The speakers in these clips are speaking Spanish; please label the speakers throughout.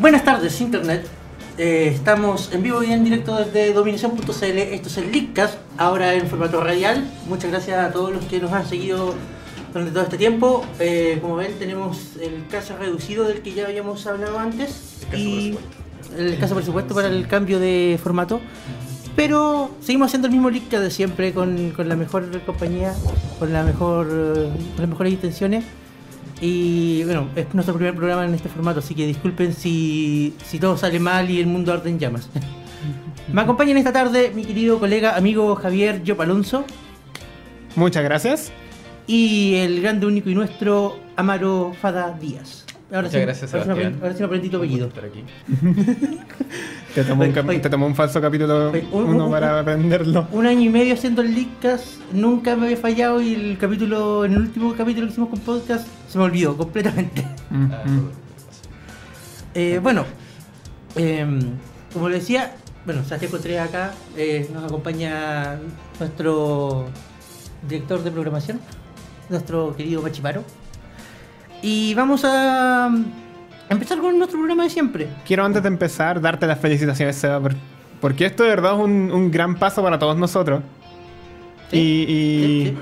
Speaker 1: Buenas tardes, Internet. Eh, estamos en vivo y en directo desde dominación.cl. Esto es el Leakcast, ahora en formato radial. Muchas gracias a todos los que nos han seguido durante todo este tiempo. Eh, como ven, tenemos el caso reducido del que ya habíamos hablado antes.
Speaker 2: El caso
Speaker 1: y
Speaker 2: presupuesto.
Speaker 1: el caso, por supuesto, para el cambio de formato. Pero seguimos haciendo el mismo Leakcast de siempre, con, con la mejor compañía, con, la mejor, eh, con las mejores intenciones. Y bueno, es nuestro primer programa en este formato, así que disculpen si, si todo sale mal y el mundo arde en llamas. Me acompañan esta tarde mi querido colega, amigo Javier Yopalonso
Speaker 3: Muchas gracias.
Speaker 1: y el grande, único y nuestro Amaro Fada Díaz. Ahora
Speaker 2: Muchas gracias,
Speaker 1: ahora sí me
Speaker 2: Sebastián.
Speaker 1: aprendí- Ahora sí me aprendí tu apellido.
Speaker 2: Estar aquí.
Speaker 3: Te tomó un, cap-
Speaker 1: Oye.
Speaker 3: te tomó un falso capítulo
Speaker 1: Oye, un- un-
Speaker 3: uno
Speaker 1: un- Ah,
Speaker 3: para aprenderlo.
Speaker 1: Un año y medio haciendo el Leakcast, nunca me había fallado y el capítulo, en el último capítulo que hicimos con podcast, se me olvidó completamente.
Speaker 3: Mm,
Speaker 2: Ah,
Speaker 3: mm.
Speaker 1: Eh, bueno, em, como les decía, bueno, Santiago Contreras acá, eh, nos acompaña nuestro director de programación, nuestro querido Pachiparo. Y vamos a mm, empezar con nuestro programa de siempre.
Speaker 3: Quiero antes de empezar darte las felicitaciones, Seba, por- porque esto de verdad es un, un gran paso para todos nosotros.
Speaker 1: Sí,
Speaker 3: Y, y,
Speaker 1: sí,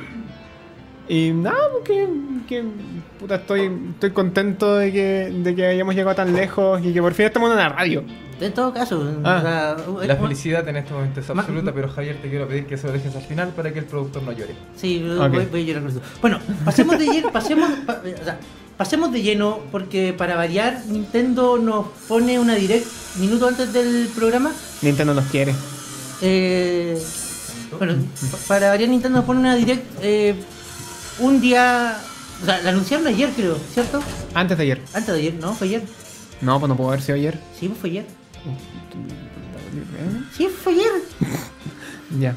Speaker 3: y no, que, que, puta, estoy, estoy contento de que, de que hayamos llegado tan lejos y que por fin estamos en la radio.
Speaker 1: En todo caso,
Speaker 3: Ah,
Speaker 1: o sea,
Speaker 2: La
Speaker 1: eh,
Speaker 2: felicidad en este momento es
Speaker 1: Ma-
Speaker 2: absoluta, pero Javier, te quiero pedir que eso lo dejes al final para que el productor no llore.
Speaker 1: Sí,
Speaker 3: Ok.
Speaker 1: voy, voy a llorar con eso. Bueno, pasemos de lleno, pasemos, pa- o sea, pasemos de lleno porque para variar Nintendo nos pone una direct minuto antes del programa.
Speaker 3: Nintendo nos quiere.
Speaker 1: Eh, bueno, pa- para variar Nintendo nos pone una direct eh, un día, o sea, la anunciaron ayer creo, ¿cierto?
Speaker 3: Antes de ayer.
Speaker 1: Antes de ayer, no, fue ayer.
Speaker 3: No, pues no puedo haber sido ayer.
Speaker 1: Sí, fue ayer. Sí, fue ayer.
Speaker 3: Ya.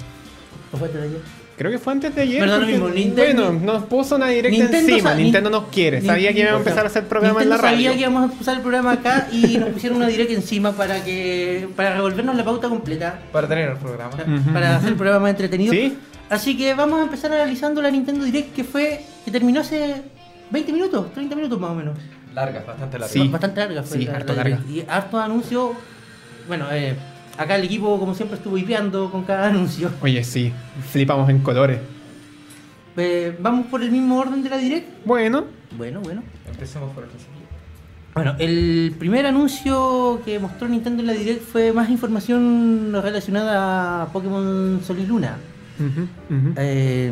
Speaker 1: ¿O fue antes de ayer?
Speaker 3: Creo que fue antes de ayer.
Speaker 1: Pero da lo
Speaker 3: porque-
Speaker 1: mismo, Nintendo-
Speaker 3: Bueno, nos puso una directa encima.
Speaker 1: sa-
Speaker 3: Nintendo
Speaker 1: Nin-
Speaker 3: nos quiere. Sabía que íbamos a empezar a hacer programa en
Speaker 1: Nintendo
Speaker 3: la radio.
Speaker 1: Sabía que íbamos a empezar el programa acá y nos pusieron una directa encima para que para revolvernos la pauta completa,
Speaker 2: Para tener el programa.
Speaker 1: para,
Speaker 3: Ujú,
Speaker 1: para
Speaker 3: ujú.
Speaker 1: hacer el programa más entretenido.
Speaker 3: Sí.
Speaker 1: Así que vamos a empezar analizando la Nintendo Direct que fue que terminó hace 20 minutos, 30 minutos más o menos.
Speaker 2: Larga, bastante larga.
Speaker 3: Sí.
Speaker 1: Bastante larga fue.
Speaker 3: Sí,
Speaker 1: la-
Speaker 3: harto
Speaker 1: la
Speaker 3: larga.
Speaker 1: Direct. Y harto anuncio. Bueno, eh, acá el equipo como siempre estuvo hipeando con cada anuncio.
Speaker 3: Oye, sí. Flipamos en colores.
Speaker 1: Eh, vamos por el mismo orden de la Direct.
Speaker 3: Bueno.
Speaker 1: Bueno, bueno.
Speaker 2: Empecemos por el principio.
Speaker 1: Bueno, el primer anuncio que mostró Nintendo en la Direct fue más información relacionada a Pokémon Sol y Luna.
Speaker 3: Ujú, ujú.
Speaker 1: Eh,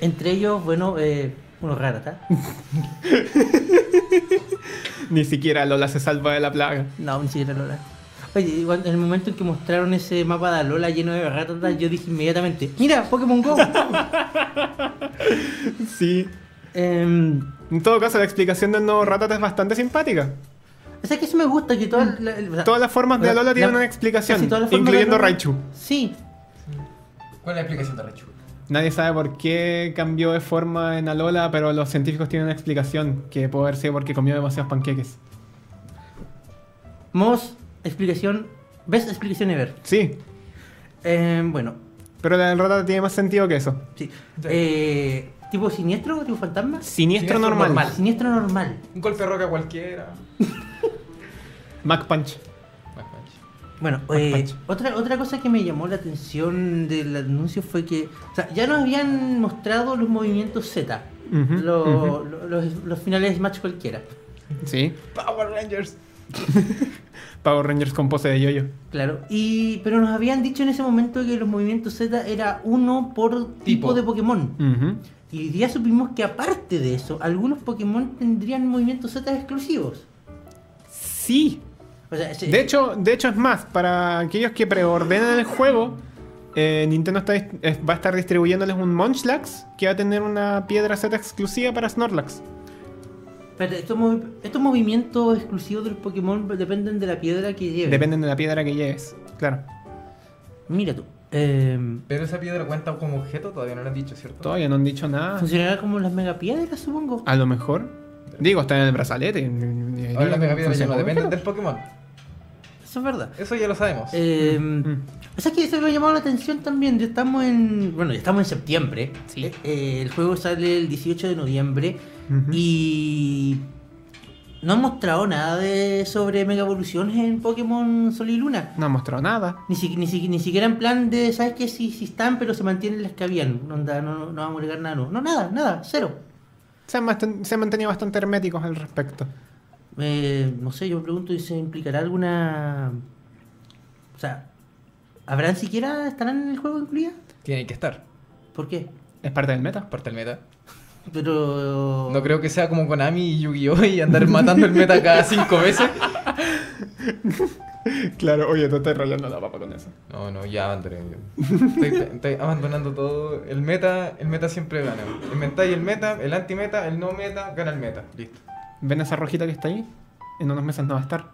Speaker 1: entre ellos, bueno, eh, uno raro, ¿está?
Speaker 3: Ni siquiera Lola se salva de la plaga.
Speaker 1: No, ni siquiera Lola. Oye, y cuando- en el momento en que mostraron ese mapa de Lola lleno de ratas, yo dije inmediatamente, mira, Pokémon Go.
Speaker 3: Sí.
Speaker 1: Em,
Speaker 3: En todo caso, la explicación del nuevo Ratata es bastante simpática.
Speaker 1: o sea que eso me gusta, que todas la- la-
Speaker 3: Todas las formas de
Speaker 1: la-
Speaker 3: Lola tienen
Speaker 1: la-
Speaker 3: una explicación,
Speaker 1: casi todas las formas de
Speaker 3: incluyendo
Speaker 1: Lola-
Speaker 3: Raichu.
Speaker 1: Sí,
Speaker 2: ¿Cuál es la explicación de Raichu?
Speaker 3: Nadie sabe por qué cambió de forma en Alola, pero los científicos tienen una explicación que puede haber sido porque comió demasiados panqueques.
Speaker 1: Mos, explicación, ves explicación ever.
Speaker 3: Sí,
Speaker 1: Em, bueno,
Speaker 3: pero la del Ratata tiene más sentido que eso.
Speaker 1: sí.
Speaker 2: Sí.
Speaker 1: Eh, ¿Tipo siniestro? ¿Tipo fantasma?
Speaker 3: Siniestro,
Speaker 2: Siniestro
Speaker 3: normal.
Speaker 2: normal.
Speaker 1: Siniestro normal.
Speaker 2: Un golpe de roca cualquiera.
Speaker 3: Mac Punch.
Speaker 2: Más mancha.
Speaker 1: Bueno,
Speaker 3: Más
Speaker 1: eh,
Speaker 3: pancho.
Speaker 1: otra, otra cosa que me llamó la atención del anuncio fue que o sea, ya nos habían mostrado los movimientos Z,
Speaker 3: Ujú,
Speaker 1: lo-
Speaker 3: ujú.
Speaker 1: lo- los, los finales de Smash cualquiera.
Speaker 3: Sí.
Speaker 2: Power Rangers.
Speaker 3: Power Rangers con pose de yoyo.
Speaker 1: Claro, y pero nos habían dicho en ese momento que los movimientos Z era uno por tipo,
Speaker 2: Tipo.
Speaker 1: de Pokémon.
Speaker 3: Ujú.
Speaker 1: Y ya supimos que aparte de eso, algunos Pokémon tendrían movimientos Z exclusivos.
Speaker 3: Sí.
Speaker 1: O sea, se-
Speaker 3: De hecho, de hecho es más, para aquellos que preordenan el juego, eh, Nintendo está dis- eh, va a estar distribuyéndoles un Munchlax que va a tener una piedra Z exclusiva para Snorlax.
Speaker 1: espérate, estos, movi- estos movimientos exclusivos de los Pokémon dependen de la piedra que lleven.
Speaker 3: Dependen de la piedra que lleves. Claro.
Speaker 1: Mira tú. em,
Speaker 2: Pero esa piedra cuenta como objeto, todavía no lo han dicho, ¿cierto?
Speaker 3: Todavía no han dicho nada.
Speaker 1: Funcionará como las megapiedras, supongo.
Speaker 3: A lo mejor. Digo, está en el brazalete.
Speaker 2: Ahora las megapiedras ya no dependen
Speaker 3: Pero-
Speaker 2: del Pokémon.
Speaker 1: Eso es verdad.
Speaker 2: Eso ya lo sabemos.
Speaker 1: Eh,
Speaker 3: Mm.
Speaker 1: O sea que eso me ha llamado la atención también. Ya estamos en. Bueno, ya estamos en septiembre.
Speaker 3: Sí.
Speaker 1: Eh, eh, el juego sale el 18 de noviembre.
Speaker 3: Ujú.
Speaker 1: Y. No han mostrado nada de sobre Mega Evoluciones en Pokémon Sol y Luna.
Speaker 3: No ha mostrado nada.
Speaker 1: Ni, si- ni, si- ni siquiera en plan de, ¿sabes qué? Si, si están, pero se mantienen las que habían. Onda, no, no, no vamos a agregar nada nuevo. No, nada, nada, cero.
Speaker 3: Se han, bastan- se han mantenido bastante herméticos al respecto.
Speaker 1: Eh, no sé, yo me pregunto si se implicará alguna. O sea, ¿habrán siquiera. estarán en el juego incluidas?
Speaker 2: Tienen que estar.
Speaker 1: ¿Por qué?
Speaker 3: Es parte del meta.
Speaker 2: Parte del meta.
Speaker 1: Pero.
Speaker 2: No creo que sea como Konami y Yu-Gi-Oh! y andar matando el meta cada cinco veces.
Speaker 3: Claro, oye, tú estás rollando la papa con eso.
Speaker 2: No, no, ya abandoné. Estoy, estoy abandonando todo. El meta, el meta siempre gana. Inventáis el meta, el anti-meta, el no meta, gana el meta. Listo.
Speaker 3: ¿Ven esa rojita que está ahí? En unos meses no va a estar.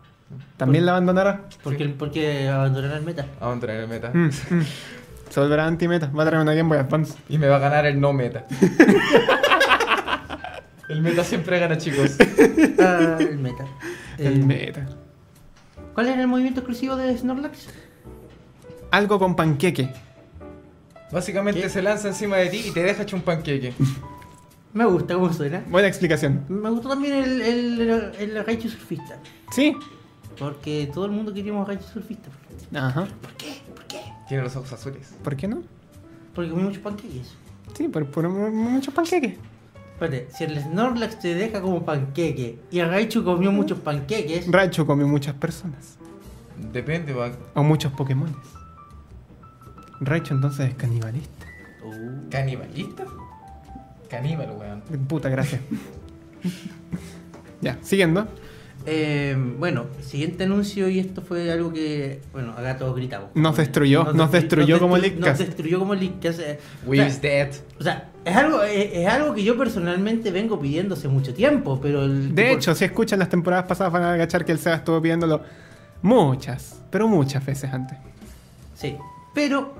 Speaker 3: ¿También la abandonará?
Speaker 1: Porque, porque abandonar el meta.
Speaker 2: Abandoné el meta.
Speaker 3: Mm, mm. Se volverá anti-meta. Va a traer una Game Boy Advance.
Speaker 2: Y me va a ganar el no meta. el meta siempre gana, chicos.
Speaker 1: Ah, el meta. Eh,
Speaker 3: El meta.
Speaker 1: ¿Cuál era el movimiento exclusivo de Snorlax?
Speaker 3: Algo con panqueque.
Speaker 2: Básicamente
Speaker 1: ¿Qué?
Speaker 2: se lanza encima de ti y te deja hecho un panqueque.
Speaker 1: Me gusta cómo suena.
Speaker 3: Buena explicación.
Speaker 1: Me gustó también el, el, el, el Raichu surfista.
Speaker 3: Sí.
Speaker 1: Porque todo el mundo queríamos Raichu surfista.
Speaker 3: Ajá.
Speaker 2: Tiene los ojos azules.
Speaker 3: ¿Por qué no?
Speaker 1: Porque comí muchos panqueques.
Speaker 3: Sí, por, por mu- muchos panqueques.
Speaker 1: Espérate, si el Snorlax te deja como panqueque y el Raichu comió muchos panqueques,
Speaker 3: Raichu comió muchas personas.
Speaker 2: Depende, va.
Speaker 3: O muchos Pokémon. Raichu entonces es canibalista.
Speaker 1: Uh,
Speaker 2: ¿Canibalista? Caníbal, weón.
Speaker 3: Puta, gracias. ya, siguiendo.
Speaker 1: eh, bueno, siguiente anuncio y esto fue algo que, bueno, acá todos gritamos.
Speaker 3: Nos destruyó, nos
Speaker 1: destru-
Speaker 3: destruyó
Speaker 1: nos
Speaker 3: como
Speaker 1: destru-
Speaker 3: Leakcast.
Speaker 1: Nos destruyó como Leakcast. eh, o sea,
Speaker 2: Weave's dead.
Speaker 1: O sea, es algo, es, es algo que yo personalmente vengo pidiendo hace mucho tiempo, pero el...
Speaker 3: De
Speaker 1: por-
Speaker 3: hecho, si escuchan las temporadas pasadas van a agachar que el Seba estuvo pidiéndolo muchas, pero muchas veces antes.
Speaker 1: Sí, pero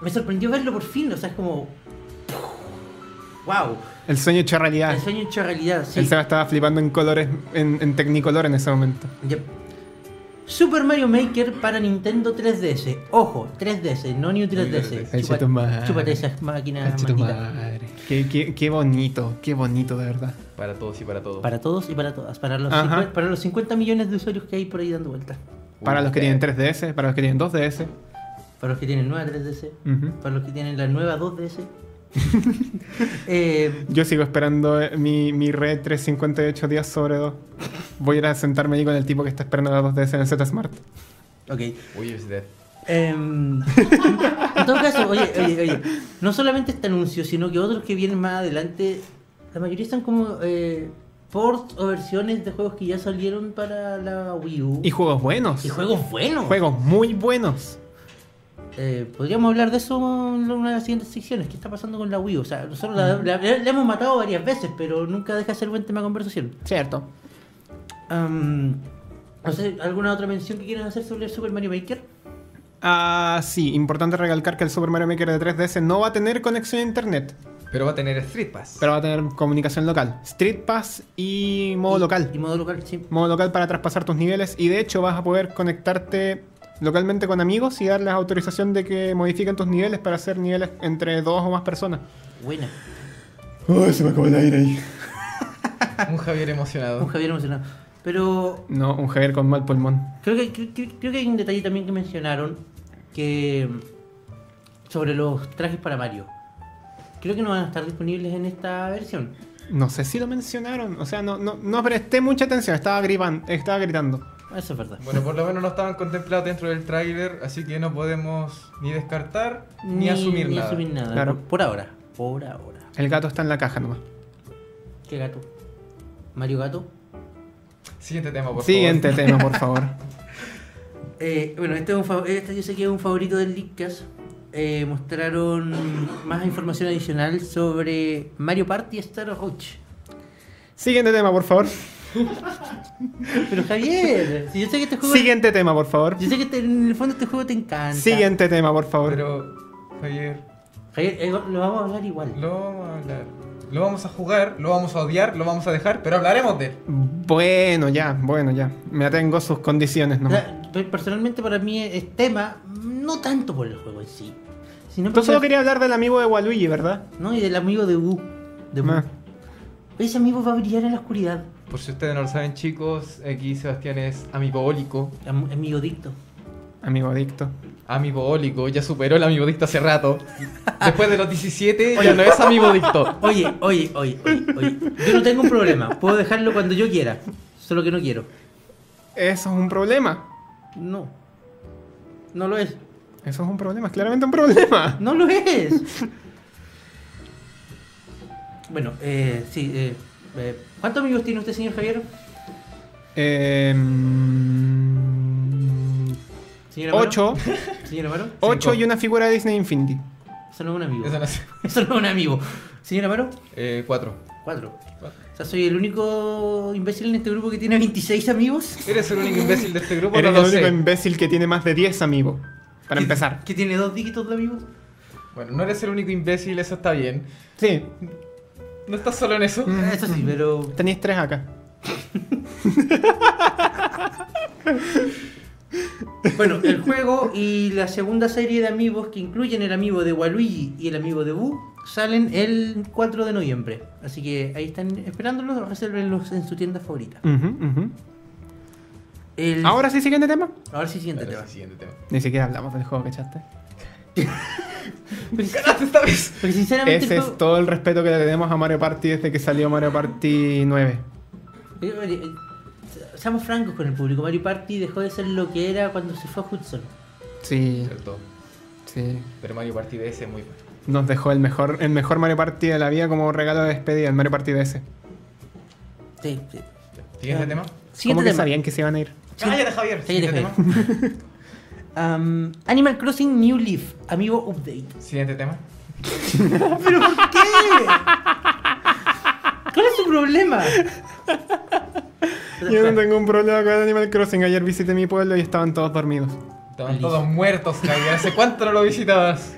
Speaker 1: me sorprendió verlo por fin, o sea, es como... ¡Wow!
Speaker 3: El sueño hecho realidad.
Speaker 1: El sueño hecho realidad, sí.
Speaker 3: El Seba estaba flipando en colores, en, en tecnicolor en ese momento.
Speaker 1: Yep. Super Mario Maker para Nintendo 3DS. Ojo, 3DS, no New 3DS.
Speaker 3: Ahí
Speaker 1: Chupa-
Speaker 3: se toma-
Speaker 1: Chúpate esas máquinas
Speaker 3: Cacha tu
Speaker 1: malditas.
Speaker 3: madre. Qué, qué- qué bonito, qué bonito de verdad.
Speaker 2: Para todos y para todos.
Speaker 1: Para todos y para todas. Para los,
Speaker 3: Ajá.
Speaker 1: 50, para los 50 millones de usuarios que hay por ahí dando vueltas.
Speaker 3: Para los que
Speaker 2: Weave's
Speaker 3: tienen
Speaker 2: dead.
Speaker 3: 3DS, para los que tienen 2DS.
Speaker 1: Para los que tienen nueva 3DS.
Speaker 3: Ujú.
Speaker 1: Para los que tienen la nueva 2DS. Eh,
Speaker 3: Yo sigo esperando eh, mi, mi red 358 días sobre 2. Voy a ir a sentarme ahí con el tipo que está esperando la 2DS en el Z Smart.
Speaker 1: ok.
Speaker 2: Weave's dead.
Speaker 1: Em, en todo caso, oye, oye, oye, no solamente este anuncio, sino que otros que vienen más adelante, la mayoría están como eh, ports o versiones de juegos que ya salieron para la Wii U.
Speaker 3: Y juegos buenos.
Speaker 1: Y juegos buenos.
Speaker 3: Juegos muy buenos.
Speaker 1: Eh, podríamos hablar de eso en una de las siguientes secciones. ¿Qué está pasando con la Wii U? O sea, nosotros la,
Speaker 3: Mm.
Speaker 1: la- la hemos matado varias veces, pero nunca deja de ser buen tema de conversación.
Speaker 3: Cierto.
Speaker 1: Am, no sé, ¿alguna otra mención que quieran hacer sobre el Super Mario Maker?
Speaker 3: Ah, sí, importante recalcar que el Super Mario Maker de 3DS no va a tener conexión a internet,
Speaker 2: Pero va a tener Street Pass.
Speaker 3: pero va a tener comunicación local. Street Pass y modo
Speaker 1: Y-
Speaker 3: local.
Speaker 1: Y modo local, sí.
Speaker 3: modo local para traspasar tus niveles y de hecho vas a poder conectarte localmente con amigos y darles autorización de que modifiquen tus niveles para hacer niveles entre dos o más personas.
Speaker 1: Buena.
Speaker 3: Oh, se me acabó el aire ahí.
Speaker 2: Un Javier
Speaker 1: Un
Speaker 3: Ah.
Speaker 2: emocionado.
Speaker 1: Javier emocionado. Pero
Speaker 3: No, un Javier con mal pulmón.
Speaker 1: Creo que, creo, creo- creo que hay un detalle también que mencionaron que sobre los trajes para Mario. Creo que no van a estar disponibles en esta versión.
Speaker 3: No sé si lo mencionaron, o sea, no, no, no presté mucha atención, estaba, gripan- estaba gritando.
Speaker 1: Eso es verdad.
Speaker 2: Bueno, por lo menos no estaban contemplados dentro del tráiler, así que no podemos ni descartar ni, asumir
Speaker 1: ni
Speaker 2: nada.
Speaker 1: asumir nada.
Speaker 3: Claro.
Speaker 1: Por, por ahora. Por ahora.
Speaker 3: El gato está en la caja nomás.
Speaker 1: ¿Qué gato? Mario Gato.
Speaker 2: Siguiente tema, por
Speaker 3: Siguiente
Speaker 2: favor.
Speaker 3: tema, por favor.
Speaker 1: Eh, bueno, este, es un fa- este yo sé que es un favorito del Leakcast. Eh, mostraron más información adicional sobre Mario Party Star Roach.
Speaker 3: Siguiente tema, por favor.
Speaker 1: Pero Javier, si yo sé que este juego.
Speaker 3: Siguiente tema, por favor.
Speaker 1: Yo sé que te- en el fondo este juego te encanta.
Speaker 3: Siguiente tema, por favor.
Speaker 2: Pero, Javier,
Speaker 1: Javier, eh, lo vamos a hablar igual.
Speaker 2: lo vamos a hablar. Lo vamos a jugar, lo vamos a odiar, lo vamos a dejar, pero hablaremos de él.
Speaker 3: Bueno, ya, bueno, ya. Me atengo a sus condiciones
Speaker 1: O
Speaker 3: nomás.
Speaker 1: sea, pe- personalmente para mí es tema, no tanto por el juego en sí, sino
Speaker 3: Tú
Speaker 1: por
Speaker 3: solo quería hablar del amigo de Waluigi, ¿verdad?
Speaker 1: ¿no? y del amigo de Wu. De Wu.
Speaker 3: Ah.
Speaker 1: Ese amigo va a brillar en la oscuridad.
Speaker 2: Por si ustedes no lo saben, chicos, aquí Sebastián es amibólico.
Speaker 1: Am- Amigo dicto.
Speaker 3: Amigo adicto.
Speaker 2: Amibólico, ya superó el amibodicto hace rato. Después de los 17 ya no es amibodicto.
Speaker 1: Oye, oye, oye, oye, oye. Yo no tengo un problema. Puedo dejarlo cuando yo quiera. Solo que no quiero.
Speaker 3: Eso es un problema.
Speaker 1: No. No lo es.
Speaker 3: Eso es un problema, es claramente un problema.
Speaker 1: No lo es. Bueno, eh, sí. Eh, eh, ¿Cuántos amigos tiene usted, señor Javier?
Speaker 3: Eh, mm,
Speaker 1: ¿Señora Amaro?
Speaker 3: ocho.
Speaker 1: ¿Señora Amaro?
Speaker 3: Ocho y una figura de Disney Infinity.
Speaker 1: Eso no es un amigo.
Speaker 2: Eso no es.
Speaker 1: Eso no es un amigo. ¿Señora Amaro?
Speaker 2: Eh, cuatro.
Speaker 1: Cuatro. O sea, soy el único imbécil en este grupo que tiene 26 amigos.
Speaker 2: Eres el único imbécil de este grupo,
Speaker 3: Eres
Speaker 2: no
Speaker 3: el
Speaker 2: lo
Speaker 3: único
Speaker 2: sé.
Speaker 3: imbécil que tiene más de 10 amigos. Para
Speaker 1: Que-
Speaker 3: empezar.
Speaker 1: Que tiene dos dígitos de amigos.
Speaker 2: Bueno, no eres el único imbécil, eso está bien.
Speaker 3: Sí.
Speaker 2: No estás solo en eso.
Speaker 3: Mm.
Speaker 1: Ah, Eso sí, pero.
Speaker 3: Tenéis tres acá.
Speaker 1: Bueno, el juego y la segunda serie de amigos que incluyen el amigo de Waluigi y el amigo de Boo salen el 4 de noviembre. Así que ahí están esperándolos, resérvenlos en su tienda favorita.
Speaker 3: Ujú, ujú.
Speaker 1: El-
Speaker 3: Ahora sí, siguiente tema.
Speaker 1: Ahora sí, siguiente
Speaker 2: Ahora
Speaker 1: tema.
Speaker 2: sí, siguiente tema.
Speaker 3: Ni siquiera hablamos del juego que echaste.
Speaker 1: Pero si-
Speaker 2: ¡Ganaste esta vez!
Speaker 1: pero sinceramente.
Speaker 3: Ese
Speaker 1: el
Speaker 3: es
Speaker 1: juego-
Speaker 3: todo el respeto que le tenemos a Mario Party desde que salió Mario Party 9.
Speaker 1: Eh, eh, eh, Seamos francos con el público. Mario Party dejó de ser lo que era cuando se fue a Hudson.
Speaker 3: Sí,
Speaker 2: Cierto.
Speaker 3: sí.
Speaker 2: Pero Mario Party DS es muy bueno.
Speaker 3: Nos dejó el mejor, el mejor Mario Party de la vida como regalo de despedida, el Mario Party DS.
Speaker 1: Sí, sí.
Speaker 2: ¿Siguiente
Speaker 1: Ah.
Speaker 2: tema?
Speaker 1: Siguiente
Speaker 3: ¿Cómo que
Speaker 1: tema.
Speaker 3: sabían que se iban a ir?
Speaker 2: ¡Cállate, Ah, Javier!
Speaker 1: Cállate,
Speaker 2: Siguiente
Speaker 1: Javier.
Speaker 2: tema.
Speaker 1: Am, Animal Crossing New Leaf, amigo update.
Speaker 2: Siguiente tema.
Speaker 1: ¿Pero por qué? ¿Cuál es tu problema?
Speaker 3: Yo no tengo un problema con Animal Crossing. Ayer visité mi pueblo y estaban todos dormidos.
Speaker 2: Estaban
Speaker 1: Feliz.
Speaker 2: todos muertos, Javier. ¿Hace cuánto no lo visitabas?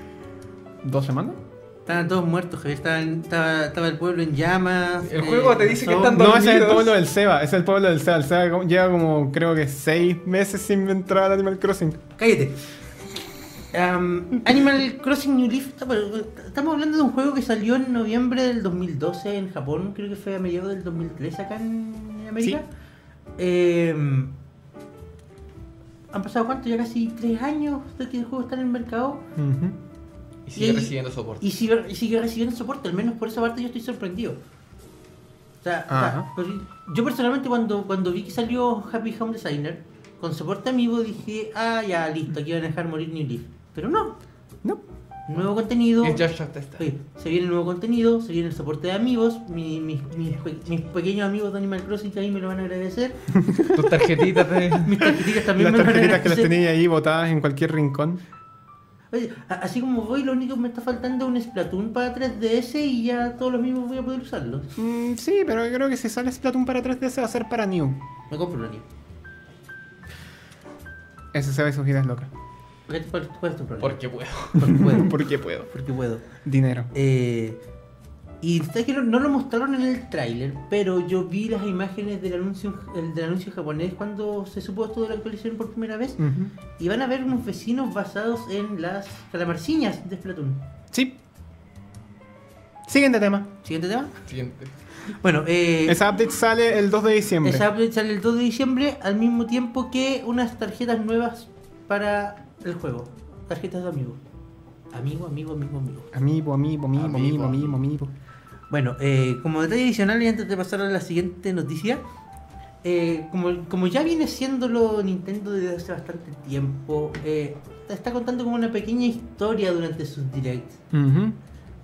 Speaker 3: ¿Dos semanas?
Speaker 1: Estaban todos muertos, Javier. Estaban- estaba, estaba el pueblo en llamas. eh,
Speaker 2: El juego te dice que están-
Speaker 3: No, ese es el
Speaker 2: Dormidos.
Speaker 3: pueblo del Seba. ese Es el pueblo del Seba. El Seba como- lleva como, creo que seis meses sin entrar al Animal Crossing.
Speaker 1: Cállate. Am, Animal Crossing New Leaf. Estamos hablando de un juego que salió en noviembre del 2012 en Japón. Creo que fue a mediados del 2003 acá en América. Em, ¿Han pasado cuánto? Ya casi tres años de que el juego está en el mercado.
Speaker 3: Ujú.
Speaker 2: Y sigue
Speaker 1: Y-
Speaker 2: recibiendo soporte.
Speaker 1: Y sigue, y sigue recibiendo soporte, al menos por esa parte yo estoy sorprendido. O sea, o sea,
Speaker 3: Ajá.
Speaker 1: pues, yo personalmente cuando, cuando vi que salió Happy Home Designer con soporte amigo dije, ah, ya listo, aquí van a dejar morir New Leaf. Pero no,
Speaker 3: No.
Speaker 1: nuevo contenido.
Speaker 2: Y Josh Shot está.
Speaker 1: Oye, se viene nuevo contenido, se viene el soporte de amigos, mi- mis, mis pe- mis pequeños amigos de Animal Crossing que ahí me lo van a agradecer,
Speaker 2: Tus tarjetitas de...
Speaker 1: mis tarjetitas también me lo van
Speaker 3: Las
Speaker 1: a
Speaker 3: tarjetitas que las
Speaker 1: agradecer.
Speaker 3: tenía ahí botadas en cualquier rincón.
Speaker 1: Oye, a- así como voy, lo único que me está faltando es un Splatoon para 3DS y ya todos los mismos voy a poder usarlos.
Speaker 3: Mm, sí, pero creo que si sale Splatoon para 3DS va a ser para New.
Speaker 1: Me compro un anillo.
Speaker 3: Ese Seba y sus ideas locas.
Speaker 1: ¿Cuál es- cuál es tu problema?
Speaker 2: Porque puedo.
Speaker 1: Porque puedo.
Speaker 3: Porque puedo.
Speaker 1: Porque puedo.
Speaker 3: Dinero.
Speaker 1: Eh, y está que no, no lo mostraron en el tráiler, pero yo vi las imágenes del anuncio, el del anuncio japonés cuando se supo esto de la actualización por primera vez.
Speaker 3: Ujú.
Speaker 1: Y van a ver unos vecinos basados en las calamarciñas de Splatoon.
Speaker 3: Sí. Siguiente tema.
Speaker 1: ¿Siguiente tema?
Speaker 2: Siguiente.
Speaker 1: Bueno, eh,
Speaker 3: Esa update sale el 2 de diciembre.
Speaker 1: esa update sale el 2 de diciembre al mismo tiempo que unas tarjetas nuevas para el juego. Tarjetas de amigos. Amigo, amigo, amigo, amigo.
Speaker 3: Amiibo, amiibo, amiibo, amiibo, amiibo, amiibo.
Speaker 1: Bueno, eh, como detalle adicional y antes de pasar a la siguiente noticia, eh, como, como ya viene siéndolo Nintendo desde hace bastante tiempo, eh, está contando como una pequeña historia durante sus directs.
Speaker 3: Ujú.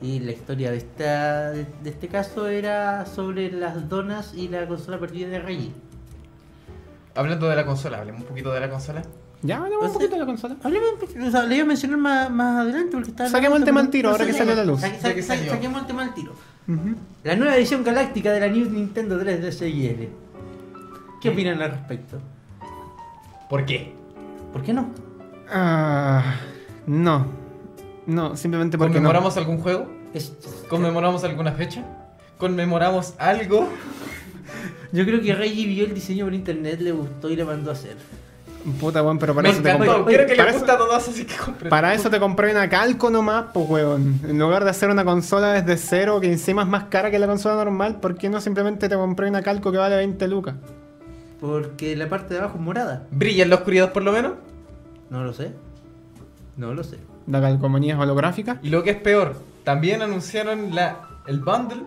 Speaker 1: Y la historia de, esta, de, de este caso era sobre las donas y la consola perdida de Reggie.
Speaker 2: Hablando de la consola, hablemos un poquito de la consola.
Speaker 3: Ya hablamos un
Speaker 1: O sea-
Speaker 3: poquito de la consola.
Speaker 1: Hablemos, un poqu- o sea, le iba a mencionar más, más adelante porque estaba...
Speaker 3: Saquemos el tema al
Speaker 1: No,
Speaker 3: tiro, ahora que
Speaker 1: saquemos-
Speaker 3: salió a la luz.
Speaker 1: sa- sa-
Speaker 2: Ya que
Speaker 1: sa-
Speaker 2: salió.
Speaker 1: saquemos el tema al tiro.
Speaker 3: Ujú.
Speaker 1: La nueva edición galáctica de la New Nintendo 3DS IL. ¿Qué opinan al respecto?
Speaker 2: ¿Por qué?
Speaker 1: ¿Por qué no?
Speaker 3: Ah, no. No, simplemente porque no.
Speaker 2: ¿Conmemoramos algún juego?
Speaker 1: Es-
Speaker 2: ¿Conmemoramos alguna fecha? ¿Conmemoramos algo?
Speaker 1: yo creo que Reggie vio el diseño por internet, le gustó y le mandó a hacer.
Speaker 3: Puta, weón, pero para
Speaker 2: Me
Speaker 3: eso te
Speaker 2: encantó.
Speaker 3: compré.
Speaker 2: Quiero que le
Speaker 3: Para, eso,
Speaker 2: gusta a todos, así que compré.
Speaker 3: para eso te compré una calco nomás, pues weón. En lugar de hacer una consola desde cero, que encima es más cara que la consola normal, ¿por qué no simplemente te compré una calco que vale 20 lucas?
Speaker 1: Porque la parte de abajo es morada.
Speaker 2: ¿Brilla en la oscuridad por lo menos?
Speaker 1: No lo sé. No lo sé.
Speaker 3: La calcomanía es holográfica.
Speaker 2: Y lo que es peor, también anunciaron la, el bundle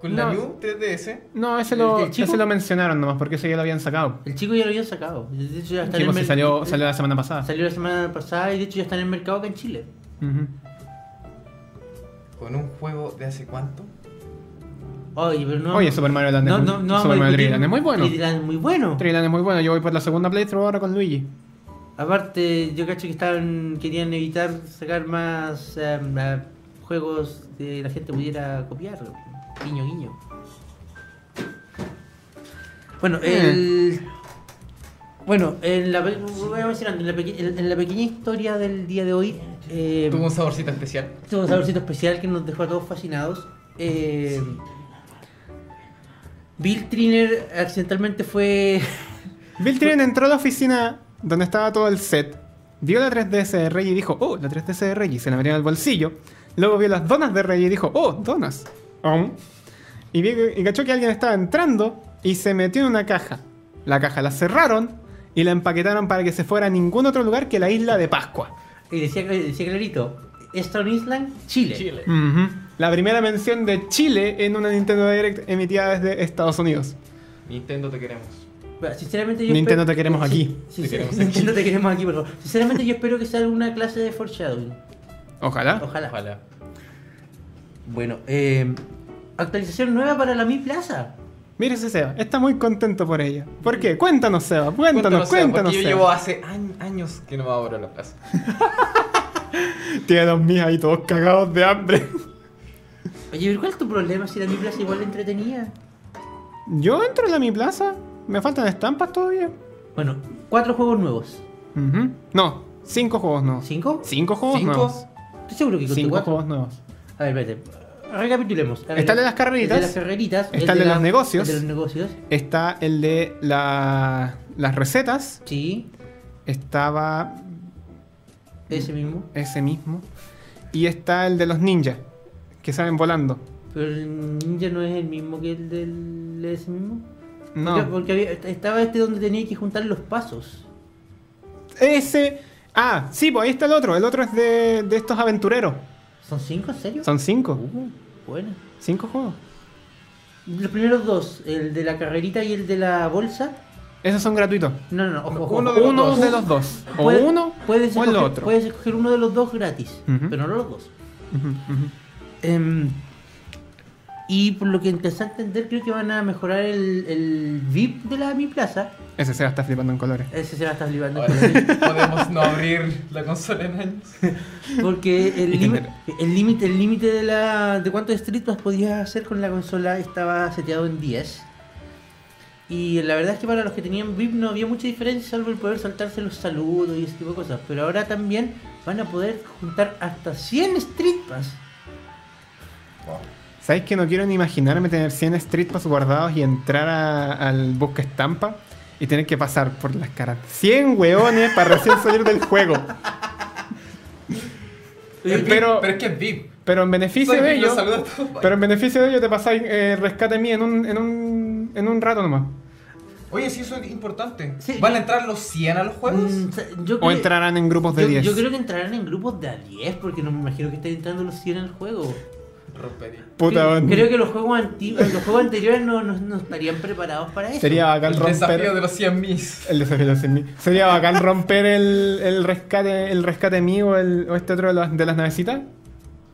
Speaker 2: con la
Speaker 3: No.
Speaker 2: New 3DS.
Speaker 3: No, ese lo,
Speaker 1: ¿El- el chico?
Speaker 3: ese lo mencionaron nomás, porque ese ya lo habían sacado.
Speaker 1: El chico ya lo había sacado. De hecho, ya está
Speaker 3: Sí,
Speaker 1: en el
Speaker 3: pues, sí,
Speaker 1: mer-
Speaker 3: salió,
Speaker 1: eh,
Speaker 3: salió la semana pasada.
Speaker 1: salió la semana pasada y de hecho ya está en el mercado acá en Chile.
Speaker 3: Ujú.
Speaker 2: Con un juego de hace cuánto?
Speaker 1: Oye, pero no.
Speaker 3: Oye, Super Mario Land es
Speaker 1: no,
Speaker 3: muy-
Speaker 1: no, no
Speaker 3: Super
Speaker 1: vamos a
Speaker 3: Mario
Speaker 1: discutir-
Speaker 3: 3D Land es muy bueno.
Speaker 1: 3D Land es muy bueno.
Speaker 3: Trilan es muy bueno, yo voy por la segunda playthrough ahora con Luigi.
Speaker 1: Aparte, yo cacho que estaban querían evitar sacar más em, eh, juegos que la gente pudiera copiar. Guiño, guiño. Bueno,
Speaker 3: Eh.
Speaker 1: el... Bueno, en la, pe- voy mencionando, en la, peque- en- en la pequeña historia del día de hoy... eh,
Speaker 2: Tuvo un saborcito especial.
Speaker 1: Tuvo un saborcito especial que nos dejó a todos fascinados. Eh, Bill Triner accidentalmente fue...
Speaker 3: Bill Trinan entró a la oficina donde estaba todo el set, vio la 3DS de Reggie y dijo, oh, la 3DS de Reggie, se la metió en el bolsillo. Luego vio las donas de Reggie y dijo, oh, donas. Aún. Y, vi- y cachó que alguien estaba entrando y se metió en una caja. La caja la cerraron y la empaquetaron para que se fuera a ningún otro lugar que la isla de Pascua.
Speaker 1: y decía, decía clarito, Stone Island, Chile.
Speaker 3: Ujú. La primera mención de Chile en una Nintendo Direct emitida desde Estados Unidos.
Speaker 2: Nintendo te queremos.
Speaker 1: Bueno, Sinceramente yo
Speaker 3: Nintendo,
Speaker 1: espero-
Speaker 3: te queremos
Speaker 1: Sí,
Speaker 3: aquí.
Speaker 1: sí,
Speaker 2: Te
Speaker 1: sí,
Speaker 2: queremos
Speaker 1: Nintendo te queremos aquí, por favor. Sinceramente yo espero que sea alguna clase de foreshadowing.
Speaker 3: Ah, Ojalá.
Speaker 1: Ojalá.
Speaker 2: Ojalá.
Speaker 1: Bueno, eh, actualización nueva para la Mi Plaza.
Speaker 3: Mírese Seba, está muy contento por ella. ¿Por qué? Cuéntanos Seba, cuéntanos,
Speaker 2: Seba,
Speaker 3: cuéntanos
Speaker 2: porque yo llevo
Speaker 3: Seba.
Speaker 2: hace añ- años que no me abro la plaza.
Speaker 3: Tiene dos mías ahí todos cagados de hambre.
Speaker 1: Oye, pero ¿cuál es tu problema si la Mi Plaza igual la entretenía?
Speaker 3: Yo entro en la mi plaza, me faltan estampas todavía.
Speaker 1: Bueno, cuatro juegos nuevos.
Speaker 3: Ujú. No, cinco juegos nuevos.
Speaker 1: ¿Cinco?
Speaker 3: Cinco juegos
Speaker 2: ¿Cinco?
Speaker 3: nuevos.
Speaker 1: Estoy seguro que conté
Speaker 3: Cinco
Speaker 1: cuatro.
Speaker 3: juegos nuevos.
Speaker 1: A ver, espérate. Recapitulemos. A ver,
Speaker 3: Está el de las carreritas.
Speaker 1: El de las carreritas. el
Speaker 3: Está el de
Speaker 1: la-
Speaker 3: los negocios.
Speaker 1: El de los negocios.
Speaker 3: Está el de la- las recetas.
Speaker 1: Sí,
Speaker 3: Estaba
Speaker 1: ese mismo.
Speaker 3: ese mismo. Y está el de los ninjas, que salen volando.
Speaker 1: Pero el ninja no es el mismo que el del ese mismo. Porque-
Speaker 3: No.
Speaker 1: Porque había- estaba este donde tenía que juntar los pasos.
Speaker 3: Ese... Ah, sí, pues ahí está el otro. El otro es de, de estos aventureros.
Speaker 1: ¿Son cinco, en serio?
Speaker 3: Son cinco.
Speaker 1: Uh, bueno.
Speaker 3: Cinco juegos.
Speaker 1: Los primeros dos, el de la carrerita y el de la bolsa.
Speaker 3: Esos son gratuitos.
Speaker 1: No, no, no. Ojo, ojo.
Speaker 2: Uno de los
Speaker 3: Uno
Speaker 2: dos.
Speaker 3: de los dos. O
Speaker 1: Puedes-
Speaker 3: uno
Speaker 1: puedes
Speaker 3: o el
Speaker 1: escoger-
Speaker 3: otro.
Speaker 1: Puedes escoger uno de los dos gratis,
Speaker 3: Ujú.
Speaker 1: pero no los dos.
Speaker 3: Ujú, ujú.
Speaker 1: Em, y por lo que empecé a entender, creo que van a mejorar el, el VIP de la Mi Plaza.
Speaker 3: Ese se está flipando en colores.
Speaker 1: Ese se va a estar librando.
Speaker 2: Ahora podemos no abrir la consola en años.
Speaker 1: Porque el
Speaker 3: Y
Speaker 1: límite el límite el límite de la de cuántos streetpass podías hacer con la consola estaba seteado en 10. Y la verdad es que para los que tenían VIP no había mucha diferencia salvo el poder saltarse los saludos y ese tipo de cosas, pero ahora también van a poder juntar hasta 100 streetpass.
Speaker 3: ¿Sabes que no quiero ni imaginarme tener 100 Street Pass guardados y entrar a- al busca estampa y tener que pasar por las caras? 100 hueones para recién salir del juego.
Speaker 2: Es VIP,
Speaker 3: Pero-
Speaker 2: pero es que es VIP.
Speaker 3: Pero en beneficio de ello, pero
Speaker 2: Pero...
Speaker 3: en beneficio de ello te pasáis eh, rescate a mí en un, en, un, en un rato nomás.
Speaker 2: Oye, sí, eso es importante.
Speaker 1: Sí.
Speaker 2: ¿Van a entrar los 100 a los juegos?
Speaker 1: Mm, sa- yo
Speaker 3: O
Speaker 1: creo-
Speaker 3: entrarán en grupos de
Speaker 1: yo-
Speaker 3: 10.
Speaker 1: Yo, creo que entrarán en grupos de a 10 porque no me imagino que estén entrando los 100 al juego.
Speaker 2: Rompería.
Speaker 3: Puta,
Speaker 1: creo,
Speaker 3: weón.
Speaker 1: creo que los juegos, anti- los juegos anteriores no, no- no estarían preparados para eso.
Speaker 3: Sería bacán
Speaker 2: El desafío de
Speaker 3: romper.
Speaker 2: los 100 mis.
Speaker 3: El desafío de los 100.000. Sería bacán romper el, el rescate el rescate mío o, el- o este otro de las, de las navecitas.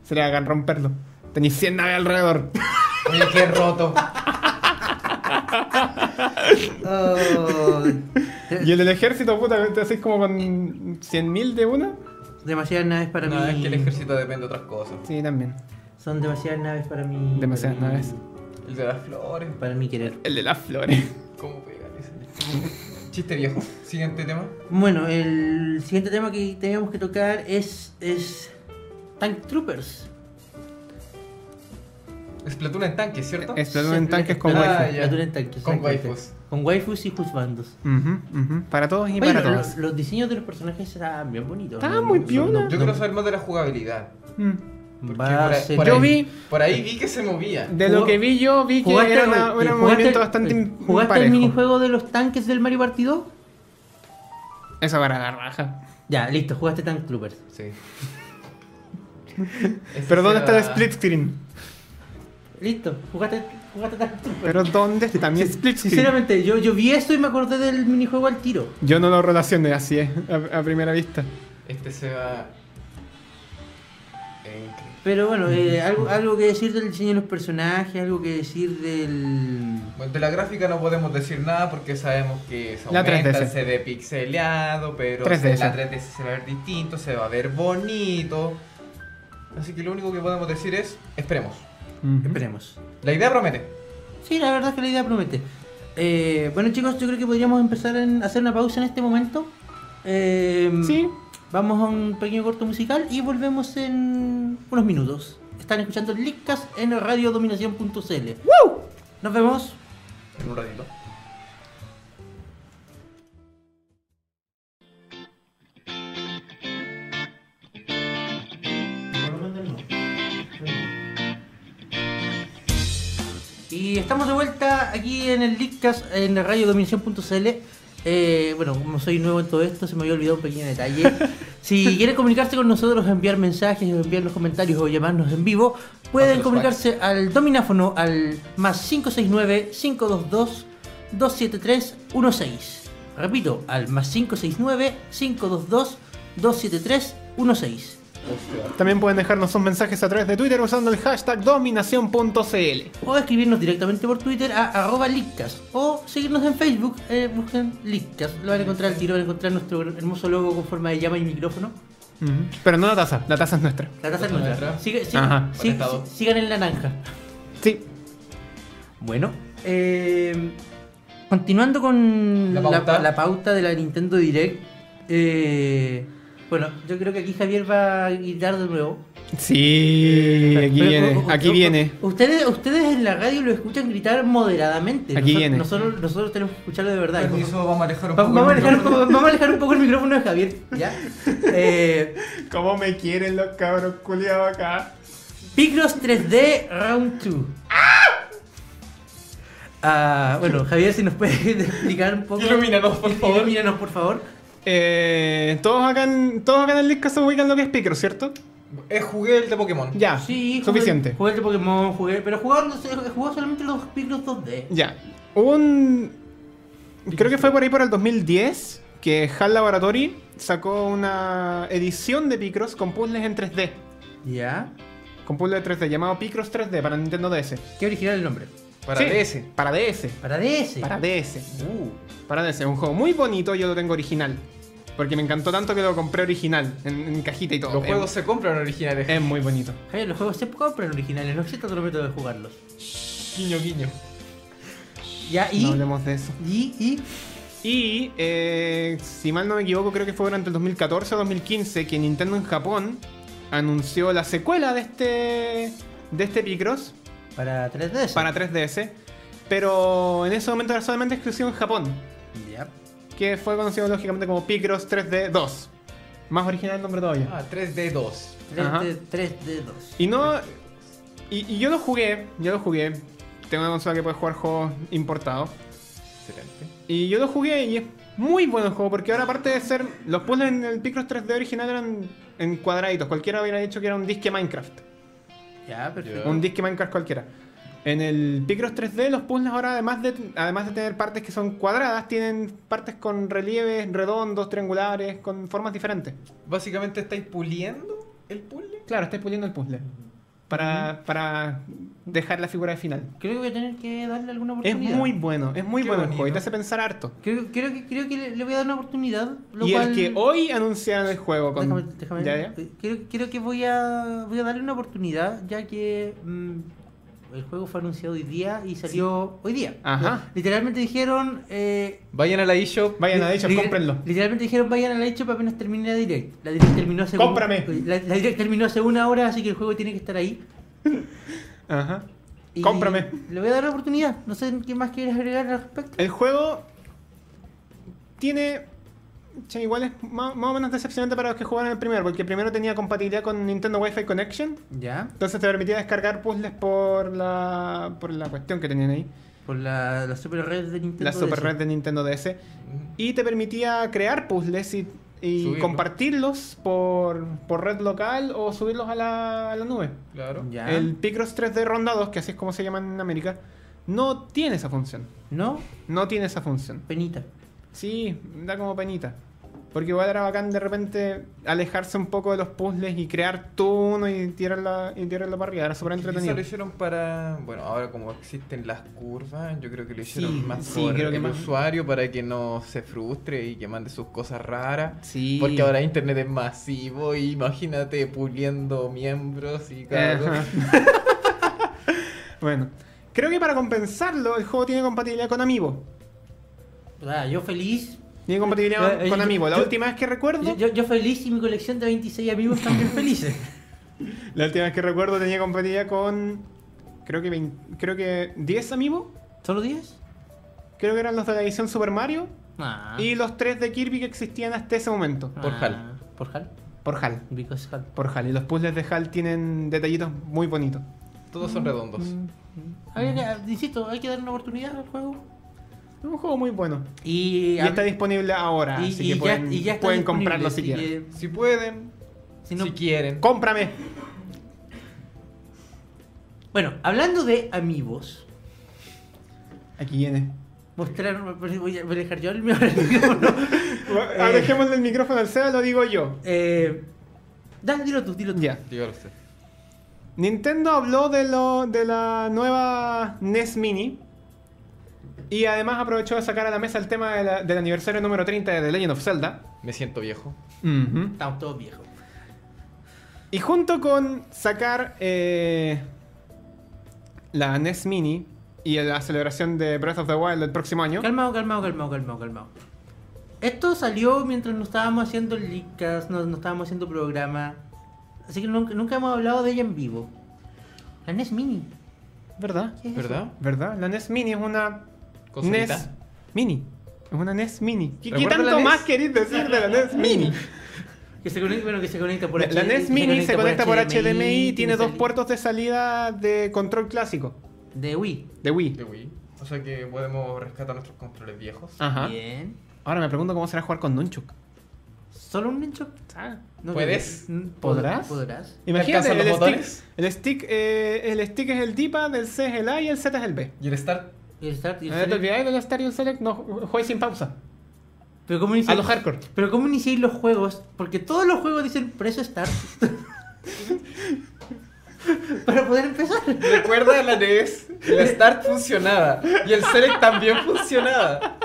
Speaker 3: Sería bacán romperlo. Tenéis 100 naves alrededor.
Speaker 2: Oye, qué roto.
Speaker 1: Oh.
Speaker 3: Y el del ejército, puta, te haces como con 100.000 de una.
Speaker 1: Demasiadas naves para
Speaker 2: No,
Speaker 1: mí.
Speaker 2: es que el ejército depende de otras cosas.
Speaker 3: Sí, también.
Speaker 1: Son demasiadas naves para mí.
Speaker 3: Demasiadas
Speaker 1: para mí-
Speaker 3: naves.
Speaker 2: El de las flores.
Speaker 1: Para mí querer.
Speaker 3: El de las flores.
Speaker 2: ¿Cómo pegar ese? Chiste viejo. Siguiente tema.
Speaker 1: Bueno, el siguiente tema que teníamos que tocar es. es. Tank Troopers.
Speaker 2: Splatoon en tanque, ¿cierto?
Speaker 3: Splatoon en tanques con
Speaker 1: Ah,
Speaker 3: waifu.
Speaker 2: ya.
Speaker 1: Splatoon en tanques,
Speaker 2: Con
Speaker 1: exactamente.
Speaker 2: waifus.
Speaker 1: Con waifus y juzbandos.
Speaker 3: Ujú, ujú. Para todos y
Speaker 1: Oye,
Speaker 3: para
Speaker 1: lo- lo-
Speaker 3: todas.
Speaker 1: los, diseños de los personajes eran bien bonitos.
Speaker 3: Estaban muy piola.
Speaker 2: Yo quiero saber más de la jugabilidad.
Speaker 3: Mm.
Speaker 2: porque
Speaker 1: Va a
Speaker 2: por ahí-
Speaker 1: ser-
Speaker 2: por
Speaker 3: Yo
Speaker 2: ahí-
Speaker 3: vi-
Speaker 2: Por ahí vi que se movía.
Speaker 3: De lo
Speaker 1: Jugó-
Speaker 3: que vi yo, vi que
Speaker 1: ¿Jugaste
Speaker 3: era,
Speaker 1: al-
Speaker 3: una-
Speaker 1: eh,
Speaker 3: era un
Speaker 1: jugaste
Speaker 3: movimiento
Speaker 1: al-
Speaker 3: bastante
Speaker 1: eh,
Speaker 3: im-
Speaker 1: ¿Jugaste el
Speaker 3: parejo.
Speaker 1: minijuego de los tanques del Mario Party 2?
Speaker 3: Esa para la raja.
Speaker 1: Ya, listo, jugaste Tank Troopers.
Speaker 2: Sí. Este
Speaker 3: Pero ¿dónde está el
Speaker 2: Esa-
Speaker 3: split screen?
Speaker 1: Listo, jugaste, jugaste Tank Troopers.
Speaker 3: Pero ¿dónde está mi split screen?
Speaker 1: Sinceramente, yo, yo vi esto y me acordé del minijuego al tiro.
Speaker 3: Yo no lo relacioné así es, a, a primera vista.
Speaker 2: Este se va. en-
Speaker 1: Pero bueno, eh, algo, algo que decir del diseño de los personajes, algo que decir del...
Speaker 2: Bueno, de la gráfica no podemos decir nada porque sabemos que se
Speaker 3: La
Speaker 2: aumenta,
Speaker 3: 3DS.
Speaker 2: se ve pixeleado, pero
Speaker 3: 3DS.
Speaker 2: la 3DS se va a ver distinto, se va a ver bonito. Así que lo único que podemos decir es, esperemos.
Speaker 1: Esperemos.
Speaker 2: La idea promete.
Speaker 1: Sí, la verdad es que la idea promete. Eh, bueno chicos, yo creo que podríamos empezar a hacer una pausa en este momento. Eh,
Speaker 3: Sí,
Speaker 1: Vamos a un pequeño corto musical y volvemos en unos minutos. Están escuchando el Leakcast en radiodominación.cl. Nos vemos.
Speaker 2: En un ratito.
Speaker 1: Y estamos de vuelta aquí en el Leakcast en radiodominación.cl. Eh, bueno, como soy nuevo en todo esto, se me había olvidado un pequeño detalle. Si quieren comunicarse con nosotros, enviar mensajes, o enviar los comentarios o llamarnos en vivo, pueden
Speaker 2: Otros
Speaker 1: comunicarse al domináfono al más 569-522-27316. Repito, al más 569-522-27316.
Speaker 2: Hostia.
Speaker 3: también pueden dejarnos sus mensajes a través de Twitter usando el hashtag dominación.cl.
Speaker 1: O escribirnos directamente por Twitter a arroba Leakcast. O seguirnos en Facebook, eh, busquen Leakcast. Lo van a encontrar al tiro, van a encontrar nuestro hermoso logo con forma de llama y micrófono.
Speaker 3: Ujú. Pero no la taza, la taza es nuestra.
Speaker 1: La taza es
Speaker 2: Otra
Speaker 1: nuestra.
Speaker 2: letra.
Speaker 1: Sigue- sigue-
Speaker 3: Ajá.
Speaker 1: sí-
Speaker 2: Conectado.
Speaker 1: sí- sigan en la naranja.
Speaker 3: Sí,
Speaker 1: Bueno, eh, continuando con
Speaker 2: La pauta.
Speaker 1: la pauta de la Nintendo Direct. eh, bueno, yo creo que aquí Javier va a gritar de nuevo.
Speaker 3: sí, aquí
Speaker 1: Pero,
Speaker 3: viene,
Speaker 1: u- u-
Speaker 3: aquí
Speaker 1: u-
Speaker 3: viene.
Speaker 1: Ustedes, ustedes en la radio lo escuchan gritar moderadamente.
Speaker 3: Aquí
Speaker 1: Nosotros-
Speaker 3: viene.
Speaker 1: Nosotros, nosotros tenemos que escucharlo de verdad.
Speaker 2: Permiso, vamos a alejar un
Speaker 1: Va-
Speaker 2: poco.
Speaker 1: Vamos a,
Speaker 2: el
Speaker 1: alejar un poco,
Speaker 2: micrófono.
Speaker 1: vamos a alejar un poco el micrófono de Javier, ¿ya? Eh,
Speaker 3: ¿Cómo me quieren los cabros culiados acá?
Speaker 1: Picross 3D Round 2. Ah, bueno, Javier, si nos puedes explicar un poco.
Speaker 2: Ilumínanos, por favor.
Speaker 1: Ilumínanos, por favor.
Speaker 3: Eh, todos acá en, todos acá en el disco se ubican lo que es Picro, ¿cierto?
Speaker 2: Eh, jugué el de Pokémon.
Speaker 3: Ya,
Speaker 1: Sí, jugué-
Speaker 3: Ah, suficiente.
Speaker 1: Jugué el de Pokémon, jugué. Pero jugando, jugó solamente los Picross 2D.
Speaker 3: Ya. Hubo un. Creo que fue por ahí por el 2010 que HAL Laboratory sacó una edición de Picross con puzzles en 3D.
Speaker 1: ¿Ya?
Speaker 3: Con puzzles de 3D, llamado Picross 3D para Nintendo DS.
Speaker 1: Qué original el nombre.
Speaker 2: Para
Speaker 3: Sí,
Speaker 2: DS.
Speaker 3: Para DS.
Speaker 1: Para DS.
Speaker 3: Para DS.
Speaker 1: Uh,
Speaker 3: Para DS. Un juego muy bonito, yo lo tengo original. Porque me encantó tanto que lo compré original, en, en cajita y todo.
Speaker 1: em.
Speaker 2: Los
Speaker 3: Es-
Speaker 2: juegos se compran originales.
Speaker 3: Es muy bonito.
Speaker 1: Javier, los juegos se compran originales, no existe otro método de jugarlos.
Speaker 2: Guiño, guiño.
Speaker 1: Ya, y.
Speaker 3: No hablemos de eso.
Speaker 1: y, y.
Speaker 3: Y eh, si mal no me equivoco, creo que fue durante el 2014 o 2015 que Nintendo en Japón anunció la secuela de este de este Picross
Speaker 1: Para 3DS.
Speaker 3: para 3DS, pero en ese momento era solamente exclusivo en Japón,
Speaker 1: Ya.
Speaker 3: que fue conocido lógicamente como Picross 3D 2. Más original el nombre todavía.
Speaker 2: Ah, 3D2.
Speaker 1: 3D, 3D2.
Speaker 3: Y no. Y, y yo lo jugué, yo lo jugué. Tengo una consola que puede jugar juegos importados.
Speaker 2: Excelente.
Speaker 3: Y yo lo jugué y es muy bueno el juego porque ahora aparte de ser... Los puzzles en el Picross 3D original eran en cuadraditos. Cualquiera hubiera dicho que era un disque Minecraft.
Speaker 1: Ya, perfecto.
Speaker 3: Un disque Minecraft cualquiera. En el Picross 3D los puzzles ahora además de, además de tener partes que son cuadradas, tienen partes con relieves redondos, triangulares, con formas diferentes.
Speaker 2: Básicamente estáis puliendo el puzzle.
Speaker 3: Claro, estáis puliendo el puzzle. Para, para dejar la figura de final.
Speaker 1: Creo que voy a tener que darle alguna
Speaker 3: Es
Speaker 1: oportunidad.
Speaker 3: muy bueno, es muy
Speaker 2: Qué
Speaker 3: bueno el juego y te
Speaker 2: bonito.
Speaker 3: hace pensar harto.
Speaker 1: Creo, creo que, creo que le, le voy a dar una oportunidad. lo
Speaker 3: y
Speaker 1: cual-
Speaker 3: el que hoy anunciaron el juego con...
Speaker 1: Déjame, déjame- Eh,
Speaker 3: Ya, ya.
Speaker 1: Creo, creo que voy a, voy a darle una oportunidad, ya que mm, el juego fue anunciado hoy día y salió hoy día.
Speaker 3: Ajá.
Speaker 1: Literalmente dijeron. eh,
Speaker 2: Vayan a la eShop.
Speaker 3: Vayan a
Speaker 1: li-
Speaker 3: dicho,
Speaker 1: li-
Speaker 3: cómprenlo.
Speaker 1: Literalmente dijeron vayan a la eShop apenas termine la direct. La direct terminó hace. un- eh,
Speaker 3: ¡Cómprame!
Speaker 1: la, la direct terminó hace una hora, así que el juego tiene que estar ahí.
Speaker 3: Ajá.
Speaker 1: Y
Speaker 3: Cómprame.
Speaker 1: Le voy a dar la oportunidad. No sé qué más quieres agregar al respecto.
Speaker 3: El juego tiene. che, igual es ma- más, o menos decepcionante para los que jugaron el primero, porque el primero tenía compatibilidad con Nintendo Wi-Fi Connection.
Speaker 2: ¿Ya?
Speaker 3: Entonces te permitía descargar puzzles por la, por la cuestión que tenían ahí.
Speaker 1: Por la, la super red de Nintendo.
Speaker 3: La super
Speaker 1: DS.
Speaker 3: red de Nintendo DS. Y te permitía crear puzzles y, y
Speaker 2: Subirlo.
Speaker 3: compartirlos por, por red local o subirlos a la, a la nube.
Speaker 2: Claro.
Speaker 1: Ya.
Speaker 3: El Picross 3D Ronda 2, que así es como se llama en América, no tiene esa función.
Speaker 1: No,
Speaker 3: No tiene esa función.
Speaker 1: penita.
Speaker 3: Sí, da como penita. Porque igual era bacán de repente alejarse un poco de los puzzles y crear tú uno y tirarla, y tirarla para arriba. Era súper
Speaker 2: Quizá
Speaker 3: entretenido.
Speaker 2: lo hicieron para. Bueno, ahora como existen las curvas, yo creo que lo hicieron
Speaker 3: Sí,
Speaker 2: más
Speaker 3: sí,
Speaker 2: por
Speaker 3: creo que
Speaker 2: el
Speaker 3: más-
Speaker 2: usuario para que no se frustre y que mande sus cosas raras.
Speaker 3: Sí.
Speaker 2: Porque ahora internet es masivo y imagínate puliendo miembros y
Speaker 3: Ajá.
Speaker 2: cosas.
Speaker 3: bueno, creo que para compensarlo, el juego tiene compatibilidad con Amiibo.
Speaker 1: O sea, yo feliz.
Speaker 3: Tiene compatibilidad
Speaker 1: Eh, eh,
Speaker 3: con
Speaker 1: yo-
Speaker 3: Amiibo. La
Speaker 1: yo-
Speaker 3: última vez que recuerdo,
Speaker 1: Yo, yo- yo feliz y mi colección de 26 amigos también felices.
Speaker 3: la última vez que recuerdo tenía compatibilidad con creo que vein- creo que 10 Amiibo.
Speaker 1: ¿Solo 10?
Speaker 3: Creo que eran los de la edición Super Mario
Speaker 1: Ah.
Speaker 3: y los 3 de Kirby que existían hasta ese momento
Speaker 2: por
Speaker 1: Ah,
Speaker 2: Hal.
Speaker 1: Por Hal.
Speaker 3: por HAL.
Speaker 1: Because Hal.
Speaker 3: por HAL. Y los puzzles de HAL tienen detallitos muy bonitos.
Speaker 2: Todos son redondos.
Speaker 1: Habría Mm, que- insisto, hay que dar una oportunidad al juego.
Speaker 3: Es un juego muy bueno.
Speaker 1: Y,
Speaker 3: Y está disponible ahora,
Speaker 1: y-
Speaker 3: así
Speaker 1: y
Speaker 3: que
Speaker 1: ya-
Speaker 3: pueden,
Speaker 1: y ya está
Speaker 3: pueden
Speaker 1: disponible,
Speaker 3: comprarlo si
Speaker 1: así
Speaker 3: quieren.
Speaker 1: que
Speaker 2: Si pueden,
Speaker 1: si no-
Speaker 2: si quieren.
Speaker 3: ¡Cómprame!
Speaker 1: Bueno, hablando de amigos,
Speaker 3: Aquí viene.
Speaker 1: mostrar, voy a voy a dejar yo el mío. no.
Speaker 3: Ah, Dejemos el micrófono al Seba, lo digo yo.
Speaker 1: Eh, dale, dilo tú, dilo tú.
Speaker 3: Ya.
Speaker 2: Dígalo usted.
Speaker 3: Nintendo habló de, lo, de la nueva NES Mini. Y además aprovechó de sacar a la mesa el tema de la- del aniversario número 30 de The Legend of Zelda.
Speaker 2: Me siento viejo.
Speaker 1: Estamos todos viejos.
Speaker 3: Y junto con sacar eh, la NES Mini y la celebración de Breath of the Wild el próximo año.
Speaker 1: Calmado, calmado, calmado, calmado, calmado. Esto salió mientras no estábamos haciendo el leakcast, no, no estábamos haciendo programa. Así que nunca, nunca hemos hablado de ella en vivo. La NES Mini.
Speaker 3: ¿Verdad?
Speaker 1: ¿qué es eso?
Speaker 2: ¿Verdad?
Speaker 3: ¿Verdad? La NES Mini es una
Speaker 2: Cosita.
Speaker 3: NES Mini. Es una NES Mini. ¿Qué, qué
Speaker 2: ¿Recuerda la E
Speaker 3: tanto
Speaker 2: NES?
Speaker 3: más queréis decir de la NES Mini?
Speaker 1: Que se conecta, bueno, que se conecta por
Speaker 3: La, la
Speaker 1: H-
Speaker 3: NES Mini se conecta por HDMI y tiene dos
Speaker 1: sali-
Speaker 3: puertos de salida de control clásico.
Speaker 1: De Wii.
Speaker 3: De
Speaker 2: De
Speaker 3: Wii.
Speaker 2: Wii. O sea que podemos rescatar nuestros controles viejos.
Speaker 3: Ajá.
Speaker 1: Bien.
Speaker 3: Ahora me pregunto cómo será jugar con Nunchuk.
Speaker 1: ¿Solo un Nunchuk? No
Speaker 2: ¿Puedes?
Speaker 1: creo que-
Speaker 3: ¿Podrás?
Speaker 1: ¿Podrás?
Speaker 3: Imagínate,
Speaker 2: alcanzan los
Speaker 3: el stick,
Speaker 2: botones?
Speaker 3: el, stick, eh, el stick es el DIPA, el C es el A y el Z es el B.
Speaker 2: Y el Start.
Speaker 1: ¿Y el start? ¿Y el
Speaker 3: Eh, ¿Te
Speaker 1: select?
Speaker 3: olvidáis del Start y el Select? No, juegues sin pausa.
Speaker 1: ¿Pero cómo iniciar-
Speaker 3: A lo hardcore.
Speaker 1: Pero ¿cómo iniciáis los juegos? Porque todos los juegos dicen preso start. Para poder empezar.
Speaker 2: Recuerda la NES. El Start funcionaba. Y el Select también funcionaba.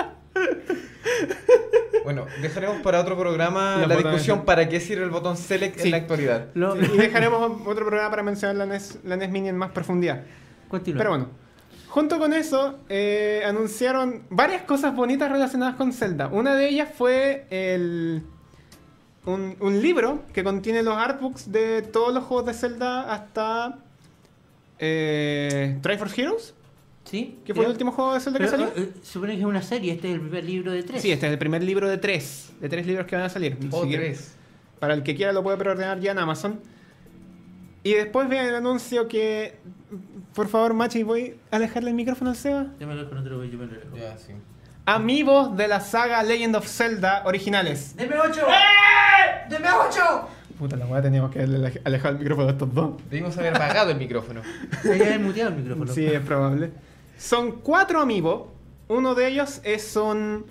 Speaker 2: Bueno, dejaremos para otro programa
Speaker 3: Los
Speaker 2: la
Speaker 3: botones.
Speaker 2: discusión para qué sirve el botón Select
Speaker 1: Sí.
Speaker 2: en la actualidad.
Speaker 1: Lo- eh,
Speaker 3: Y dejaremos otro programa para mencionar la NES, la NES Mini en más profundidad.
Speaker 1: Continúa.
Speaker 3: Pero bueno, junto con eso, eh, anunciaron varias cosas bonitas relacionadas con Zelda. Una de ellas fue el, un, un libro que contiene los artbooks de todos los juegos de Zelda hasta eh, Try for Heroes,
Speaker 1: ¿Sí?
Speaker 3: que fue el
Speaker 1: Sí.
Speaker 3: último juego de Zelda
Speaker 1: Pero,
Speaker 3: que salió.
Speaker 1: eh, eh, supone que es una serie, este es el primer libro de tres.
Speaker 3: Sí, este es el primer libro de tres, de tres libros que van a salir.
Speaker 2: O
Speaker 1: Oh,
Speaker 3: Si quieren-
Speaker 2: tres.
Speaker 3: Para el que quiera lo puede preordenar ya en Amazon. Y después vean el anuncio que... Por favor, Machi, voy a dejarle el micrófono al Seba.
Speaker 1: Yo me lo con otro, yo me lo dejo.
Speaker 2: Ya, sí.
Speaker 3: Amigos de la saga Legend of Zelda originales.
Speaker 1: ¡Deme 8!
Speaker 3: ¡Eh!
Speaker 1: ¡Deme 8!
Speaker 3: Puta la weá, teníamos que ale- alejar el micrófono de estos dos.
Speaker 2: Debimos haber apagado el micrófono.
Speaker 1: Se había muteado el micrófono.
Speaker 3: Sí, es probable. Son cuatro amigos. Uno de ellos es un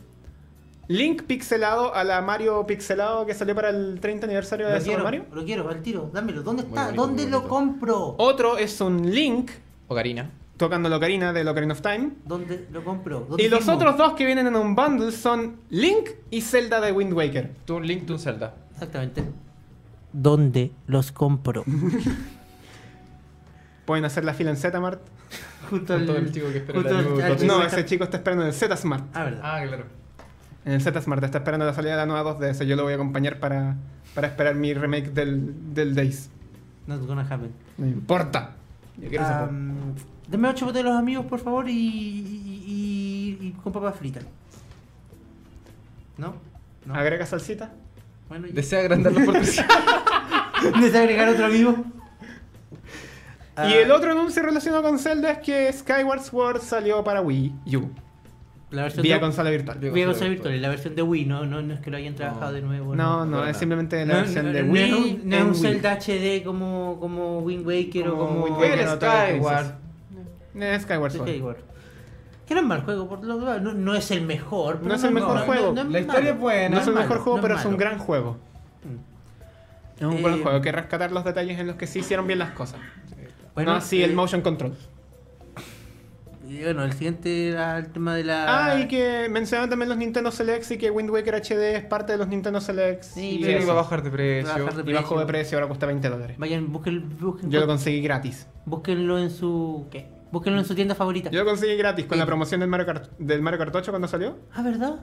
Speaker 3: Link pixelado a la Mario pixelado que salió para el 30 aniversario de
Speaker 1: Lo
Speaker 3: Super
Speaker 1: quiero,
Speaker 3: Mario. Oh.
Speaker 1: lo quiero, al tiro, dámelo. ¿Dónde
Speaker 2: Muy
Speaker 1: está?
Speaker 2: bonito,
Speaker 1: ¿Dónde
Speaker 2: muy
Speaker 1: lo
Speaker 2: bonito.
Speaker 1: compro?
Speaker 3: Otro es un Link
Speaker 2: Ocarina.
Speaker 3: tocando la ocarina de Ocarina of Time.
Speaker 1: ¿Dónde lo compro? ¿Dónde
Speaker 3: Y los
Speaker 1: firmo?
Speaker 3: otros dos que vienen en un bundle son Link y Zelda de Wind Waker.
Speaker 2: Tú un Link, tú un Zelda.
Speaker 1: Exactamente. ¿Dónde los compro?
Speaker 3: Pueden hacer la fila en Z-Mart.
Speaker 1: junto
Speaker 2: Con todo el chico que espera
Speaker 1: junto
Speaker 2: la
Speaker 1: al-
Speaker 2: luz,
Speaker 1: al
Speaker 2: con-
Speaker 1: Ah, chico
Speaker 3: No,
Speaker 1: que
Speaker 3: ese
Speaker 1: está-
Speaker 3: chico está esperando en el Z-Smart.
Speaker 1: Ah, verdad.
Speaker 2: Ah, claro.
Speaker 3: En el Z Smart está esperando la salida de la nueva 2DS. Yo lo voy a acompañar para, para esperar mi remake del, del Days.
Speaker 1: Not gonna happen. Ah,
Speaker 3: No importa. Yo quiero esa
Speaker 1: Am, Dame ocho botes de los amigos, por favor, y, y, y- y con papas fritas. ¿No? No.
Speaker 3: Agrega salsita.
Speaker 1: Bueno, ya.
Speaker 2: Desea agrandarlo por presión.
Speaker 1: ¿Desea agregar otro amigo? Ah,
Speaker 3: Y el otro anuncio relacionado con Zelda es que Skyward Sword salió para Wii U.
Speaker 1: La versión
Speaker 3: Vía
Speaker 1: de-
Speaker 3: consola virtual.
Speaker 1: vía consola virtual, la versión de Wii, no, no, no es que lo hayan trabajado de nuevo.
Speaker 3: No, no,
Speaker 2: verdad.
Speaker 3: es simplemente la
Speaker 1: No,
Speaker 3: versión
Speaker 1: no,
Speaker 3: de
Speaker 1: no
Speaker 3: Wii.
Speaker 1: es un- no es
Speaker 3: en
Speaker 1: un
Speaker 3: Wii.
Speaker 1: Zelda HD como, como Wind Waker o
Speaker 3: Como
Speaker 1: como
Speaker 3: Wind Waker.
Speaker 2: El
Speaker 3: no, todavía
Speaker 2: Skyward.
Speaker 3: dices. Eh, Skyward Sword.
Speaker 1: Skyward. Que era un mal juego, por lo que no, no es el mejor. pero
Speaker 3: No es el mejor juego.
Speaker 2: La historia es buena.
Speaker 3: No es el
Speaker 1: malo,
Speaker 3: mejor juego,
Speaker 1: no
Speaker 3: pero
Speaker 1: es
Speaker 3: es un
Speaker 1: malo.
Speaker 3: gran juego. Es un
Speaker 1: Eh,
Speaker 3: buen juego, hay que rescatar los detalles en los que sí hicieron bien las cosas.
Speaker 1: Bueno,
Speaker 3: no, sí, el
Speaker 1: eh,
Speaker 3: motion control.
Speaker 1: y bueno, el siguiente era el tema de la.
Speaker 3: Ah, y que mencionaban también los Nintendo Selects y que Wind Waker HD es parte de los Nintendo Selects.
Speaker 1: Sí,
Speaker 3: y
Speaker 2: Sí,
Speaker 1: pero-
Speaker 3: eso.
Speaker 2: iba a bajar de
Speaker 1: Va a
Speaker 2: precio.
Speaker 1: bajar de
Speaker 3: Y bajó
Speaker 1: precio.
Speaker 3: de precio, ahora cuesta 20 dólares.
Speaker 1: Vayan, busquen, busquen-
Speaker 3: Yo lo conseguí gratis.
Speaker 1: búsquenlo en su. ¿Qué? Búsquenlo en su tienda favorita.
Speaker 3: Yo lo conseguí gratis con
Speaker 1: Sí.
Speaker 3: la promoción del Mario Kart, del Mario Kart 8 cuando salió.
Speaker 1: Ah, ¿verdad?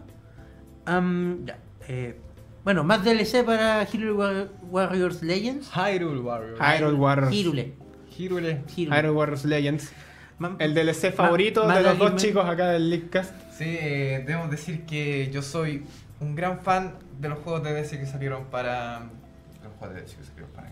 Speaker 1: Am, ya. eh, bueno, más DLC para Hyrule War- Warriors Legends.
Speaker 2: Hyrule Warriors.
Speaker 3: Hy- Hyrule Warriors.
Speaker 1: Hyrule.
Speaker 2: Hyrule.
Speaker 1: Hyrule.
Speaker 3: Iron Warriors Legends.
Speaker 1: Mam-
Speaker 3: El DLC
Speaker 1: Ma-
Speaker 3: favorito
Speaker 1: más
Speaker 3: de los
Speaker 1: alguien
Speaker 3: dos
Speaker 1: me-
Speaker 3: chicos acá del Leakcast.
Speaker 2: Sí, eh, debemos decir que yo soy un gran fan de los juegos de DC que salieron para. de los juegos de DC que salieron para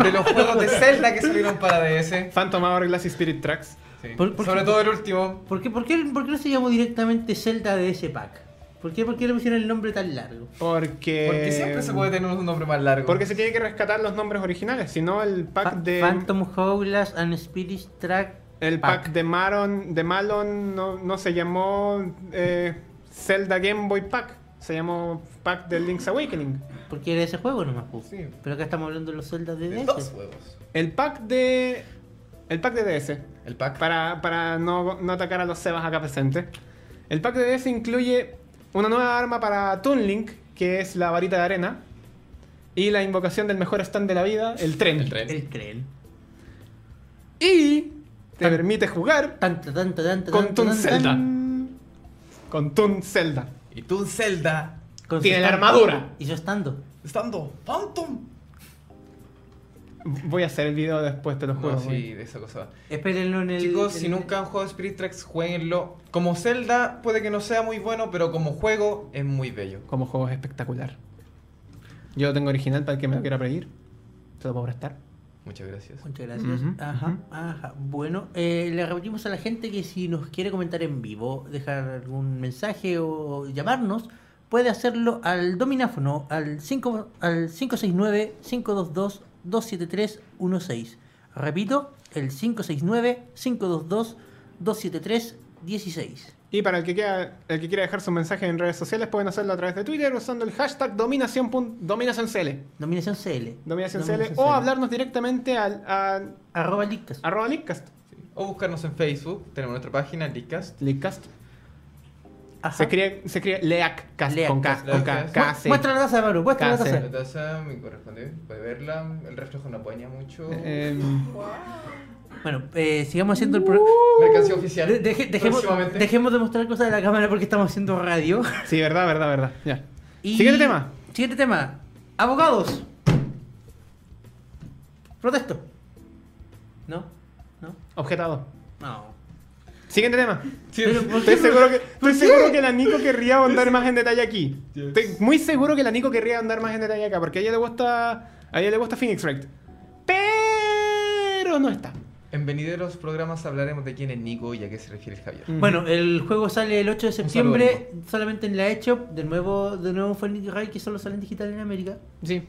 Speaker 2: DS. De los juegos de Zelda que salieron para DS.
Speaker 3: Phantom Hourglass y Spirit Tracks.
Speaker 2: Sí.
Speaker 1: Por- por
Speaker 2: Sobre
Speaker 1: qué?
Speaker 2: todo el último.
Speaker 1: ¿Por qué, por, qué, por qué no se llamó directamente Zelda de ese pack? ¿Por qué, por qué le pusieron el nombre tan largo?
Speaker 3: Porque.
Speaker 2: Porque siempre se puede tener un nombre más largo.
Speaker 3: Porque se tiene que rescatar los nombres originales, si no el pack
Speaker 1: Fa-
Speaker 3: de.
Speaker 1: Phantom Hourglass and Spirit Track.
Speaker 3: El pack, de Maron, de Malon no, no se llamó eh, Zelda Game Boy Pack, se llamó Pack de Link's Awakening.
Speaker 1: Porque era ese juego nomás. po.
Speaker 2: Sí.
Speaker 1: Pero acá estamos hablando de los Zelda de
Speaker 2: de dos
Speaker 1: DS.
Speaker 2: juegos.
Speaker 3: El pack de. El pack de DS,
Speaker 2: El pack.
Speaker 3: para, para no, no atacar a los Sebas acá presentes. El pack de DS incluye una nueva arma para Toon Link, que es la varita de arena, y la invocación del mejor stand de la vida, el tren.
Speaker 2: El tren.
Speaker 1: El tren.
Speaker 3: Y te
Speaker 1: Tan-
Speaker 3: permite jugar
Speaker 1: Tanto, tanto, tanto.
Speaker 3: Con
Speaker 1: tanto,
Speaker 3: Toon
Speaker 1: tanto,
Speaker 3: Zelda.
Speaker 1: tan.
Speaker 3: con Toon Zelda.
Speaker 2: Y tú un Zelda.
Speaker 1: Con su
Speaker 3: Tiene la
Speaker 1: stand-
Speaker 3: armadura.
Speaker 1: Y yo estando.
Speaker 2: Estando Phantom.
Speaker 3: Voy a hacer el video después, te lo juro.
Speaker 2: No,
Speaker 3: güey.
Speaker 2: sí, de esa cosa.
Speaker 1: Espérenlo en el.
Speaker 2: Chicos,
Speaker 1: en-
Speaker 2: si nunca han jugado Spirit Tracks, jueguenlo. Como Zelda puede que no sea muy bueno, pero como juego es muy bello.
Speaker 3: como juego es espectacular. Yo lo tengo original para el que me lo quiera pedir. Se lo puedo prestar.
Speaker 2: Muchas gracias.
Speaker 1: Muchas gracias.
Speaker 3: Ujú,
Speaker 1: ajá,
Speaker 3: ujú.
Speaker 1: ajá. Bueno, eh, le repetimos a la gente que si nos quiere comentar en vivo, dejar algún mensaje o llamarnos, puede hacerlo al domináfono al, 5, al 569-522-27316. Repito, el 569-522-27316.
Speaker 3: Y para el que, quiera, el que quiera dejar su mensaje en redes sociales, pueden hacerlo a través de Twitter usando el hashtag dominación, pun- dominación CL.
Speaker 1: Dominación CL.
Speaker 3: Dominación CL, o hablarnos directamente al, a
Speaker 1: Arroba Lictas.
Speaker 3: arroba Leakcast.
Speaker 2: O buscarnos en Facebook, tenemos nuestra página, Licast.
Speaker 3: Leakcast.
Speaker 1: Ajá.
Speaker 3: Se escribe, se escribe Leakcast, con K,
Speaker 1: Leakcast.
Speaker 3: con K,
Speaker 2: Leakcast.
Speaker 3: K, C.
Speaker 1: Muestra la taza, Maru, muestra la
Speaker 3: Case.
Speaker 1: taza.
Speaker 2: La taza me corresponde, puede verla. El reflejo no apaña mucho.
Speaker 3: Eh,
Speaker 1: Bueno, eh, sigamos haciendo el
Speaker 3: Uh.
Speaker 1: pro-
Speaker 2: Mercancía oficial.
Speaker 1: De- deje- dejemos,
Speaker 2: próximamente.
Speaker 1: dejemos de mostrar cosas de la cámara porque estamos haciendo radio.
Speaker 3: sí, verdad, verdad, verdad. Ya.
Speaker 1: Y-
Speaker 3: Siguiente tema.
Speaker 1: Siguiente tema. Abogados. Protesto. ¿No? ¿No?
Speaker 3: Objetado.
Speaker 1: No.
Speaker 3: Siguiente tema.
Speaker 2: Sí,
Speaker 1: Pero, ¿por
Speaker 3: Estoy
Speaker 1: qué?
Speaker 3: seguro que, estoy
Speaker 1: qué?
Speaker 3: seguro que la Nico querría ahondar más en detalle aquí.
Speaker 2: Yes.
Speaker 3: Estoy muy seguro que la Nico querría ahondar más en detalle acá, porque a ella le gusta, a ella le gusta Phoenix Wright. Pero no está.
Speaker 2: En venideros programas hablaremos de quién es Nico y a qué se refiere el Javier.
Speaker 3: Mm.
Speaker 1: Bueno, el juego sale el 8 de
Speaker 2: saludo,
Speaker 1: septiembre solamente en la eShop. De nuevo, de nuevo fue el Ray que solo sale en digital en América.
Speaker 3: Sí.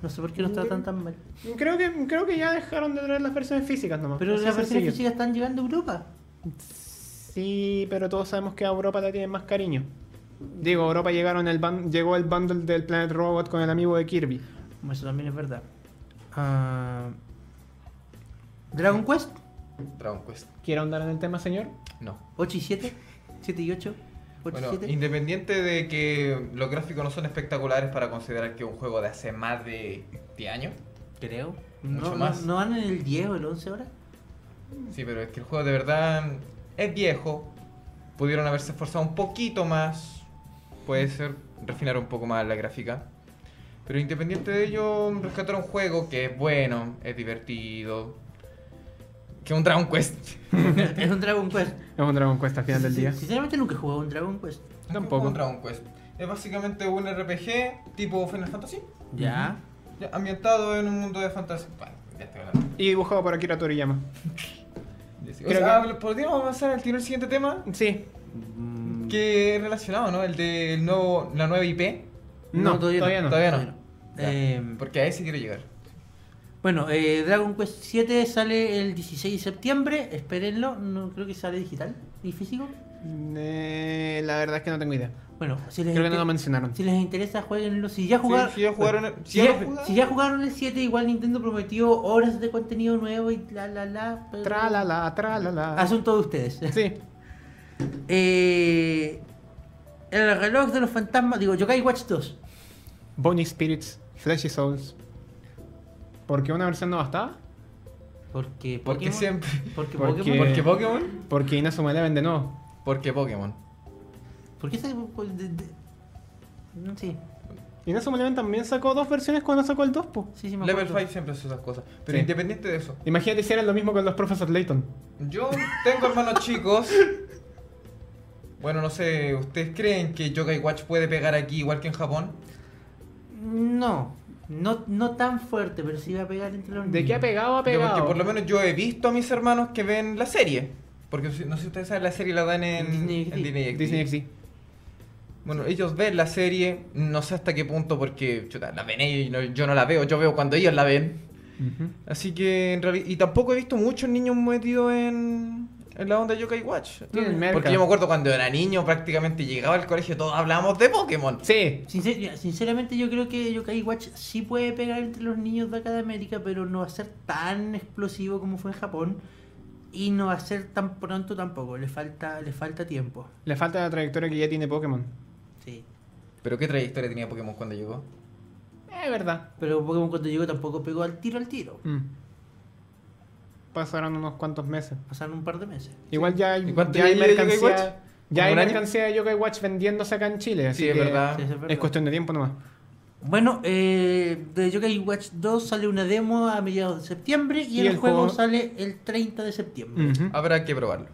Speaker 1: No sé por qué nos tratan tan mal.
Speaker 3: Creo que, creo que ya dejaron de traer las versiones físicas nomás.
Speaker 1: Pero
Speaker 3: Así
Speaker 1: las versiones
Speaker 3: sencillo.
Speaker 1: físicas están llegando a Europa.
Speaker 3: Sí, pero todos sabemos que a Europa le tienen más cariño. Digo, a Europa llegaron el bun- llegó el bundle del Planet Robot con el amigo de Kirby.
Speaker 1: Bueno, Eso también es verdad. Ah, Dragon Quest Mm.
Speaker 2: Dragon Quest.
Speaker 3: ¿Quiere ahondar en el tema, señor?
Speaker 2: No.
Speaker 1: 8 y 7. 7 y 8. 8
Speaker 2: Bueno,
Speaker 1: y 7.
Speaker 2: independiente de que los gráficos no son espectaculares para considerar que es un juego de hace más de 10 años.
Speaker 1: Creo.
Speaker 2: Mucho
Speaker 1: No, no,
Speaker 2: más.
Speaker 1: no van en el 10 o el 11 ahora?
Speaker 2: Sí, pero es que el juego de verdad es viejo. Pudieron haberse esforzado un poquito más. Puede ser refinar un poco más la gráfica. Pero independiente de ello, rescatar un juego que es bueno, es divertido. que un Dragon Quest.
Speaker 1: es un Dragon Quest.
Speaker 3: Es un Dragon Quest al final del día.
Speaker 1: Sinceramente nunca he jugado un Dragon Quest.
Speaker 3: Tampoco.
Speaker 2: Un Dragon Quest. Es básicamente un RPG tipo Final Fantasy,
Speaker 1: Ya.
Speaker 2: ya, ambientado en un mundo de fantasía. Bueno, ya estoy hablando.
Speaker 3: Y dibujado por Akira Toriyama.
Speaker 2: O
Speaker 3: Creo
Speaker 2: sea,
Speaker 3: que-
Speaker 2: podríamos avanzar al tiro al siguiente tema,
Speaker 3: Sí.
Speaker 1: Mm,
Speaker 2: que es relacionado, ¿no? El de el nuevo, la nueva IP,
Speaker 3: No, todavía no.
Speaker 2: Todavía no. Ya.
Speaker 1: Eh,
Speaker 2: porque a ese quiero llegar.
Speaker 1: bueno, eh, Dragon Quest 7 sale el 16 de septiembre. Espérenlo. No creo que sale digital y físico.
Speaker 3: Eh, la verdad es que no tengo idea.
Speaker 1: Bueno, si les,
Speaker 3: Creo que no
Speaker 1: inter-
Speaker 3: lo mencionaron.
Speaker 1: si les interesa, jueguenlo. Si ya jugaron.
Speaker 2: Sí, si ya jugaron, si
Speaker 1: Si
Speaker 2: ya
Speaker 1: ya,
Speaker 2: lo jugaron,
Speaker 1: si ya jugaron el 7, igual Nintendo prometió horas de contenido nuevo y la la la. pero-
Speaker 3: Tra la la, tra la la.
Speaker 2: Ah,
Speaker 1: Asunto de ustedes.
Speaker 3: Sí.
Speaker 1: Eh, el reloj de los fantasmas, digo, Yokai Watch 2.
Speaker 3: Bonnie Spirits, Fleshy Souls. ¿Por qué una versión no bastaba?
Speaker 1: Porque
Speaker 2: porque
Speaker 1: Pokémon-
Speaker 2: siempre,
Speaker 1: Porque,
Speaker 3: Porque-
Speaker 1: Pokémon.
Speaker 2: porque Pokémon,
Speaker 3: Porque Inazuma Eleven de nuevo.
Speaker 2: porque Pokémon.
Speaker 1: ¿Por qué se.? pues, de- de- no, Sí,
Speaker 3: Inazuma Eleven también sacó dos versiones cuando sacó el 2, po.
Speaker 1: sí, sí, me acuerdo.
Speaker 2: Level 5 siempre hace esas cosas, pero
Speaker 3: Sí.
Speaker 2: independiente de eso,
Speaker 3: Imagínate si eran lo mismo con los Professor Layton.
Speaker 2: Yo tengo hermanos chicos. Bueno, no sé, ¿ustedes creen que Yokai Watch puede pegar aquí igual que en Japón?
Speaker 1: No, no, no tan fuerte, pero sí va a pegar entre los
Speaker 3: ¿De qué ha
Speaker 1: niños.
Speaker 3: pegado? Ha
Speaker 2: Yo,
Speaker 3: pegado.
Speaker 2: porque por lo menos yo he visto a mis hermanos que ven la serie. Porque si- no sé si ustedes saben, la serie la dan en
Speaker 1: Disney
Speaker 2: en
Speaker 1: XD.
Speaker 2: Disney
Speaker 3: Disney
Speaker 2: XD.
Speaker 3: XD.
Speaker 2: Bueno, ellos ven la serie, no sé hasta qué punto, porque chuta, la ven ellos y no- yo no la veo, yo veo cuando ellos la ven.
Speaker 3: Ujú.
Speaker 2: Así que en realidad. Y tampoco he visto muchos niños metidos en, en la onda Yokai Watch.
Speaker 3: Tienen Mm, merca.
Speaker 2: Porque yo me acuerdo cuando era niño, prácticamente llegaba al colegio, todos hablábamos de Pokémon.
Speaker 3: Sí.
Speaker 1: Sincer- mira, sinceramente, yo creo que Yokai Watch sí puede pegar entre los niños de acá de América, pero no va a ser tan explosivo como fue en Japón. Y no va a ser tan pronto tampoco, le falta, le falta tiempo.
Speaker 3: Le falta la trayectoria que ya tiene Pokémon.
Speaker 1: Sí.
Speaker 2: Pero qué trayectoria tenía Pokémon cuando llegó.
Speaker 3: Es verdad.
Speaker 1: Pero Pokémon cuando llegó tampoco pegó al tiro al tiro.
Speaker 3: Mm. Pasaron unos cuantos meses.
Speaker 1: Pasaron un par de meses.
Speaker 3: Igual ya hay,
Speaker 2: ¿Y cuánto
Speaker 3: ya hay
Speaker 2: ya lleva de
Speaker 3: mercancía,
Speaker 2: Yokai Watch?
Speaker 3: ya hay
Speaker 2: ¿Un año?
Speaker 3: mercancía de Yokai Watch vendiéndose acá en Chile. así
Speaker 2: Sí, es
Speaker 3: que
Speaker 2: verdad.
Speaker 1: Sí, eso es verdad.
Speaker 3: Es cuestión de tiempo nomás.
Speaker 1: Bueno, eh, de Yokai Watch 2 sale una demo a mediados de septiembre y, el, juego, sale el 30 de septiembre.
Speaker 3: Ujú.
Speaker 2: Habrá que probarlo.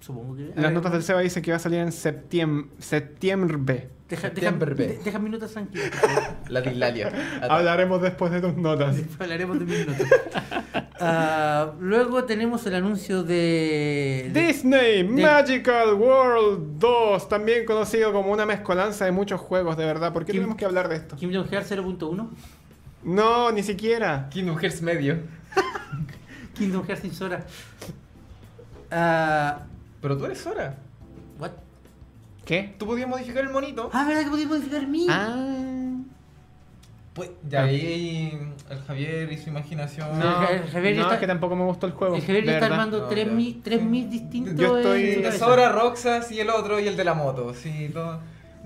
Speaker 1: Supongo que... a
Speaker 3: Las
Speaker 1: ver,
Speaker 3: notas del SEBA dice que va a salir en septiembre. septiembre.
Speaker 1: Deja, deja,
Speaker 2: septiembre.
Speaker 1: de- deja mis notas tranquilas. por favor.
Speaker 2: La Dislalia.
Speaker 3: Hablaremos después de tus notas.
Speaker 1: Después Hablaremos de mis notas. Ah, luego tenemos el anuncio de...
Speaker 3: Disney
Speaker 1: De-
Speaker 3: Magical World 2, también conocido como una mezcolanza de muchos juegos, de verdad. ¿Por qué
Speaker 1: Kim-
Speaker 3: tenemos que hablar de esto?
Speaker 1: Kingdom Hearts 0.1.
Speaker 3: No, ni siquiera.
Speaker 2: Kingdom Hearts medio.
Speaker 1: Kingdom Hearts sin Sora. Ah,
Speaker 2: Pero tú eres Sora.
Speaker 1: what?
Speaker 3: ¿Qué?
Speaker 2: Tú podías modificar el monito.
Speaker 1: Ah, ¿verdad que podía modificar mi?
Speaker 3: Ah.
Speaker 2: Pues, ya ahí el Javier y su imaginación.
Speaker 3: No,
Speaker 1: El Ja- Javier
Speaker 3: no,
Speaker 1: está-
Speaker 3: es que tampoco me gustó el juego.
Speaker 1: El Javier
Speaker 3: de
Speaker 1: ya está
Speaker 3: verdad.
Speaker 1: armando
Speaker 2: No,
Speaker 1: tres,
Speaker 2: ya.
Speaker 1: mi- tres mis distintos.
Speaker 3: Yo estoy-
Speaker 1: en su
Speaker 2: El de
Speaker 1: cabeza.
Speaker 2: Sora, Roxas y el otro y el de la moto. Sí, todo.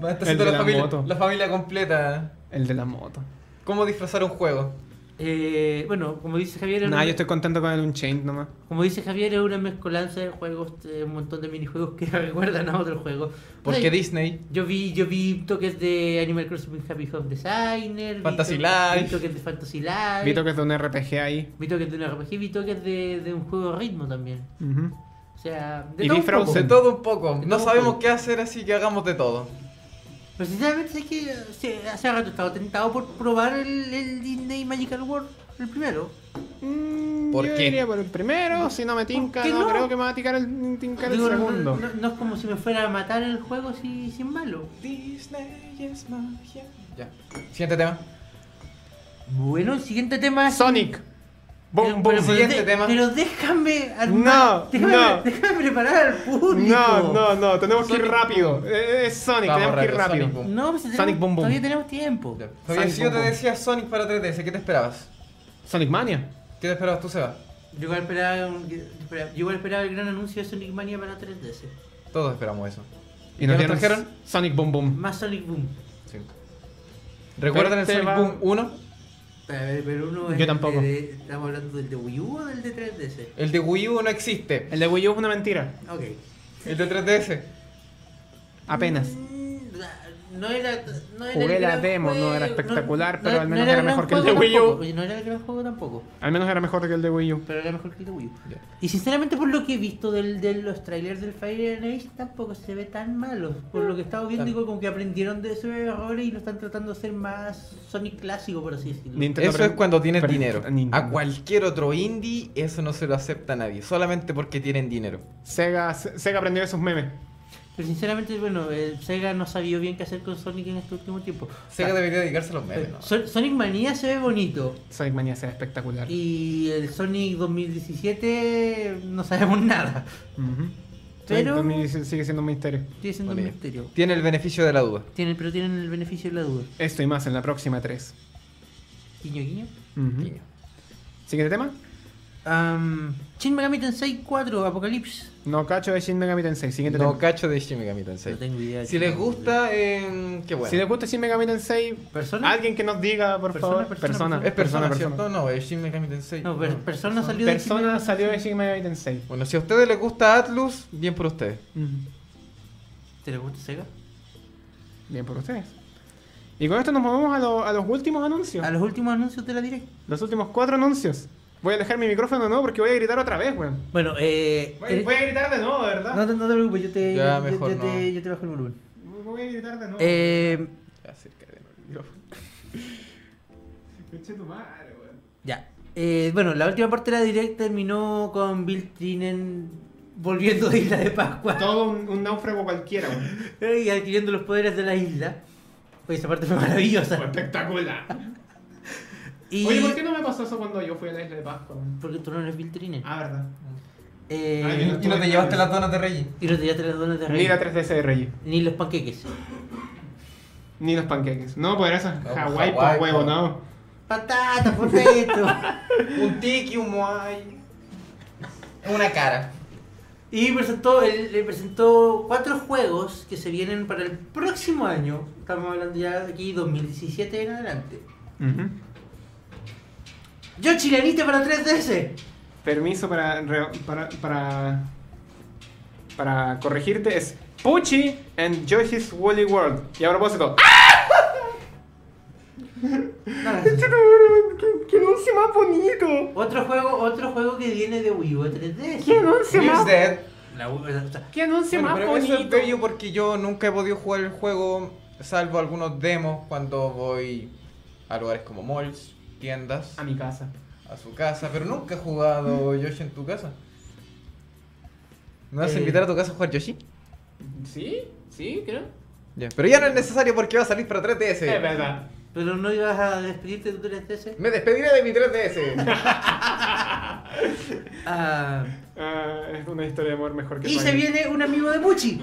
Speaker 2: Va a estar
Speaker 3: El
Speaker 2: siendo
Speaker 3: de
Speaker 2: la,
Speaker 3: la
Speaker 2: familia,
Speaker 3: moto.
Speaker 2: la familia completa.
Speaker 3: El de la moto.
Speaker 2: ¿Cómo disfrazar un juego?
Speaker 1: Eh, bueno, como dice Javier, es
Speaker 3: Nah,
Speaker 1: una-
Speaker 3: yo estoy contento con el Unchained nomás.
Speaker 1: como dice Javier, es una mezcolanza de juegos, eh, un montón de minijuegos que recuerdan a otros juegos.
Speaker 2: Porque
Speaker 1: Ay,
Speaker 2: Disney.
Speaker 1: yo vi, yo vi toques de Animal Crossing Happy Home Designer, vi
Speaker 2: Fantasy
Speaker 1: toques-
Speaker 2: Life.
Speaker 1: vi toques de Fantasy Life,
Speaker 3: Vito que es de un RPG ahí.
Speaker 1: vi toques de una RPG, vi toques de, de un juego de ritmo también.
Speaker 3: Ujú.
Speaker 1: O sea, de
Speaker 3: Y
Speaker 1: todo
Speaker 3: vi
Speaker 1: un poco.
Speaker 3: Frozen.
Speaker 2: De todo un poco. No
Speaker 1: todo un
Speaker 2: sabemos
Speaker 1: poco.
Speaker 2: qué hacer, así que hagamos de todo.
Speaker 1: Pero sinceramente es que sí, hace rato estaba tentado por probar el, el Disney Magical World, el primero.
Speaker 3: Mm,
Speaker 2: ¿Por
Speaker 3: yo
Speaker 2: qué?
Speaker 3: iría por el primero, si no me tinca,
Speaker 1: qué
Speaker 3: no,
Speaker 1: no?
Speaker 3: creo que me va a tincar el, tincar el
Speaker 1: Digo, no-
Speaker 3: segundo.
Speaker 1: No, no es como si me fuera a matar el juego si, sin malo.
Speaker 2: Disney es magia. Ya. Siguiente tema.
Speaker 1: Bueno, el siguiente tema es.
Speaker 3: Sonic. Boom, boom.
Speaker 1: pero,
Speaker 2: siguiente
Speaker 1: de-
Speaker 2: tema.
Speaker 1: Pero déjame
Speaker 3: No,
Speaker 1: déjame,
Speaker 3: no.
Speaker 1: déjame preparar al público.
Speaker 3: No, no, no, tenemos que ir
Speaker 2: Sonic
Speaker 3: rápido. Eh, Es Sonic,
Speaker 2: Vamos,
Speaker 3: tenemos que ir
Speaker 2: rápido,
Speaker 3: rápido.
Speaker 2: Sonic Boom.
Speaker 1: No, pues, tenemos-
Speaker 3: Sonic Boom Boom.
Speaker 1: Todavía tenemos tiempo.
Speaker 2: Ya. Javier,
Speaker 3: Sonic
Speaker 2: si yo te
Speaker 3: Boom Boom.
Speaker 2: decía Sonic para 3DS, ¿qué te esperabas?
Speaker 3: Sonic Mania.
Speaker 2: ¿Qué te esperabas tú, Seba?
Speaker 1: Yo igual esperaba, un- yo esperaba- yo igual esperaba el gran anuncio de Sonic Mania para 3DS.
Speaker 2: Todos esperamos eso.
Speaker 3: ¿Y nos
Speaker 2: qué
Speaker 3: dieron
Speaker 2: nos trajeron?
Speaker 3: Sonic Boom Boom.
Speaker 1: Más Sonic Boom.
Speaker 2: Sí. ¿Recuerdan el
Speaker 3: Pero
Speaker 2: Sonic
Speaker 3: te va-
Speaker 2: Boom 1?
Speaker 1: A ver, pero uno
Speaker 3: Yo
Speaker 1: es el
Speaker 3: tampoco.
Speaker 1: de- ¿Estamos hablando del de Wii U o del de 3DS?
Speaker 2: El de Wii U no existe.
Speaker 3: El de Wii U es una mentira.
Speaker 1: Ok.
Speaker 2: El de 3DS.
Speaker 3: Apenas.
Speaker 1: Mm, no era, no era
Speaker 3: Jugué
Speaker 1: el
Speaker 3: la
Speaker 1: gran
Speaker 3: demo, no era
Speaker 1: juego,
Speaker 3: espectacular, pero al menos
Speaker 1: el
Speaker 3: era
Speaker 1: gran
Speaker 3: mejor que el
Speaker 1: juego
Speaker 3: de Wii U.
Speaker 1: tampoco. Oye, No era el gran juego tampoco,
Speaker 3: Al menos era mejor que el de Wii U.
Speaker 1: pero era mejor que el de Wii U.
Speaker 2: Ya.
Speaker 1: Y sinceramente por lo que he visto del, de los trailers del Fire and Ice tampoco se ve tan malo. Por lo que he estado viendo, digo como que aprendieron de esos errores y lo están tratando de hacer más Sonic clásico, por así decirlo.
Speaker 3: Nintendo
Speaker 2: Eso
Speaker 3: pre-
Speaker 2: es cuando tienes
Speaker 3: pre-
Speaker 2: dinero.
Speaker 3: Nintendo.
Speaker 2: A cualquier otro indie, eso no se lo acepta nadie. Solamente porque tienen dinero.
Speaker 3: Sega, Se- Sega aprendió de sus memes.
Speaker 1: Pero sinceramente, bueno, eh, Sega no sabía bien qué hacer con Sonic en este último tiempo. O sea,
Speaker 2: Sega debería dedicarse a los memes, ¿no?
Speaker 1: Son- Sonic Manía se ve bonito.
Speaker 3: Sonic Mania será espectacular.
Speaker 1: Y el Sonic 2017 no sabemos nada.
Speaker 3: Ujú.
Speaker 1: Pero-
Speaker 3: Sonic 2016 sigue siendo un misterio.
Speaker 1: Estoy haciendo
Speaker 2: Buena
Speaker 1: un
Speaker 2: idea.
Speaker 1: misterio.
Speaker 2: Tiene el beneficio de la duda.
Speaker 1: Tienen, pero tienen el beneficio de la duda.
Speaker 3: Esto y más en la próxima 3.
Speaker 1: Guiño, guiño.
Speaker 2: Niño.
Speaker 3: Siguiente tema.
Speaker 1: Am, Shin Megami Tensei 4 Apocalipsis.
Speaker 3: No cacho de Shin Megami Tensei. Siguiente
Speaker 2: No
Speaker 3: tema.
Speaker 2: cacho de Shin Megami Tensei.
Speaker 1: No tengo idea.
Speaker 2: Si les gusta, eh, qué bueno.
Speaker 3: Si les gusta Shin Megami Tensei,
Speaker 1: ¿Persona?
Speaker 3: alguien que nos diga, por
Speaker 1: Persona,
Speaker 3: favor.
Speaker 1: persona,
Speaker 3: Persona,
Speaker 1: persona.
Speaker 2: es persona, ¿cierto?
Speaker 3: persona.
Speaker 2: No, es Shin Megami Tensei.
Speaker 1: No, per- persona salió de Shin
Speaker 3: Persona
Speaker 1: Megami
Speaker 3: salió de
Speaker 1: Tensei.
Speaker 3: Shin Megami Tensei.
Speaker 2: Bueno, si a ustedes les gusta Atlus, bien por ustedes.
Speaker 1: ¿Te les gusta Sega?
Speaker 3: Bien por ustedes. Y con esto nos movemos a, lo- a los últimos anuncios.
Speaker 1: A los últimos anuncios de la Direct.
Speaker 3: Los últimos cuatro anuncios. Voy a alejar mi micrófono de nuevo porque voy a gritar otra vez, weón.
Speaker 1: Bueno, eh.
Speaker 3: Voy,
Speaker 1: eh,
Speaker 3: voy a gritar de nuevo, de ¿verdad?
Speaker 1: no, te- no te preocupes, yo te,
Speaker 2: Ya,
Speaker 1: yo-
Speaker 2: mejor
Speaker 1: yo, te,
Speaker 2: no.
Speaker 1: yo te bajo el volumen.
Speaker 3: Voy a gritar de nuevo.
Speaker 1: Eh,
Speaker 2: Acerca de nuevo el micrófono.
Speaker 3: Conche tu madre, weón.
Speaker 1: ya. Eh, bueno, la última parte de la Direct terminó con Bill Trinen volviendo de Isla de Pascua.
Speaker 3: Todo un, un náufrago cualquiera, weón.
Speaker 1: y adquiriendo los poderes de la isla. Pues esa parte fue
Speaker 3: Fue
Speaker 1: maravillosa.
Speaker 3: espectacular.
Speaker 1: Y...
Speaker 3: Oye, ¿por qué no me pasó eso cuando yo fui a la isla de Pascua? weón?
Speaker 1: Porque tú no eres Viltrine.
Speaker 3: Ah, verdad.
Speaker 1: Eh,
Speaker 3: Ay,
Speaker 2: ¿Y no te llevaste las donas de Reggie?
Speaker 1: y no te llevaste las donas de rey.
Speaker 3: Ni la 3DS de Reggie.
Speaker 1: Ni los panqueques.
Speaker 3: Ni los panqueques. No, pues eso es
Speaker 2: No,
Speaker 3: Hawái
Speaker 2: Hawái,
Speaker 3: por huevo,
Speaker 2: po.
Speaker 3: no.
Speaker 1: Patata, perfecto.
Speaker 2: Un tiki, un moai. Una cara.
Speaker 1: y presentó, él, le presentó cuatro juegos que se vienen para el próximo año. Estamos hablando ya de aquí 2017 en adelante.
Speaker 3: Ujú.
Speaker 1: Yo chilenita para 3DS.
Speaker 3: Permiso para, re- para, para, para corregirte es Pucci and Yoshi's Woolly World. Y a propósito, ¡ah!
Speaker 1: No, gracias.
Speaker 3: ¡Qué, qué anuncio más bonito!
Speaker 1: otro juego, otro juego que viene de Wii U a 3DS.
Speaker 3: ¡Qué anuncio
Speaker 2: Here's
Speaker 3: más,
Speaker 2: Dead.
Speaker 1: La U- o sea,
Speaker 3: qué anuncio
Speaker 2: Bueno,
Speaker 3: más
Speaker 2: pero eso es
Speaker 3: bonito!
Speaker 2: bello porque yo nunca he podido jugar el juego, salvo algunos demos cuando voy a lugares como malls, tiendas,
Speaker 3: A mi casa.
Speaker 2: a su casa, pero nunca he jugado
Speaker 3: Mm.
Speaker 2: Yoshi en tu casa. ¿Me vas
Speaker 1: Eh.
Speaker 2: a invitar a tu casa a jugar Yoshi?
Speaker 3: ¿Sí? ¿Sí? Creo.
Speaker 2: Ya, Pero ya no es necesario porque va a salir para
Speaker 3: Es
Speaker 2: 3DS.
Speaker 3: verdad.
Speaker 1: Pero no ibas a despedirte de tu 3DS.
Speaker 2: Me despediré de mi 3DS.
Speaker 1: Ah,
Speaker 3: Ah, es una historia de amor mejor que
Speaker 1: y se
Speaker 3: Fire.
Speaker 1: viene un amigo de Puchi.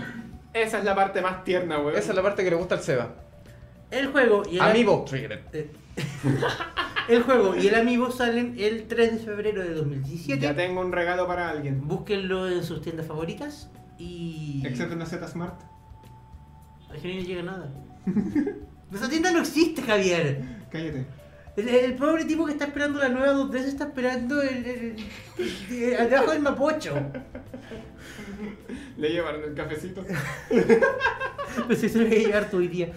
Speaker 3: Esa es la parte más tierna, weón.
Speaker 2: Esa es la parte que le gusta al Seba.
Speaker 1: El juego y el
Speaker 2: Amigo Trigger.
Speaker 1: eh, el juego y el amigo salen el 3 de febrero de
Speaker 3: Ya
Speaker 1: 2017.
Speaker 3: tengo un regalo para alguien.
Speaker 1: Búsquenlo en sus tiendas favoritas y.
Speaker 3: Excepto una Z Smart.
Speaker 1: Al Javier no llega nada. Esa tienda no existe, Javier.
Speaker 3: Cállate.
Speaker 1: El, el pobre tipo que está esperando la nueva dos veces está esperando el, el, el- el- al debajo del mapocho.
Speaker 3: Le llevaron el cafecito.
Speaker 1: Pues eso lo voy a llegar tú hoy día.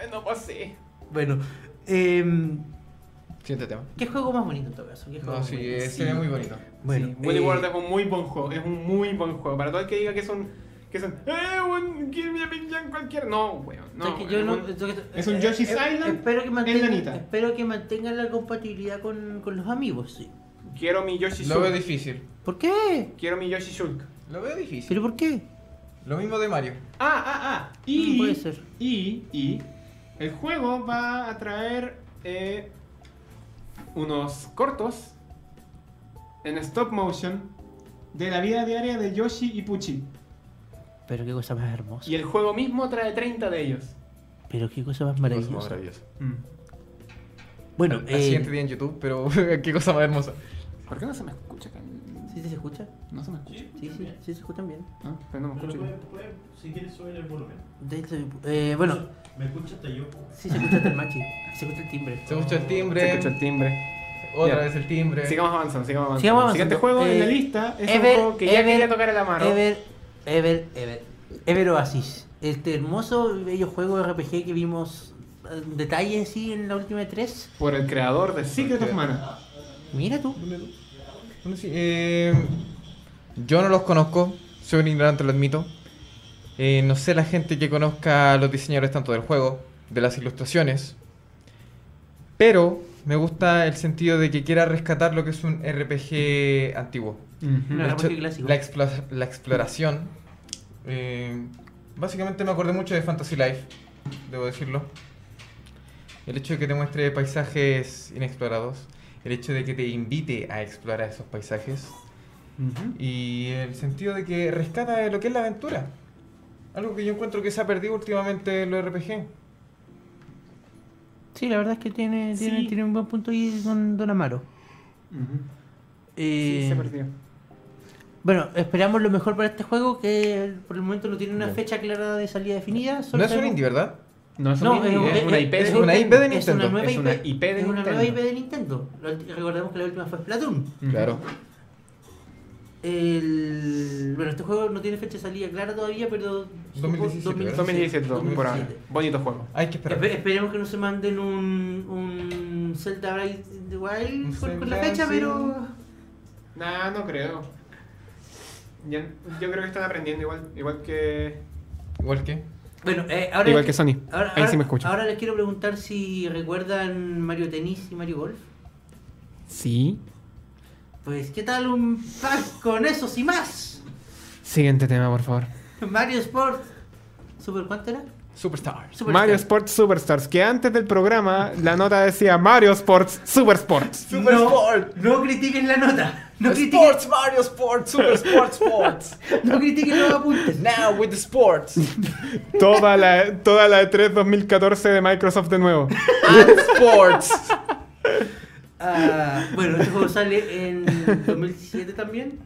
Speaker 3: Ay, no pasé.
Speaker 1: Bueno, em,
Speaker 2: Siguiente tema.
Speaker 1: ¿qué juego más bonito en todo caso? ¿Qué juego
Speaker 2: No,
Speaker 1: más
Speaker 2: sí,
Speaker 1: bonito?
Speaker 2: eh, se ve muy bonito.
Speaker 1: Bueno,
Speaker 3: Sí, Willy
Speaker 1: eh,
Speaker 3: World es un muy buen juego, es un muy buen juego. Para todo el que diga que son. que son. ¡Eh, un Kirby Pinjan cualquiera! No, weón, no.
Speaker 1: O sea, que yo
Speaker 3: weón,
Speaker 1: no-
Speaker 3: es un-
Speaker 1: o sea, que-
Speaker 3: es un
Speaker 1: eh,
Speaker 3: Yoshi's
Speaker 1: eh,
Speaker 3: Island
Speaker 1: Espero que,
Speaker 3: en
Speaker 1: mantengan,
Speaker 3: Lanita.
Speaker 1: espero que mantengan la compatibilidad con, con los amigos, sí.
Speaker 3: Quiero mi Yoshi
Speaker 2: Lo veo
Speaker 3: Shulk.
Speaker 2: difícil.
Speaker 1: ¿Por qué?
Speaker 3: Quiero mi Yoshi Shulk.
Speaker 2: Lo veo difícil.
Speaker 1: ¿Pero por qué?
Speaker 2: Lo mismo de Mario.
Speaker 3: Ah, ah, ah.
Speaker 1: Mm,
Speaker 3: Y.
Speaker 1: puede ser.
Speaker 3: Y. Y. El juego va a traer. eh, unos cortos. En stop motion. De la vida diaria de Yoshi y Puchi.
Speaker 1: Pero qué cosa más hermosa.
Speaker 3: Y el juego mismo trae 30 de ellos.
Speaker 1: Pero qué cosa más maravillosa.
Speaker 3: Mm.
Speaker 2: Bueno,
Speaker 1: Bueno,
Speaker 2: al, al
Speaker 1: eh,
Speaker 2: siguiente día en YouTube, pero qué cosa más hermosa.
Speaker 3: ¿Por qué no se me escucha, Can?
Speaker 1: ¿sí se escucha?
Speaker 3: No se me escucha.
Speaker 1: Sí, sí, sí se escuchan bien.
Speaker 3: Ah, pero no me
Speaker 4: Pero
Speaker 3: escucho.
Speaker 4: puede- puede- si quieres subir el volumen.
Speaker 1: De- de- eh, bueno,
Speaker 4: Me escucha hasta yo.
Speaker 1: sí se escucha hasta el machi. Se escucha el timbre.
Speaker 2: Se escucha el timbre.
Speaker 3: Se escucha el timbre.
Speaker 2: Otra
Speaker 3: Ya.
Speaker 2: vez el timbre.
Speaker 3: Sigamos avanzando, sigamos avanzando.
Speaker 1: Sigamos
Speaker 3: El siguiente
Speaker 1: avanzando.
Speaker 3: juego en la
Speaker 1: Eh,
Speaker 3: lista es un
Speaker 1: Ever,
Speaker 3: juego que ya
Speaker 1: Ever,
Speaker 3: quería tocar el amaro.
Speaker 1: Ever, ever, ever. Ever Oasis, este hermoso y bello juego RPG que vimos eh, detalles sí en la última de tres.
Speaker 3: Por el creador de Secret of Mana.
Speaker 1: Mira tú.
Speaker 2: Bueno, sí, eh, yo no los conozco, soy un ignorante, lo admito. Eh, no sé la gente que conozca a los diseñadores tanto del juego, de las ilustraciones, pero me gusta el sentido de que quiera rescatar lo que es un RPG antiguo.
Speaker 1: No,
Speaker 2: De
Speaker 1: era
Speaker 2: hecho,
Speaker 1: muy clásico.
Speaker 2: la, explo- la exploración. eh, básicamente me acordé mucho de Fantasy Life, debo decirlo. El hecho de que te muestre paisajes inexplorados, el hecho de que te invite a explorar esos paisajes
Speaker 3: Ujú.
Speaker 2: y el sentido de que rescata lo que es la aventura. Algo que yo encuentro que se ha perdido últimamente en los RPG.
Speaker 1: Sí, la verdad es que tiene, tiene,
Speaker 3: Sí.
Speaker 1: tiene un buen punto y don, don Amaro.
Speaker 3: Ujú.
Speaker 1: Eh,
Speaker 3: Sí, se perdió.
Speaker 1: Bueno, esperamos lo mejor para este juego que por el momento no tiene una
Speaker 2: Bien.
Speaker 1: fecha clara de salida definida.
Speaker 2: No
Speaker 1: solo
Speaker 2: es un
Speaker 1: sabemos-
Speaker 2: indie, ¿verdad?
Speaker 3: No es, un
Speaker 1: No,
Speaker 3: indie,
Speaker 1: es,
Speaker 3: es
Speaker 1: es-
Speaker 3: una
Speaker 1: es-
Speaker 3: IP.
Speaker 1: es
Speaker 3: de-
Speaker 2: una IP de
Speaker 1: Es una
Speaker 2: Nintendo.
Speaker 1: nueva
Speaker 3: Es
Speaker 1: IP,
Speaker 3: una IP de
Speaker 1: es una nueva IP
Speaker 3: Nintendo.
Speaker 1: de Nintendo. La ulti- Recordemos que la última fue Splatoon.
Speaker 3: Ujú.
Speaker 1: El... Bueno, este juego no tiene fecha de salida clara todavía, pero...
Speaker 2: 2017,
Speaker 3: 2017 por ahora.
Speaker 1: 2017.
Speaker 3: Bonito juego.
Speaker 2: Hay que esperar.
Speaker 1: Espe- esperemos que no se manden un, un Zelda Breath of the
Speaker 2: Un
Speaker 1: Wild con, con la
Speaker 2: Zelda,
Speaker 1: fecha,
Speaker 2: sí.
Speaker 1: pero...
Speaker 3: Nah, no creo. Ya- yo creo que están aprendiendo igual, igual que.
Speaker 2: Igual que.
Speaker 1: Bueno, eh, ahora...
Speaker 3: Igual
Speaker 1: les-
Speaker 3: que Sony.
Speaker 1: Ahora,
Speaker 3: Ahí sí
Speaker 1: ahora-
Speaker 3: me escucho.
Speaker 1: ahora les quiero preguntar si recuerdan Mario Tenis y Mario Golf.
Speaker 3: Sí.
Speaker 1: Pues, ¿qué tal un pack con esos y más?
Speaker 3: Siguiente tema, por favor.
Speaker 1: Mario Sport. ¿Super cuánto era?
Speaker 2: Superstars.
Speaker 1: Super
Speaker 3: Mario
Speaker 1: Star.
Speaker 3: Sports Superstars, que antes del programa la nota decía Mario Sports Super Sports.
Speaker 2: Super
Speaker 1: no,
Speaker 2: Sport.
Speaker 1: No critiquen la nota. No critiquen,
Speaker 2: Sports, Mario Sports, Super Sports, Sports.
Speaker 1: no critiquen los apuntes.
Speaker 2: Now with the sports.
Speaker 3: Toda la, toda la E E3 2014 de Microsoft de nuevo.
Speaker 2: And sports.
Speaker 1: Ah, bueno, este juego sale en 2017 también.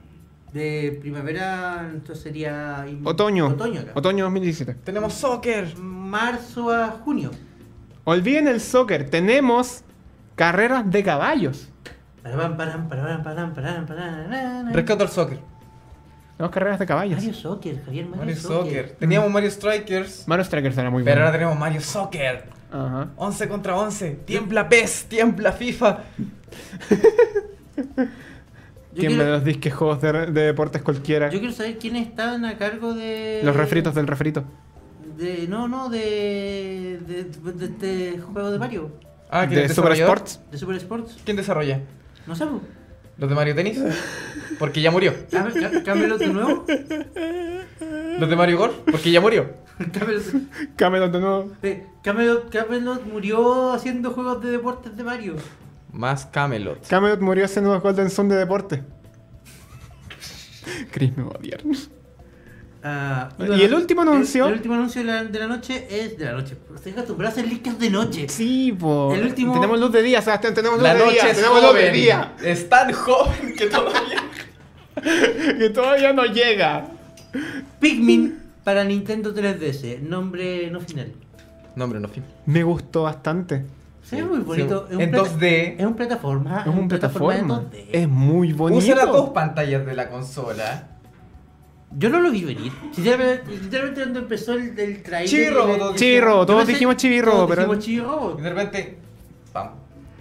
Speaker 1: De primavera, entonces sería. in-
Speaker 3: Otoño.
Speaker 1: Otoño, acá.
Speaker 3: Otoño 2017.
Speaker 2: Tenemos soccer.
Speaker 1: Marzo a junio.
Speaker 3: Olviden el soccer, tenemos carreras de caballos.
Speaker 1: Parabam, parabam, parabam, parabam, parabam, parabam.
Speaker 2: Rescato al soccer.
Speaker 3: Tenemos carreras de caballos.
Speaker 1: Mario Soccer, Javier Mario,
Speaker 2: Mario
Speaker 1: Soccer.
Speaker 2: Soccer. Teníamos Mario Strikers.
Speaker 3: Mario Strikers era muy
Speaker 2: Pero ahora
Speaker 3: bueno.
Speaker 2: tenemos Mario Soccer.
Speaker 3: Ajá.
Speaker 2: 11 contra 11. Tiembla PES, tiembla FIFA.
Speaker 1: Yo
Speaker 3: Tiembla
Speaker 1: quiero-
Speaker 3: los disques juegos de, de deportes cualquiera.
Speaker 1: Yo quiero saber quiénes estaban a cargo de.
Speaker 3: Los refritos del refrito.
Speaker 1: De, no, no, de. de, de, de este juego de Mario.
Speaker 2: Ah, ¿quién
Speaker 3: de
Speaker 2: es
Speaker 3: Super
Speaker 2: desarrollador?
Speaker 3: Sports.
Speaker 1: De Super Sports.
Speaker 2: ¿Quién desarrolla?
Speaker 1: No sé. pues. po.
Speaker 2: ¿Los de Mario Tennis? Porque ya murió.
Speaker 1: Cá- cá- Cámbialo de nuevo.
Speaker 2: ¿Los de Mario Golf? Porque ya murió.
Speaker 1: Cámbialo de-
Speaker 3: Camelot de nuevo.
Speaker 1: eh, Camelot, Camelot murió haciendo juegos de deportes de Mario.
Speaker 2: Más Camelot.
Speaker 3: Camelot murió haciendo unos Golden Sun de deporte. Chris me va a odiar.
Speaker 1: Ah,
Speaker 3: ¿Y el último anuncio?
Speaker 1: El, el último anuncio de la, de la noche es de la noche. Estoy acostumbrado a hacer licas de noche.
Speaker 3: Sí, po.
Speaker 1: El último-
Speaker 3: Tenemos luz de día, Sebastián. Tenemos luz
Speaker 2: La
Speaker 3: de
Speaker 2: noche
Speaker 3: día.
Speaker 2: es
Speaker 3: Tenemos luz de
Speaker 2: joven.
Speaker 3: día.
Speaker 2: Es tan joven que todavía.
Speaker 3: Que todavía no llega.
Speaker 1: Pikmin para Nintendo 3DS. Nombre no final.
Speaker 2: Nombre no fin.
Speaker 3: Me gustó bastante.
Speaker 1: Se ve muy bonito.
Speaker 2: Sí,
Speaker 1: Es un
Speaker 2: en
Speaker 1: plata-
Speaker 2: 2D.
Speaker 1: Es un plataforma.
Speaker 2: Ah,
Speaker 3: Es un plataforma.
Speaker 1: de 2D.
Speaker 3: Es muy bonito.
Speaker 2: Usa las dos pantallas de la consola.
Speaker 1: Yo no lo vi venir. Sinceramente, sinceramente cuando empezó el, el trailer.
Speaker 2: Chibi-Robo, todos
Speaker 3: Chibi-Robo,
Speaker 1: Yo
Speaker 3: todos
Speaker 1: pensé-
Speaker 3: dijimos Chibi-Robo,
Speaker 1: todos
Speaker 3: pero-
Speaker 1: Dijimos
Speaker 2: Y
Speaker 1: Chibi-Robo.
Speaker 2: de repente. ¡Pam!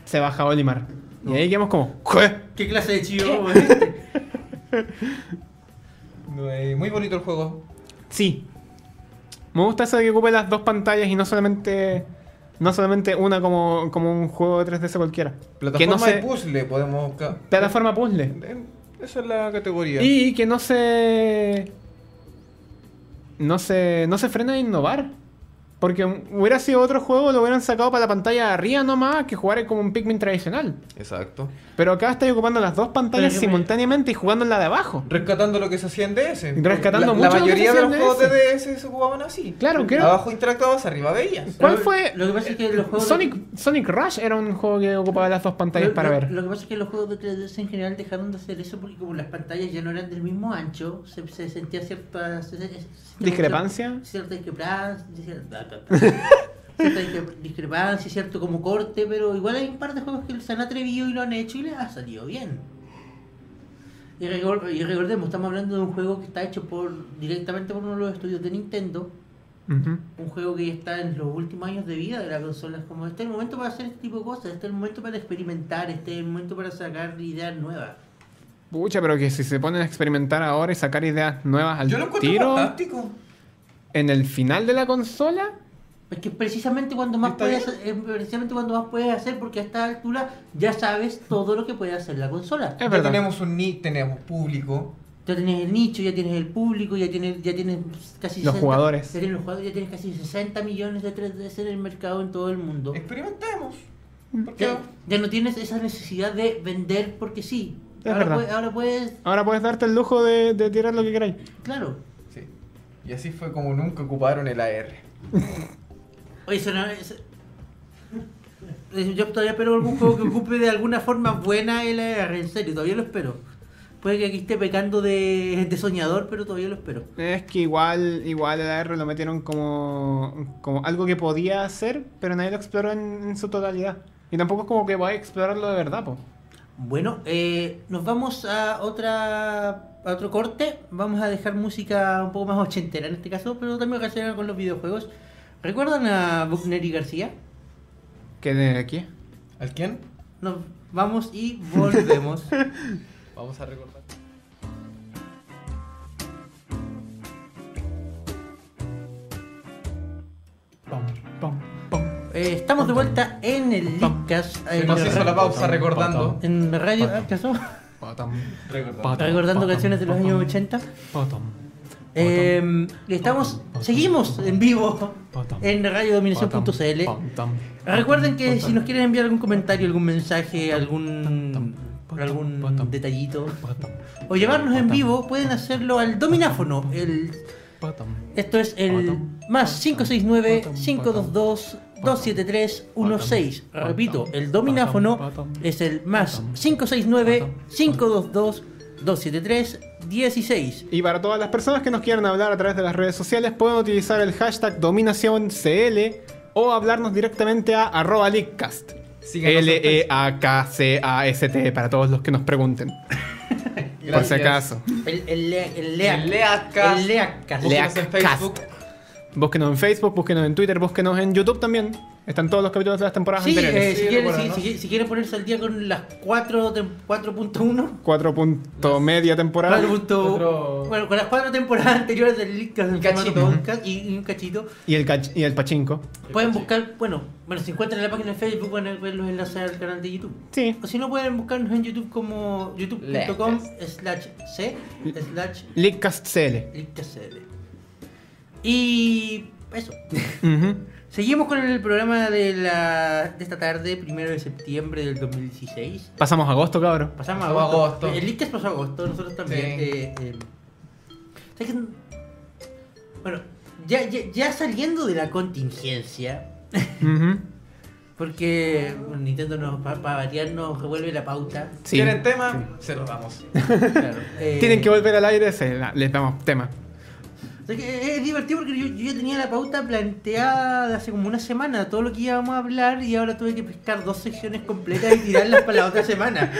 Speaker 3: Se baja Olimar. Y ahí quedamos como. ¿Qué?
Speaker 1: ¿Qué clase de Chibi-Robo es este?
Speaker 2: No, eh, Muy bonito el juego.
Speaker 3: Sí. Me gusta eso de que ocupe las dos pantallas y no solamente. No solamente una como, como un juego de 3DS cualquiera. que no
Speaker 2: Plataforma
Speaker 3: se,
Speaker 2: de puzzle podemos. ca-
Speaker 3: Plataforma puzzle.
Speaker 2: En- Esa es la categoría.
Speaker 3: Y que no se. No se. No se frena a innovar. Porque hubiera sido otro juego, lo hubieran sacado para la pantalla de arriba nomás, que jugar como un Pikmin tradicional.
Speaker 2: Exacto.
Speaker 3: Pero acá estáis ocupando las dos pantallas
Speaker 1: Pero yo me-
Speaker 3: simultáneamente y jugando en la de abajo.
Speaker 2: Rescatando lo que se hacía en DS.
Speaker 3: Rescatando
Speaker 2: la,
Speaker 3: mucho lo
Speaker 2: La
Speaker 3: que se
Speaker 2: mayoría de
Speaker 3: hacía
Speaker 2: los
Speaker 3: en
Speaker 2: juegos de DS se jugaban así.
Speaker 3: Claro, que era-
Speaker 2: Abajo interactuabas, arriba veías.
Speaker 3: ¿Cuál
Speaker 1: Lo-
Speaker 3: fue-
Speaker 1: Lo que pasa es que los juegos. de-
Speaker 3: Sonic, Sonic Rush era un juego que ocupaba las dos pantallas
Speaker 1: lo-
Speaker 3: para
Speaker 1: lo-
Speaker 3: ver.
Speaker 1: Lo que pasa es que los juegos de 3DS en general dejaron de hacer eso porque, como las pantallas ya no eran del mismo ancho, se, se sentía cierta. se- se- se-
Speaker 3: Discrepancia.
Speaker 1: Cierta discrepancia. Cierta, cierta discre- discrepancia, cierto como corte, pero igual hay un par de juegos que se han atrevido y lo han hecho y les ha salido bien. Y, recor- y recordemos, estamos hablando de un juego que está hecho por directamente por uno de los estudios de Nintendo.
Speaker 3: Ujú.
Speaker 1: Un juego que ya está en los últimos años de vida de la consola. Es como, este es el momento para hacer este tipo de cosas, este es el momento para experimentar, este es el momento para sacar ideas nuevas.
Speaker 3: Pucha, pero que si se ponen a experimentar ahora y sacar ideas nuevas al
Speaker 2: Yo lo encuentro
Speaker 3: tiro
Speaker 2: fantástico.
Speaker 3: en el final de la consola,
Speaker 1: Es que precisamente cuando más
Speaker 2: ¿Está
Speaker 1: puedes hacer, es precisamente cuando más puedes hacer, porque a esta altura ya sabes todo lo que puede hacer la consola.
Speaker 3: es
Speaker 2: Ya
Speaker 3: verdad.
Speaker 2: tenemos un ni tenemos público.
Speaker 1: Ya tienes el nicho, ya tienes el público, ya tienes, ya tienes casi
Speaker 3: Los jugadores.
Speaker 1: Ya tienes los jugadores, ya tienes casi 60 millones de 3DS en el mercado en todo el mundo.
Speaker 2: Experimentemos. ¿Por qué?
Speaker 1: Ya, ya no tienes esa necesidad de vender porque sí.
Speaker 3: Es
Speaker 1: ahora,
Speaker 3: verdad.
Speaker 1: puedes, ahora puedes,
Speaker 3: Ahora puedes darte el lujo de, de tirar lo que queráis.
Speaker 1: claro.
Speaker 2: Sí. Y así fue como nunca ocuparon el AR.
Speaker 1: Oye, eso no es- Eh, Yo todavía espero algún juego que ocupe de alguna forma buena el AR, en serio, todavía lo espero. Puede que aquí esté pecando de, de soñador, pero todavía lo espero.
Speaker 3: Es que igual, igual el AR lo metieron como, como algo que podía hacer, pero nadie lo exploró en, en su totalidad. Y tampoco es como que vaya a explorarlo de verdad, po.
Speaker 1: Bueno, eh, nos vamos a otra a otro corte. Vamos a dejar música un poco más ochentera en este caso, pero también relacionada con los videojuegos. ¿Recuerdan a Buckner y García?
Speaker 3: ¿Qué de aquí?
Speaker 2: ¿Al quién?
Speaker 1: Nos vamos y volvemos.
Speaker 2: Vamos a recordar.
Speaker 3: Pom, pom, pom.
Speaker 1: Eh, estamos de vuelta en el Leadcast. eh,
Speaker 2: Nos hizo la pausa
Speaker 3: Pam,
Speaker 2: recordando.
Speaker 3: pam,
Speaker 1: En radio, ¿acaso?
Speaker 3: Patam,
Speaker 2: Recordando.
Speaker 3: Patam,
Speaker 1: Recordando
Speaker 3: patam,
Speaker 1: canciones de los
Speaker 3: patam,
Speaker 1: años 80.
Speaker 3: patam,
Speaker 1: Eh, estamos, seguimos en vivo
Speaker 3: patam,
Speaker 1: en radiodominación.cl.
Speaker 3: patam, patam,
Speaker 1: Recuerden
Speaker 3: patam,
Speaker 1: que si nos quieren enviar algún comentario, algún mensaje, algún, algún detallito
Speaker 3: patam,
Speaker 1: o llevarnos en vivo, pueden hacerlo al domináfono. El,
Speaker 3: patam.
Speaker 1: esto es el más 569-522-27316. Repito, el domináfono es el más 569-522-27316.
Speaker 3: Y para todas las personas que nos quieran hablar a través de las redes sociales, pueden utilizar el hashtag dominacioncl o hablarnos directamente a arroba leakcast. E
Speaker 2: Síganos en
Speaker 3: L-E-A-K-C-A-S-T para todos los que nos pregunten. Por si
Speaker 2: Gracias.
Speaker 3: acaso.
Speaker 1: El, el, le- el leac.
Speaker 2: El leacast.
Speaker 1: El leacast.
Speaker 2: Búsquenos en
Speaker 3: Leakcast.
Speaker 2: Facebook.
Speaker 3: Búsquenos en Facebook, búsquenos en Twitter, búsquenos en YouTube también. Están todos los capítulos de las temporadas
Speaker 1: Sí, eh, si,
Speaker 3: anteriores.
Speaker 2: Sí,
Speaker 1: quieren,
Speaker 2: recuerda,
Speaker 1: si-
Speaker 2: ¿no?
Speaker 1: si- si quieren ponerse al día con las cuatro tem- 4.1,
Speaker 3: Cuatro punto media temporada.
Speaker 1: cuatro punto-
Speaker 2: Otro-
Speaker 1: bueno, con las cuatro temporadas anteriores del Leadcast en formato
Speaker 2: cachito.
Speaker 1: podcast y, y un cachito,
Speaker 3: Y el, cach- y el pachinko.
Speaker 1: pueden buscar, bueno, bueno, si encuentran en la página de Facebook, van a ver los enlaces al canal de YouTube.
Speaker 3: Sí.
Speaker 1: O si no, pueden buscarnos en YouTube como youtube.com slash c slash
Speaker 3: Leakcast CL.
Speaker 1: Leadcast CL. Y eso.
Speaker 3: Ujú.
Speaker 1: Seguimos con el programa de, la, de esta tarde, primero de septiembre del 2016.
Speaker 3: Pasamos a agosto, cabrón.
Speaker 1: Pasamos a
Speaker 2: Pasó
Speaker 1: agosto.
Speaker 2: agosto.
Speaker 1: El Ictes pasó agosto, nosotros también.
Speaker 2: Sí.
Speaker 1: eh, eh, ¿sabes qué? Bueno, ya, ya, ya saliendo de la contingencia,
Speaker 3: Ujú.
Speaker 1: porque bueno, Nintendo nos, para variar nos revuelve la pauta.
Speaker 3: Sí.
Speaker 2: ¿Quieren tema? Se lo damos.
Speaker 1: claro, eh,
Speaker 3: Tienen que volver al aire, se la- les damos tema.
Speaker 1: ¿sabes qué? Es divertido porque yo, yo ya tenía la pauta planteada de hace como una semana, todo lo que íbamos a hablar, y ahora tuve que pescar dos secciones completas y tirarlas para la otra semana.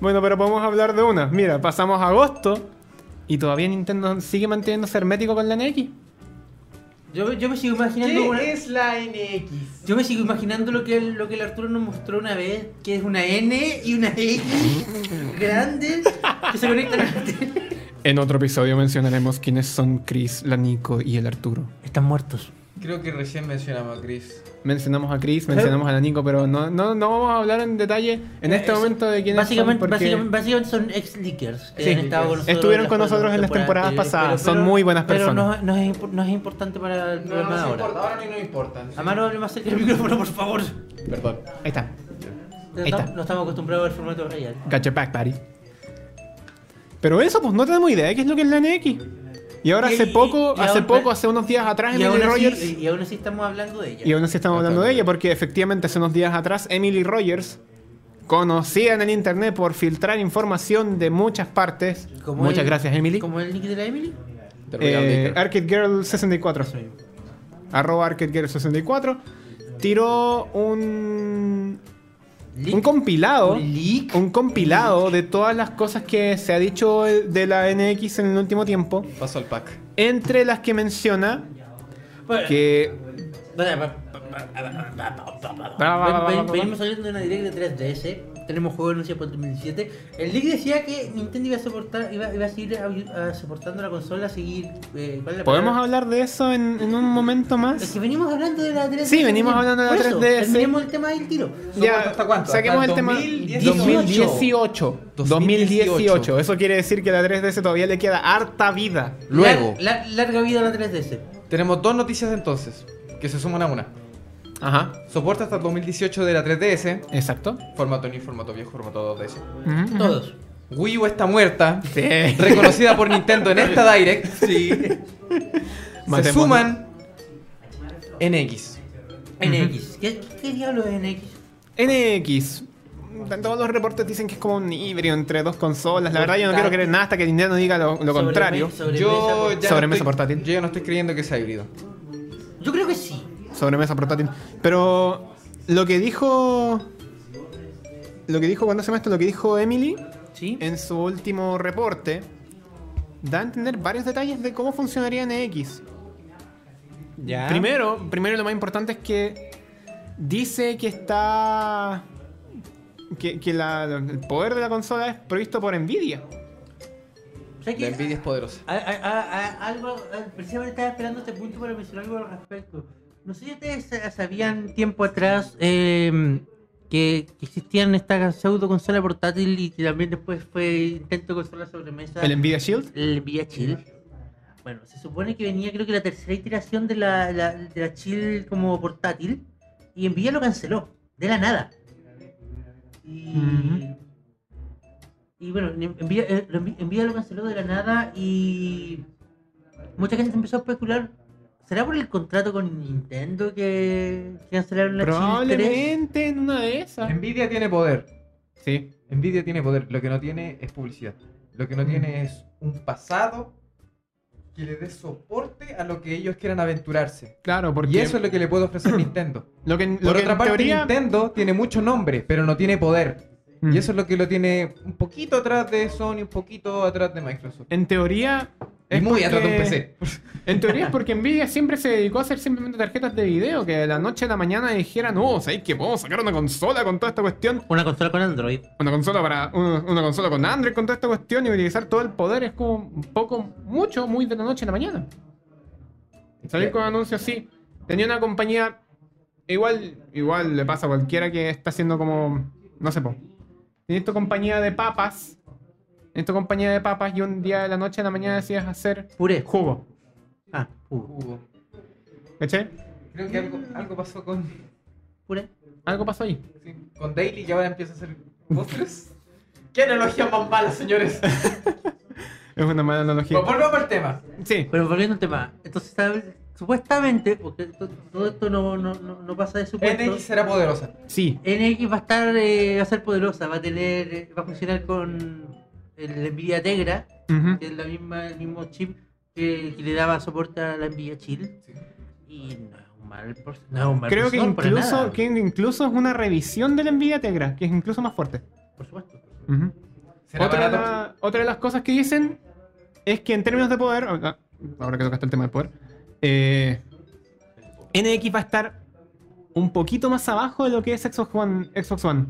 Speaker 3: Bueno, pero podemos hablar de una. Mira, pasamos a agosto y todavía Nintendo sigue manteniéndose hermético con la NX.
Speaker 1: Yo, yo me sigo imaginando una-
Speaker 2: ¿Qué es la NX?
Speaker 1: Yo me sigo imaginando lo que, el, lo que el Arturo nos mostró una vez, que es una N y una X grandes que se conectan a la tele.
Speaker 3: En otro episodio mencionaremos quiénes son Chris, la Nico y el Arturo.
Speaker 1: Están muertos.
Speaker 2: Creo que recién mencionamos a Chris.
Speaker 3: Mencionamos a Chris, mencionamos a la Nico, pero no, no, no vamos a hablar en detalle en este
Speaker 1: Es-
Speaker 3: momento de quiénes
Speaker 1: Eh, Básicamente,
Speaker 3: son. porque
Speaker 1: básicamente, básicamente son ex-leakers que
Speaker 3: Sí,
Speaker 1: han estado con nosotros
Speaker 3: estuvieron
Speaker 1: en
Speaker 3: con nosotros en las temporadas
Speaker 1: anteriores,
Speaker 3: pasadas, son muy buenas personas.
Speaker 1: Pero no, no es, impo- no es importante para el
Speaker 2: No, no
Speaker 1: programa de
Speaker 2: nos
Speaker 1: ahora.
Speaker 2: importa. Ahora no nos importa. sí.
Speaker 1: Amaro, hable más cerca del micrófono, por favor. No
Speaker 2: Perdón.
Speaker 3: Ahí está, está.
Speaker 1: estamos, no estamos acostumbrados al formato real.
Speaker 3: gotcha back, buddy. Pero eso, pues no tenemos idea de qué es lo que es la NX. Y ahora
Speaker 1: Y-
Speaker 3: hace
Speaker 1: y-
Speaker 3: poco,
Speaker 1: y
Speaker 3: hace
Speaker 1: aún-
Speaker 3: poco, hace unos días atrás,
Speaker 1: Y
Speaker 3: Emily
Speaker 1: aún, así,
Speaker 3: Rogers.
Speaker 1: y aún así estamos hablando de ella.
Speaker 3: Y aún así estamos hablando de ella porque efectivamente hace unos días atrás Emily Rogers, conocida en el internet por filtrar información de muchas partes.
Speaker 1: Como
Speaker 3: muchas
Speaker 1: el-
Speaker 3: gracias Emily.
Speaker 1: ¿Como el nick de la Emily?
Speaker 3: Eh, Arcade Girl 64,
Speaker 1: Eso mismo.
Speaker 3: arroba Arcade Girl 64, tiró un Un compilado.
Speaker 1: Un leak.
Speaker 3: Un compilado de todas las cosas que se ha dicho de la NX en el último tiempo.
Speaker 2: Paso al pack.
Speaker 3: Entre las que menciona
Speaker 1: Bueno,
Speaker 3: que.
Speaker 1: bueno, va- va- va- va- Venimos saliendo de una direct de 3DS. Tenemos juego anunciado por 2017. El leak decía que Nintendo iba a soportar, iba, iba a seguir ayu- a- soportando la consola, seguir. eh, ¿cuál es la
Speaker 3: ¿Podemos
Speaker 1: palabra?
Speaker 3: hablar de eso en, en un momento
Speaker 1: Es
Speaker 3: más?
Speaker 1: que venimos hablando de la 3DS.
Speaker 3: Sí, venimos
Speaker 1: también.
Speaker 3: hablando de la
Speaker 1: Por eso,
Speaker 3: 3DS.
Speaker 1: Terminemos el tema del tiro.
Speaker 3: Ya,
Speaker 2: ¿Hasta cuánto?
Speaker 3: saquemos
Speaker 2: ¿Hasta
Speaker 3: el tema.
Speaker 2: 2018.
Speaker 3: 2018. 2018. Eso quiere decir que a la 3DS todavía le queda harta vida.
Speaker 2: Luego,
Speaker 1: Lar- lar- larga vida a la 3DS.
Speaker 2: tenemos dos noticias de entonces, que se suman a una.
Speaker 3: Ajá.
Speaker 2: Soporta hasta el 2018 de la 3DS,
Speaker 3: Exacto.
Speaker 2: formato ni formato viejo, formato 2DS.
Speaker 3: Ujú, ujú.
Speaker 1: Todos.
Speaker 2: Wii U está muerta,
Speaker 3: Sí.
Speaker 2: reconocida por Nintendo en esta Direct. Se
Speaker 3: Matemos.
Speaker 2: suman NX.
Speaker 1: NX. ¿Qué, qué diablos es NX?
Speaker 3: NX. Todos los reportes dicen que es como un híbrido entre dos consolas. La verdad, yo no quiero creer nada hasta que Nintendo diga lo, lo
Speaker 1: Sobre-
Speaker 3: contrario.
Speaker 1: sobremesa,
Speaker 2: Yo
Speaker 1: por-
Speaker 2: ya, no
Speaker 3: Sobremesa
Speaker 2: estoy,
Speaker 3: portátil.
Speaker 2: yo ya no estoy creyendo que sea híbrido.
Speaker 1: Yo creo que sí.
Speaker 3: Sobremesa portátil. Pero lo que dijo. Lo que dijo, ¿cuándo se llama esto? Lo que dijo Emily
Speaker 1: ¿Sí?
Speaker 3: en su último reporte da a entender varios detalles de cómo funcionaría NX.
Speaker 2: Ya.
Speaker 3: Primero, primero lo más importante es que dice que está. que, que la- el poder de la consola es provisto por Nvidia.
Speaker 1: O sea
Speaker 2: La
Speaker 1: que-
Speaker 2: envidia es poderosa.
Speaker 1: A- a- a- a- algo, a- precisamente estaba esperando este punto para mencionar algo al respecto. No sé si ustedes sa- sabían tiempo atrás eh, que, que existían esta pseudo consola portátil y que también después fue intento de consola sobremesa.
Speaker 3: El Nvidia Shield.
Speaker 1: El Via Chill. Bueno, se supone que venía creo que la tercera iteración de la, la- de la Chill como portátil. Y Nvidia lo canceló. De la nada. Y,
Speaker 3: Ujú.
Speaker 1: y bueno, Nvidia, eh, lo- Nvidia lo canceló de la nada y mucha gente empezó a especular. ¿Será por el contrato con Nintendo que que cancelaron la Chill 3?
Speaker 3: Probablemente en una de esas.
Speaker 2: Nvidia tiene poder.
Speaker 3: Sí.
Speaker 2: Nvidia tiene poder, lo que no tiene es publicidad. Lo que no tiene es un pasado que le dé soporte a lo que ellos quieran aventurarse.
Speaker 3: Claro, porque
Speaker 2: Y eso es lo que le puede ofrecer Nintendo.
Speaker 3: lo que, lo
Speaker 2: Por
Speaker 3: que
Speaker 2: otra
Speaker 3: en
Speaker 2: parte,
Speaker 3: teoría-
Speaker 2: Nintendo tiene mucho nombre, pero no tiene poder.
Speaker 3: Mm.
Speaker 2: Y eso es lo que lo tiene un poquito atrás de Sony, un poquito atrás de Microsoft.
Speaker 3: En teoría.
Speaker 2: Y muy atrás de un
Speaker 3: porque-
Speaker 2: PC.
Speaker 3: En teoría es porque Nvidia siempre se dedicó a hacer simplemente tarjetas de video que de la noche a la mañana dijeran, oh, ¿sabéis que podemos sacar una consola con toda esta cuestión?
Speaker 1: Una consola con Android.
Speaker 3: Una consola para una, una consola con Android con toda esta cuestión y utilizar todo el poder es como un poco, mucho, muy de la noche a la mañana. Salir con anuncios así. Tenía una compañía, igual, igual le pasa a cualquiera que está haciendo como, no sé, po. Tenía esta compañía de papas, esta compañía de papas y un día de la noche a la mañana decías hacer
Speaker 1: Puré.
Speaker 3: jugo,
Speaker 1: Ah, pu-
Speaker 2: Hugo,
Speaker 3: ¿cachai?
Speaker 2: Creo que algo, algo pasó con,
Speaker 1: puré.
Speaker 3: Algo pasó ahí.
Speaker 2: sí, con Daily y ahora empieza a hacer postres. ¿Qué analogía más mala, señores? Pues
Speaker 3: Es una mala analogía.
Speaker 2: Volvamos al tema.
Speaker 3: Sí.
Speaker 1: Pero volviendo al tema, entonces tal- supuestamente, porque to- todo esto no, no, no, no pasa de supuesto,
Speaker 2: NX
Speaker 1: NX,
Speaker 2: será poderosa.
Speaker 3: Sí.
Speaker 1: va a estar, eh, va a ser poderosa, va a tener, eh, va a funcionar con el Nvidia Tegra,
Speaker 3: Ujú.
Speaker 1: que es la misma, el mismo chip que, que le daba soporte a la Nvidia Chill,
Speaker 2: Sí.
Speaker 1: y no es un mal, por- no es un mal
Speaker 3: Creo que
Speaker 1: procesador para
Speaker 3: incluso,
Speaker 1: nada,
Speaker 3: que incluso es una revisión del Nvidia Tegra, que es incluso más fuerte.
Speaker 1: por supuesto.
Speaker 3: Ujú.
Speaker 2: ¿Será
Speaker 3: otra, de
Speaker 2: barato?
Speaker 3: la- otra de las cosas que dicen es que en términos de poder, ahora ahora que tocaste el tema del poder, eh, NX va a estar un poquito más abajo de lo que es Xbox One, Xbox One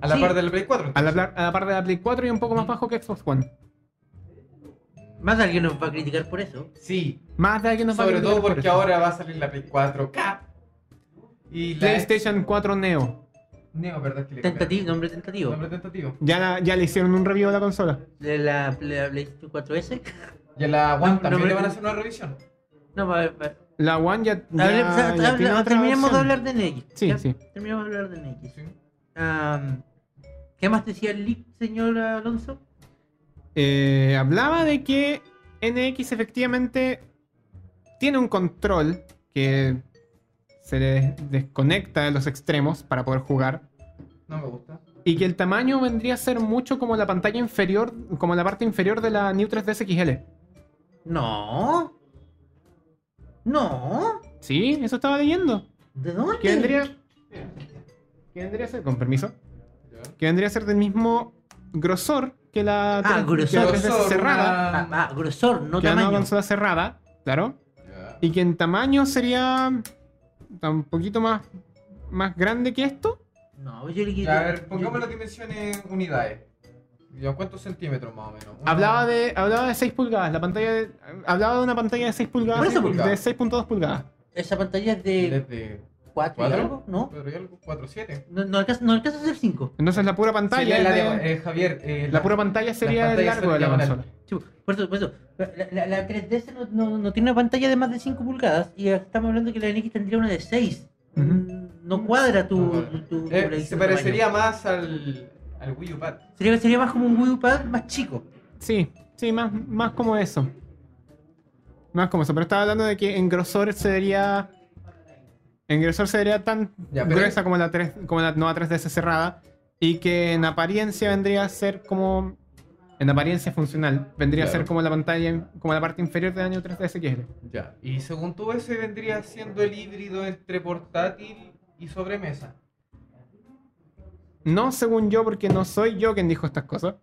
Speaker 2: A la
Speaker 1: Sí.
Speaker 2: par del Play 4.
Speaker 3: a, la, pla- a la par de la Play 4 y un poco más bajo que Xbox One.
Speaker 1: Más de alguien nos va a criticar por eso.
Speaker 2: Sí,
Speaker 3: Más de alguien nos va a
Speaker 2: sobre
Speaker 3: criticar
Speaker 2: todo
Speaker 3: por
Speaker 2: porque
Speaker 3: eso.
Speaker 2: ahora va a salir la Play 4K. Y la
Speaker 3: PlayStation 4 Neo.
Speaker 2: Neo, ¿verdad? Que le
Speaker 1: Tentativo,
Speaker 2: cambiaron?
Speaker 1: nombre tentativo.
Speaker 2: Nombre tentativo.
Speaker 3: Ya, la- ya le hicieron un review a la consola.
Speaker 1: De la, la PlayStation 4S.
Speaker 2: Y a la One
Speaker 1: Nombre-
Speaker 2: también le van a
Speaker 1: nombre-
Speaker 2: hacer una revisión.
Speaker 1: No, va, va,
Speaker 3: La One ya. ya-
Speaker 1: Hable- o sea,
Speaker 3: ya
Speaker 1: hable-
Speaker 3: tiene otra
Speaker 1: terminemos de
Speaker 3: opción.
Speaker 1: hablar de NX.
Speaker 3: Sí, sí.
Speaker 1: Terminemos de hablar de NX.
Speaker 2: Sí.
Speaker 1: Am, ¿Qué más decía el leak, señor Alonso?
Speaker 3: Eh, hablaba de que NX efectivamente tiene un control que se le desconecta de los extremos para poder jugar.
Speaker 2: No me gusta.
Speaker 3: Y que el tamaño vendría a ser mucho como la pantalla inferior, como la parte inferior de la New 3DS XL.
Speaker 1: No. No.
Speaker 3: Sí, eso estaba leyendo.
Speaker 1: ¿De dónde?
Speaker 3: Que vendría. Que vendría a ser. Con permiso. que vendría a ser del mismo grosor que la,
Speaker 1: Ah,
Speaker 3: que la
Speaker 1: grosor.
Speaker 3: 3DS
Speaker 2: Grosor,
Speaker 3: cerrada,
Speaker 2: una-
Speaker 1: Ah, ah, grosor, no
Speaker 3: que la nueva
Speaker 1: tamaño.
Speaker 3: consola cerrada, claro,
Speaker 2: Ya.
Speaker 3: y que en tamaño sería un poquito más, más grande que esto.
Speaker 1: No, yo le quito.
Speaker 2: Ya, a ver, pongamos
Speaker 1: yo-
Speaker 2: las dimensiones unidades. ¿Y a cuántos centímetros más o menos? Uno-
Speaker 3: Hablaba de, hablaba de 6 pulgadas, la pantalla de- hablaba de una pantalla de 6 pulgadas,
Speaker 1: Por eso,
Speaker 3: de 6.2 pulgadas.
Speaker 1: Esa pantalla es de
Speaker 2: Desde
Speaker 1: 4 y
Speaker 2: ¿Cuatro?
Speaker 1: algo, ¿no?
Speaker 2: 4 y algo, 4, 7.
Speaker 1: No, no alcanza, no alcanza a ser 5.
Speaker 3: Entonces la pura pantalla,
Speaker 2: la
Speaker 3: es de-
Speaker 2: de- eh, Javier, eh,
Speaker 3: la pura pantalla sería el
Speaker 2: pantallas
Speaker 3: largo de
Speaker 2: son
Speaker 3: la
Speaker 2: diagonal.
Speaker 3: consola.
Speaker 1: por eso, por eso. La, la- la 3DS no, no- no tiene una pantalla de más de 5 pulgadas y estamos hablando que la NX tendría una de 6.
Speaker 3: Ujú.
Speaker 1: No cuadra tu.
Speaker 2: No, no.
Speaker 1: tu- tu- tu
Speaker 2: Ah, Eh, se
Speaker 1: predicción de
Speaker 2: parecería
Speaker 1: tamaño.
Speaker 2: más al, al Wii U Pad.
Speaker 1: Sería, sería más como un Wii U Pad más chico.
Speaker 3: Sí, sí, más, más como eso. Más como eso. Pero estaba hablando de que en grosor sería. En grosor sería tan
Speaker 2: Ya, pero-
Speaker 3: gruesa como la, 3, como la nueva 3DS cerrada. Y que en apariencia vendría a ser como. En apariencia funcional, vendría a ser
Speaker 2: Claro.
Speaker 3: como la pantalla, como la parte inferior del año 3DS que es.
Speaker 2: Ya. Y según tú, ese vendría siendo el híbrido entre portátil y sobremesa.
Speaker 3: No según yo, porque no soy yo quien dijo estas cosas,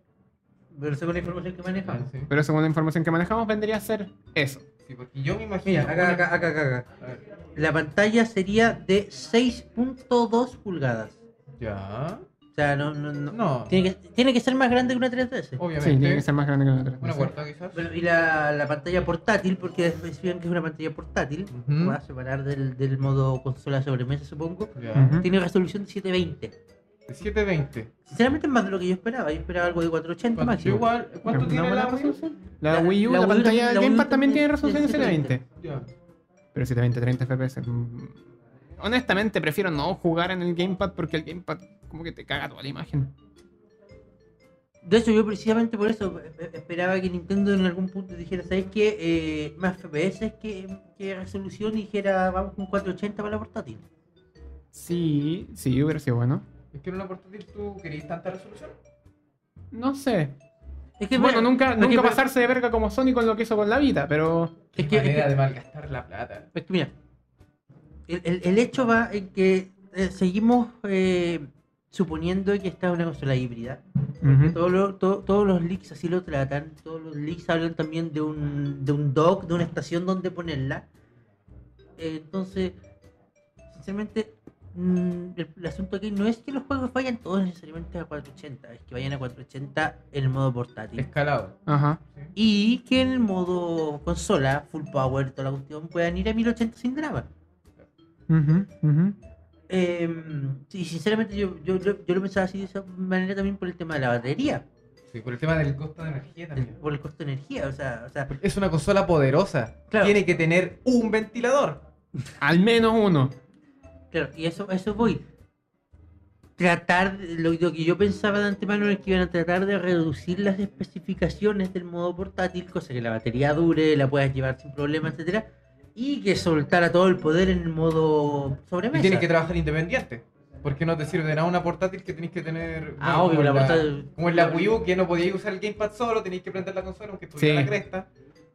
Speaker 1: Pero según la información que manejamos.
Speaker 2: Sí,
Speaker 3: pero según la información que manejamos, vendría a ser eso.
Speaker 2: sí, porque yo me imagino.
Speaker 1: Mira, acá, acá, acá, acá, acá.
Speaker 2: A ver,
Speaker 1: La pantalla sería de 6.2 pulgadas.
Speaker 2: Ya.
Speaker 1: O sea, no, no, no.
Speaker 2: No,
Speaker 1: Tiene, que, tiene que ser más grande que una 3DS.
Speaker 2: obviamente.
Speaker 3: Sí, tiene que ser más grande que la 3DS.
Speaker 2: Una cuarta, quizás.
Speaker 1: Bueno, y la, la pantalla portátil, porque decían que es una pantalla portátil,
Speaker 3: ¿Mm?
Speaker 2: Ujú.
Speaker 1: va a separar del, del modo consola de sobremesa, supongo.
Speaker 2: Ya.
Speaker 3: Ujú.
Speaker 1: Tiene resolución de 720.
Speaker 2: De 720.
Speaker 1: Sinceramente es más de lo que yo esperaba. Yo esperaba algo de 480
Speaker 2: ¿Cuánto,
Speaker 1: máximo.
Speaker 2: igual, ¿cuánto
Speaker 3: Una
Speaker 2: tiene
Speaker 3: buena
Speaker 2: la resolución?
Speaker 3: La,
Speaker 1: La-
Speaker 3: Wii U, la,
Speaker 1: la Wii U
Speaker 3: pantalla
Speaker 1: también-
Speaker 3: del
Speaker 1: la Wii U
Speaker 3: Gamepad también
Speaker 1: también
Speaker 3: tiene resolución de
Speaker 1: tiene
Speaker 3: 720.
Speaker 2: Ya.
Speaker 3: Pero 720, 30 FPS. mm, Honestamente, prefiero no jugar en el Gamepad porque el Gamepad como que te caga toda la imagen.
Speaker 1: De hecho, yo precisamente por eso eh, eh, esperaba que Nintendo en algún punto dijera, ¿sabes qué? Eh, más FPS que, que resolución y dijera, vamos con 480 para la portátil.
Speaker 3: Sí, sí, hubiera sido bueno.
Speaker 2: Es que en una portátil tú querías tanta resolución.
Speaker 3: No sé.
Speaker 1: Es que,
Speaker 3: bueno,
Speaker 1: mira,
Speaker 3: nunca,
Speaker 1: es
Speaker 3: nunca
Speaker 1: que-
Speaker 3: pasarse de verga como Sony con lo que hizo con la vida, pero.
Speaker 1: Es
Speaker 2: Qué
Speaker 1: que- es
Speaker 2: manera
Speaker 1: que-
Speaker 2: de malgastar la plata.
Speaker 1: Es que mira, el, el- el hecho va en que eh, seguimos eh, suponiendo que esta es una consola híbrida. Todo lo- to- todos los leaks así lo tratan. Todos los leaks hablan también de un, de un dock, de una estación donde ponerla. Eh, entonces, sinceramente, mm, el, el asunto aquí no es que los juegos vayan todos necesariamente a 480, es que vayan a 480 en el modo portátil.
Speaker 2: Escalado.
Speaker 3: Ajá.
Speaker 1: Y que en el modo consola, full power, toda la cuestión, puedan ir a 1080 sin drama.
Speaker 3: Ujú, ujú.
Speaker 1: Eh, y sinceramente yo, yo, yo, yo lo pensaba así de esa manera también por el tema de la batería,
Speaker 2: Sí, por el tema del costo de energía
Speaker 1: el-
Speaker 2: también.
Speaker 1: por el costo de energía, o sea, o sea
Speaker 2: Es una consola poderosa.
Speaker 1: Claro.
Speaker 2: Tiene que tener un ventilador.
Speaker 3: Al menos uno.
Speaker 1: claro, y eso, a eso voy. Tratar, de- lo, lo que yo pensaba de antemano es que iban a tratar de reducir las especificaciones del modo portátil, cosa que la batería dure, la puedas llevar sin problema, etcétera, y que soltara todo el poder en el modo
Speaker 2: Y
Speaker 1: sobremesa.
Speaker 2: tienes que trabajar independiente. Porque no te sirve de nada una portátil que tenés que tener.
Speaker 1: Ah, obvio,
Speaker 2: como
Speaker 1: la
Speaker 2: en
Speaker 1: portátil-
Speaker 2: Como en la Wii U, que no podías usar el Gamepad solo, tenías que prender la consola aunque estuviera
Speaker 3: Sí.
Speaker 2: la cresta.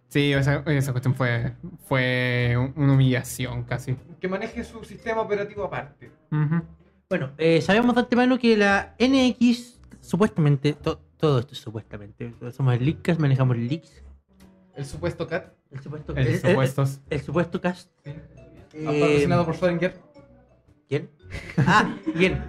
Speaker 3: Sí, esa, esa cuestión fue, fue un- una humillación casi.
Speaker 2: Que maneje su sistema operativo aparte.
Speaker 3: Ujú.
Speaker 1: Bueno, eh, sabemos de antemano que la NX, supuestamente, to- todo esto es supuestamente, somos leaks, manejamos leaks,
Speaker 2: El supuesto CAT.
Speaker 1: el supuesto, el,
Speaker 3: El
Speaker 1: el-
Speaker 3: supuestos.
Speaker 1: el supuesto cast.
Speaker 2: Sí.
Speaker 1: Eh,
Speaker 2: Patrocinado por Schrödinger.
Speaker 1: ¿Quién? Ah, bien.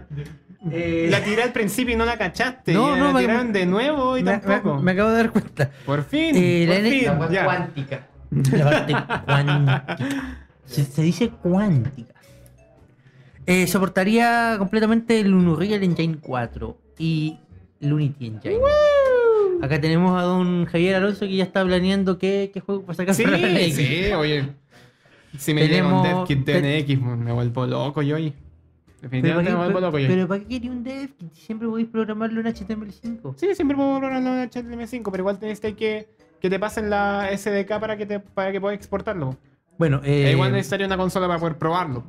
Speaker 1: Eh,
Speaker 3: La tiré al principio y no la cachaste.
Speaker 1: No,
Speaker 3: y
Speaker 1: no,
Speaker 3: la
Speaker 1: me-
Speaker 3: tiraron de nuevo y
Speaker 1: me,
Speaker 3: tampoco.
Speaker 1: me- me acabo de dar cuenta.
Speaker 3: Por fin.
Speaker 1: Eh,
Speaker 3: por
Speaker 1: la N-
Speaker 3: fin,
Speaker 2: La web
Speaker 3: ya.
Speaker 2: cuántica.
Speaker 1: La parte cuántica. Se, se dice cuántica. Eh, soportaría completamente el Unreal Engine 4 y el Unity Engine. Acá tenemos a don Javier Alonso que ya está planeando qué, qué juego para sacar para la
Speaker 3: Sí,
Speaker 1: NX.
Speaker 3: sí, oye. Si me llega un
Speaker 1: Tenemos-
Speaker 3: Death Kit
Speaker 1: te-
Speaker 3: TNX, me vuelvo loco yo ahí.
Speaker 1: Pero,
Speaker 3: Definitivamente me vuelvo
Speaker 1: para
Speaker 3: loco
Speaker 1: qué,
Speaker 3: yo.
Speaker 1: pero ¿para qué quería un dev? Que Siempre podéis programarlo en HTML5.
Speaker 3: Sí, siempre puedo programarlo en HTML5, pero igual tenés que, que te pasen la SDK para que, te, para que puedas exportarlo.
Speaker 1: Bueno, eh,
Speaker 3: E igual necesitaría una consola para poder probarlo.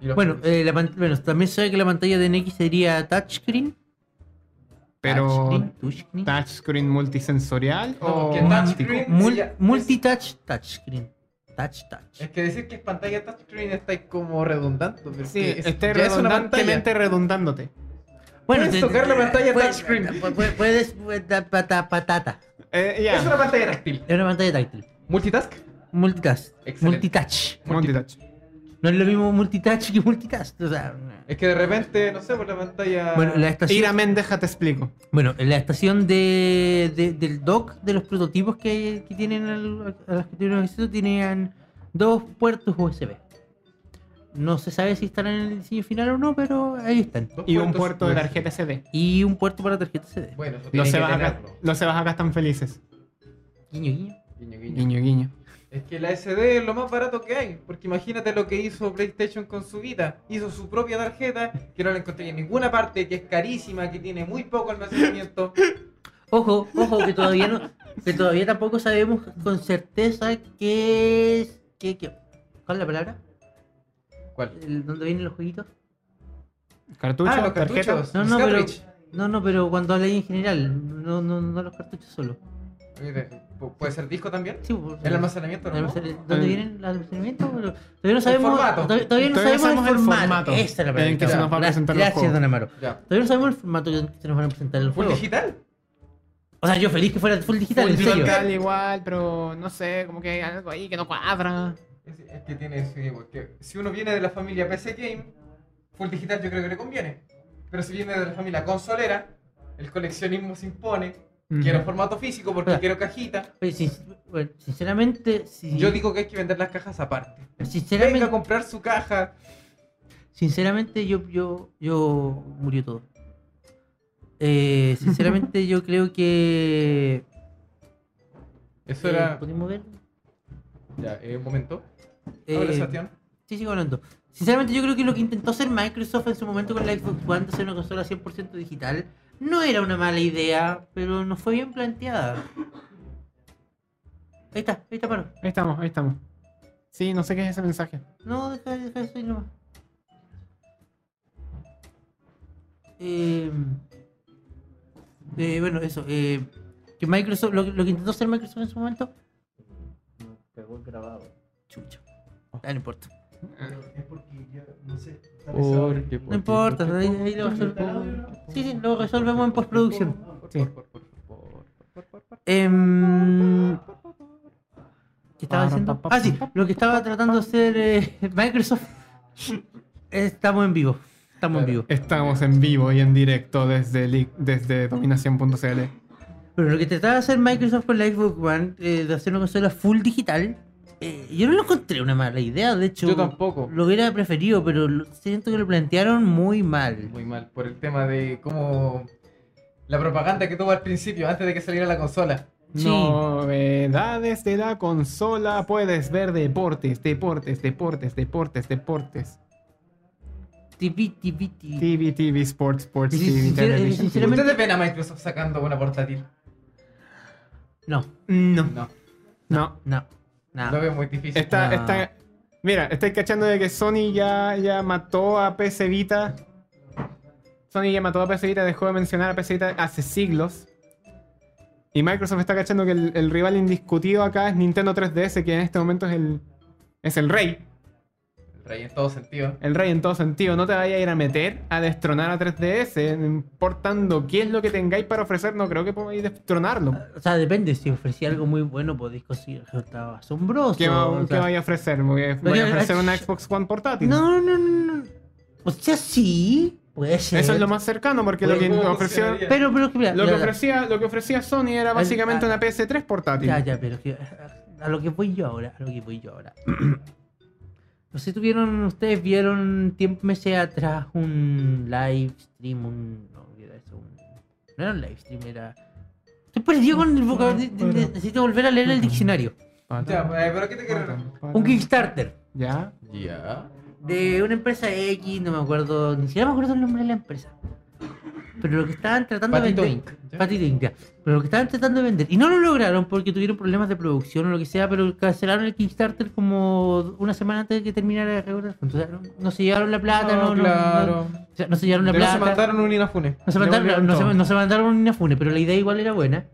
Speaker 2: Y los-
Speaker 1: Bueno, eh, la pan- bueno, también se ve que la pantalla de NX sería touchscreen.
Speaker 3: Pero.
Speaker 1: Touchscreen, touchscreen.
Speaker 3: Touchscreen multisensorial
Speaker 2: No,
Speaker 3: o
Speaker 2: que
Speaker 3: táctico.
Speaker 2: touchscreen-
Speaker 1: Mul-
Speaker 2: ya, Eh, es-
Speaker 1: multitouch, touchscreen. Touch, touch.
Speaker 2: Es que decir que es pantalla touchscreen está como redundante.
Speaker 3: Sí,
Speaker 2: porque es-
Speaker 3: esté
Speaker 2: ya es una
Speaker 3: redundantemente redundándote.
Speaker 1: Bueno,
Speaker 2: Puedes
Speaker 1: te-
Speaker 2: tocar la
Speaker 1: te-
Speaker 2: pantalla
Speaker 1: puedes-
Speaker 2: touchscreen.
Speaker 1: pu- pu- Puedes, pu- ta- pata- patata.
Speaker 3: Eh, ya.
Speaker 2: Es una pantalla táctil.
Speaker 1: Es una pantalla táctil.
Speaker 2: Multitask.
Speaker 1: Multitask.
Speaker 2: Excelente.
Speaker 1: Multitouch.
Speaker 3: Multitouch.
Speaker 1: No es lo mismo multitouch que multitask. O sea,
Speaker 2: Es que de repente, no sé, por la pantalla.
Speaker 1: bueno, la
Speaker 3: Ir
Speaker 1: estación,
Speaker 3: a Mendeja te explico.
Speaker 1: bueno, la estación de, de- del dock de los prototipos que, que tienen al- a los que tuvieron acceso tenían dos puertos USB. No se sabe si estarán en el diseño final o no, pero ahí están.
Speaker 2: Dos
Speaker 3: Y un
Speaker 2: puertos-
Speaker 3: puerto de tarjeta SD.
Speaker 1: Y un puerto para tarjeta CD.
Speaker 2: Bueno, eso
Speaker 3: Los
Speaker 2: tiene que
Speaker 3: sebas acá,
Speaker 2: tenerlo.
Speaker 3: los sebas acá están felices.
Speaker 1: Guiño, guiño.
Speaker 2: Guiño, guiño.
Speaker 3: Guiño, guiño.
Speaker 2: Es que la SD es lo más barato que hay, porque imagínate lo que hizo PlayStation con su guita. Hizo su propia tarjeta, que no la encontré en ninguna parte, que es carísima, que tiene muy poco almacenamiento.
Speaker 1: Ojo, ojo, que todavía no, que todavía tampoco sabemos con certeza qué es, qué, qué- ¿cuál es la palabra?
Speaker 2: ¿Cuál?
Speaker 1: El- ¿Dónde vienen los jueguitos?
Speaker 3: Cartucho,
Speaker 2: ah, los
Speaker 3: tarjeta.
Speaker 2: cartuchos.
Speaker 1: No,
Speaker 2: los
Speaker 1: no, pero,
Speaker 2: cartridge.
Speaker 1: no, no, pero cuando habláis en general, no, no, no los cartuchos solo.
Speaker 2: Mire, ¿pu- ¿Puede ser disco también?
Speaker 1: Sí, pues, por-
Speaker 2: El almacenamiento, ¿no?
Speaker 1: el almacen- ¿Dónde
Speaker 3: El-
Speaker 1: vienen los almacenamientos? Bueno, Todavía no sabemos,
Speaker 2: formato.
Speaker 1: todavía, todavía no
Speaker 3: Todavía
Speaker 1: sabemos el
Speaker 3: sabemos el
Speaker 1: formato.
Speaker 3: formato
Speaker 1: Esa es la palabra.
Speaker 3: en que se nos va a
Speaker 1: Gracias,
Speaker 3: presentar el
Speaker 1: Gracias,
Speaker 3: juego.
Speaker 1: don Amaro.
Speaker 2: Ya.
Speaker 1: Todavía no sabemos el formato que se nos van a presentar el
Speaker 2: ¿Full
Speaker 1: juego.
Speaker 2: digital?
Speaker 1: O sea, yo feliz que fuera full digital, en serio.
Speaker 3: Digital igual, pero no sé, como que hay algo ahí que no cuadra.
Speaker 2: Es, es que tiene, sí, porque si uno viene de la familia PC Game, full digital yo creo que le conviene. Pero si viene de la familia consolera, el coleccionismo se impone.
Speaker 3: Ujú.
Speaker 2: Quiero formato físico porque
Speaker 1: Claro.
Speaker 2: quiero cajita.
Speaker 1: Oye, sin- bueno, sinceramente, si,
Speaker 2: Yo digo que hay que vender las cajas aparte.
Speaker 1: sinceramente,
Speaker 2: Venga a comprar su caja.
Speaker 1: Sinceramente, yo, yo, yo murió todo. Eh, sinceramente, yo creo que.
Speaker 2: Eso
Speaker 1: eh,
Speaker 2: era.
Speaker 1: ¿Podemos ver?
Speaker 2: Ya, eh, un momento.
Speaker 1: Eh,
Speaker 2: Habla, Sebastián.
Speaker 1: sí, sigo hablando. Sinceramente, yo creo que lo que intentó hacer Microsoft en su momento con la Xbox One de hacer una consola 100% digital no era una mala idea, pero no fue bien planteada. Ahí está, ahí está, paro.
Speaker 3: Ahí estamos, ahí estamos. Sí, no sé qué es ese mensaje.
Speaker 1: No, deja, deja eso y nomás. Eh, eh, bueno, eso. eh, que Microsoft, lo, lo que intentó hacer Microsoft en su momento.
Speaker 4: Pegó el grabado.
Speaker 1: Chucha. Ah, no importa.
Speaker 4: Es porque ya, no sé. está pesado.
Speaker 2: Porque,
Speaker 1: No importa, ahí, ahí lo resolvemos. Sí, sí, lo resolvemos en postproducción.
Speaker 3: Sí.
Speaker 1: Em, ¿Qué estaba
Speaker 3: Pa,
Speaker 1: haciendo?
Speaker 3: pa, pa,
Speaker 1: Ah, sí,
Speaker 3: pa,
Speaker 1: lo que estaba tratando de hacer eh, Microsoft. Estamos en vivo. Estamos en
Speaker 2: Claro.
Speaker 1: vivo.
Speaker 3: Estamos en vivo y en directo desde, li- desde dominación.cl.
Speaker 1: Pero lo que trataba de hacer Microsoft con la Xbox One, eh, de hacer una consola full digital, eh, yo no lo encontré una mala idea, de hecho.
Speaker 2: Yo tampoco.
Speaker 1: Lo hubiera preferido, pero lo- siento que lo plantearon muy mal.
Speaker 2: Muy mal, por el tema de cómo. La propaganda que tuvo al principio, antes de que saliera la consola.
Speaker 1: Sí.
Speaker 3: Novedades de la consola. Puedes ver deportes, deportes, deportes, deportes, deportes.
Speaker 1: Tipi, tipi, tipi.
Speaker 3: TV, TV, Sports, Sports,
Speaker 1: Sí, sí,
Speaker 3: TV,
Speaker 1: sí,
Speaker 3: Television.
Speaker 1: sí, sí, Sinceramente-
Speaker 2: ¿Ustedes ven a Microsoft sacando una portátil?
Speaker 1: No,
Speaker 3: No,
Speaker 2: No, Ah.
Speaker 3: no.
Speaker 1: no, no.
Speaker 2: lo veo muy difícil.
Speaker 3: Está,
Speaker 1: Ah.
Speaker 3: está. Mira, estáis cachando de que Sony ya, ya mató a PC Vita. Sony ya mató a PC Vita, dejó de mencionar a PC Vita hace siglos. Y Microsoft está cachando que el, el rival indiscutido acá es Nintendo 3DS, que en este momento es el, es el rey.
Speaker 2: El rey en todo sentido.
Speaker 3: El rey en todo sentido. No te vayas a ir a meter a destronar a 3DS. No importando qué es lo que tengáis para ofrecer, no creo que podáis destronarlo.
Speaker 1: O sea, depende, si ofrecía algo muy bueno podéis conseguir resultados asombrosos.
Speaker 3: ¿Qué, va-
Speaker 1: o
Speaker 3: qué
Speaker 1: sea, ah,
Speaker 3: voy a ofrecer? ¿Voy a, voy a ofrecer una Xbox One portátil?
Speaker 1: no, no, no, no. O sea, sí, puede ser.
Speaker 3: Eso es lo más cercano, porque lo que
Speaker 2: ¿Cómo
Speaker 3: ofreció...
Speaker 2: funcionaría?
Speaker 1: Pero, pero, mira,
Speaker 3: Lo que,
Speaker 1: mira, mira.
Speaker 3: ofrecía, lo que ofrecía Sony era
Speaker 1: El-
Speaker 3: básicamente
Speaker 1: ah,
Speaker 3: una PS3 portátil.
Speaker 1: Ya, ya, pero que- a lo que voy yo ahora, a lo que voy yo ahora. No sé, tuvieron, ustedes vieron tiempo meses atrás un live stream, un. No, ¿qué era eso? Un- no era un live stream, era. Estoy perdido con el vocabulario. ne- ne- Necesito volver a leer el diccionario.
Speaker 2: Ya, eh, pero ¿qué te querés?
Speaker 1: Un Kickstarter
Speaker 3: Ya.
Speaker 2: Ya.
Speaker 1: de una empresa X, no me acuerdo, ni siquiera me acuerdo el nombre de la empresa. Pero lo que estaban tratando
Speaker 2: Patito
Speaker 1: de
Speaker 2: Inc.
Speaker 1: vender. Patito Inc, ya. Pero lo que estaban tratando de vender. Y no lo lograron porque tuvieron problemas de producción o lo que sea, pero cancelaron el Kickstarter como una semana antes de que terminara la regular. Entonces, no, no se llevaron la plata, no, no- no,
Speaker 2: claro.
Speaker 1: o sea, no se llevaron la
Speaker 2: Ah, No
Speaker 1: plata.
Speaker 2: se mandaron un Inafune.
Speaker 1: No se mandaron,
Speaker 3: Devolvieron
Speaker 1: no se-
Speaker 3: todo.
Speaker 1: no se mandaron una fune, pero la idea igual era buena.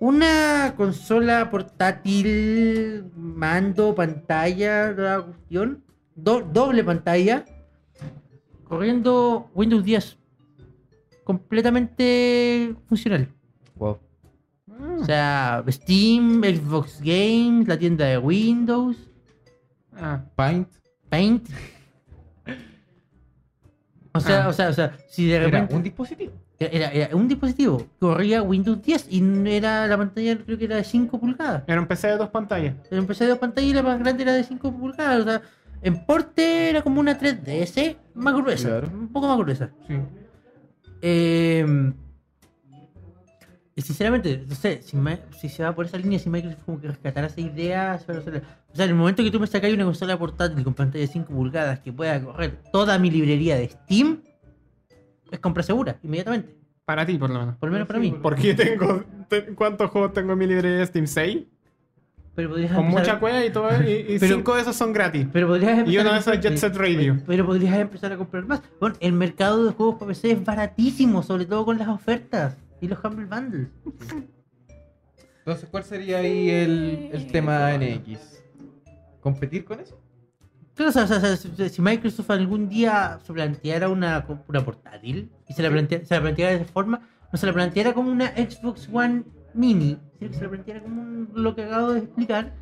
Speaker 1: Una consola portátil, mando, pantalla, la cuestión, do- doble pantalla, corriendo Windows 10 completamente funcional.
Speaker 5: Wow.
Speaker 1: O sea, Steam, Xbox Games, la tienda de Windows,
Speaker 3: Ah,
Speaker 5: Paint.
Speaker 1: Paint. O sea,
Speaker 3: Ah.
Speaker 1: o sea, o sea, si de
Speaker 2: Era
Speaker 1: repente
Speaker 2: un dispositivo.
Speaker 1: era, era un dispositivo, corría Windows 10 y no era la pantalla creo que era de 5 pulgadas.
Speaker 3: era un PC de dos pantallas.
Speaker 1: El PC de dos pantallas y la más grande era de 5 pulgadas, o sea, en porte era como una 3DS más gruesa,
Speaker 5: Claro.
Speaker 1: un poco más gruesa.
Speaker 2: Sí.
Speaker 1: Eh, sinceramente, no sé, si, Ma- si se va por esa línea, si Microsoft como que rescatara esa idea, se va a hacer- o sea, en el momento que tú me sacas una consola portátil con pantalla de 5 pulgadas que pueda correr toda mi librería de Steam, es compra segura, inmediatamente.
Speaker 3: Para ti, por lo menos.
Speaker 1: Por lo menos para mí.
Speaker 3: Porque tengo. te- ¿Cuántos juegos tengo en mi librería de Steam? 6.
Speaker 1: Pero podrías
Speaker 3: Con
Speaker 1: empezar-
Speaker 3: mucha cueva y todo. Y, y
Speaker 1: Ah, Pero-
Speaker 3: cinco de esos son gratis.
Speaker 1: pero podrías
Speaker 3: Y
Speaker 1: empezar
Speaker 3: uno
Speaker 1: a
Speaker 3: de esos es
Speaker 1: comprar-
Speaker 3: Jet Set Radio.
Speaker 1: Pero podrías empezar a comprar más. Bueno, el mercado de juegos para PC es baratísimo, sobre todo con las ofertas y los Humble Bundles.
Speaker 2: Entonces, ¿cuál sería ahí el, el tema NX? ¿Competir con eso?
Speaker 1: Claro, Pues, o sea, o sea, o sea, si- si Microsoft algún día se planteara una, co- una portátil y se la, plantea- se la planteara de esa forma, no se la planteara como una Xbox One Mini, sino que se la planteara como un- lo que acabo de explicar.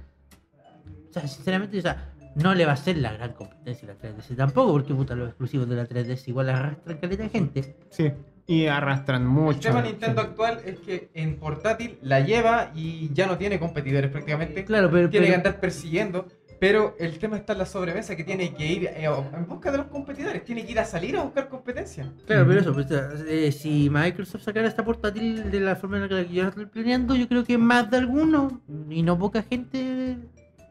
Speaker 1: O sea, sinceramente, o sea, no le va a ser la gran competencia a la 3DS tampoco, porque puta, los exclusivos de la 3DS igual arrastran caleta de gente.
Speaker 3: Sí. Y arrastran
Speaker 2: El
Speaker 3: mucho.
Speaker 2: tema Nintendo actual es que en portátil la lleva y ya no tiene competidores prácticamente.
Speaker 1: Claro, pero,
Speaker 2: Tiene que
Speaker 1: pero,
Speaker 2: andar persiguiendo. Pero el tema está en la sobremesa que tiene que ir eh, en busca de los competidores. Tiene que ir a salir a buscar competencia.
Speaker 1: claro, pero eso, pues, o sea, eh, si Microsoft sacara esta portátil de la forma en la que la que yo la estoy planeando, yo creo que más de alguno y no poca gente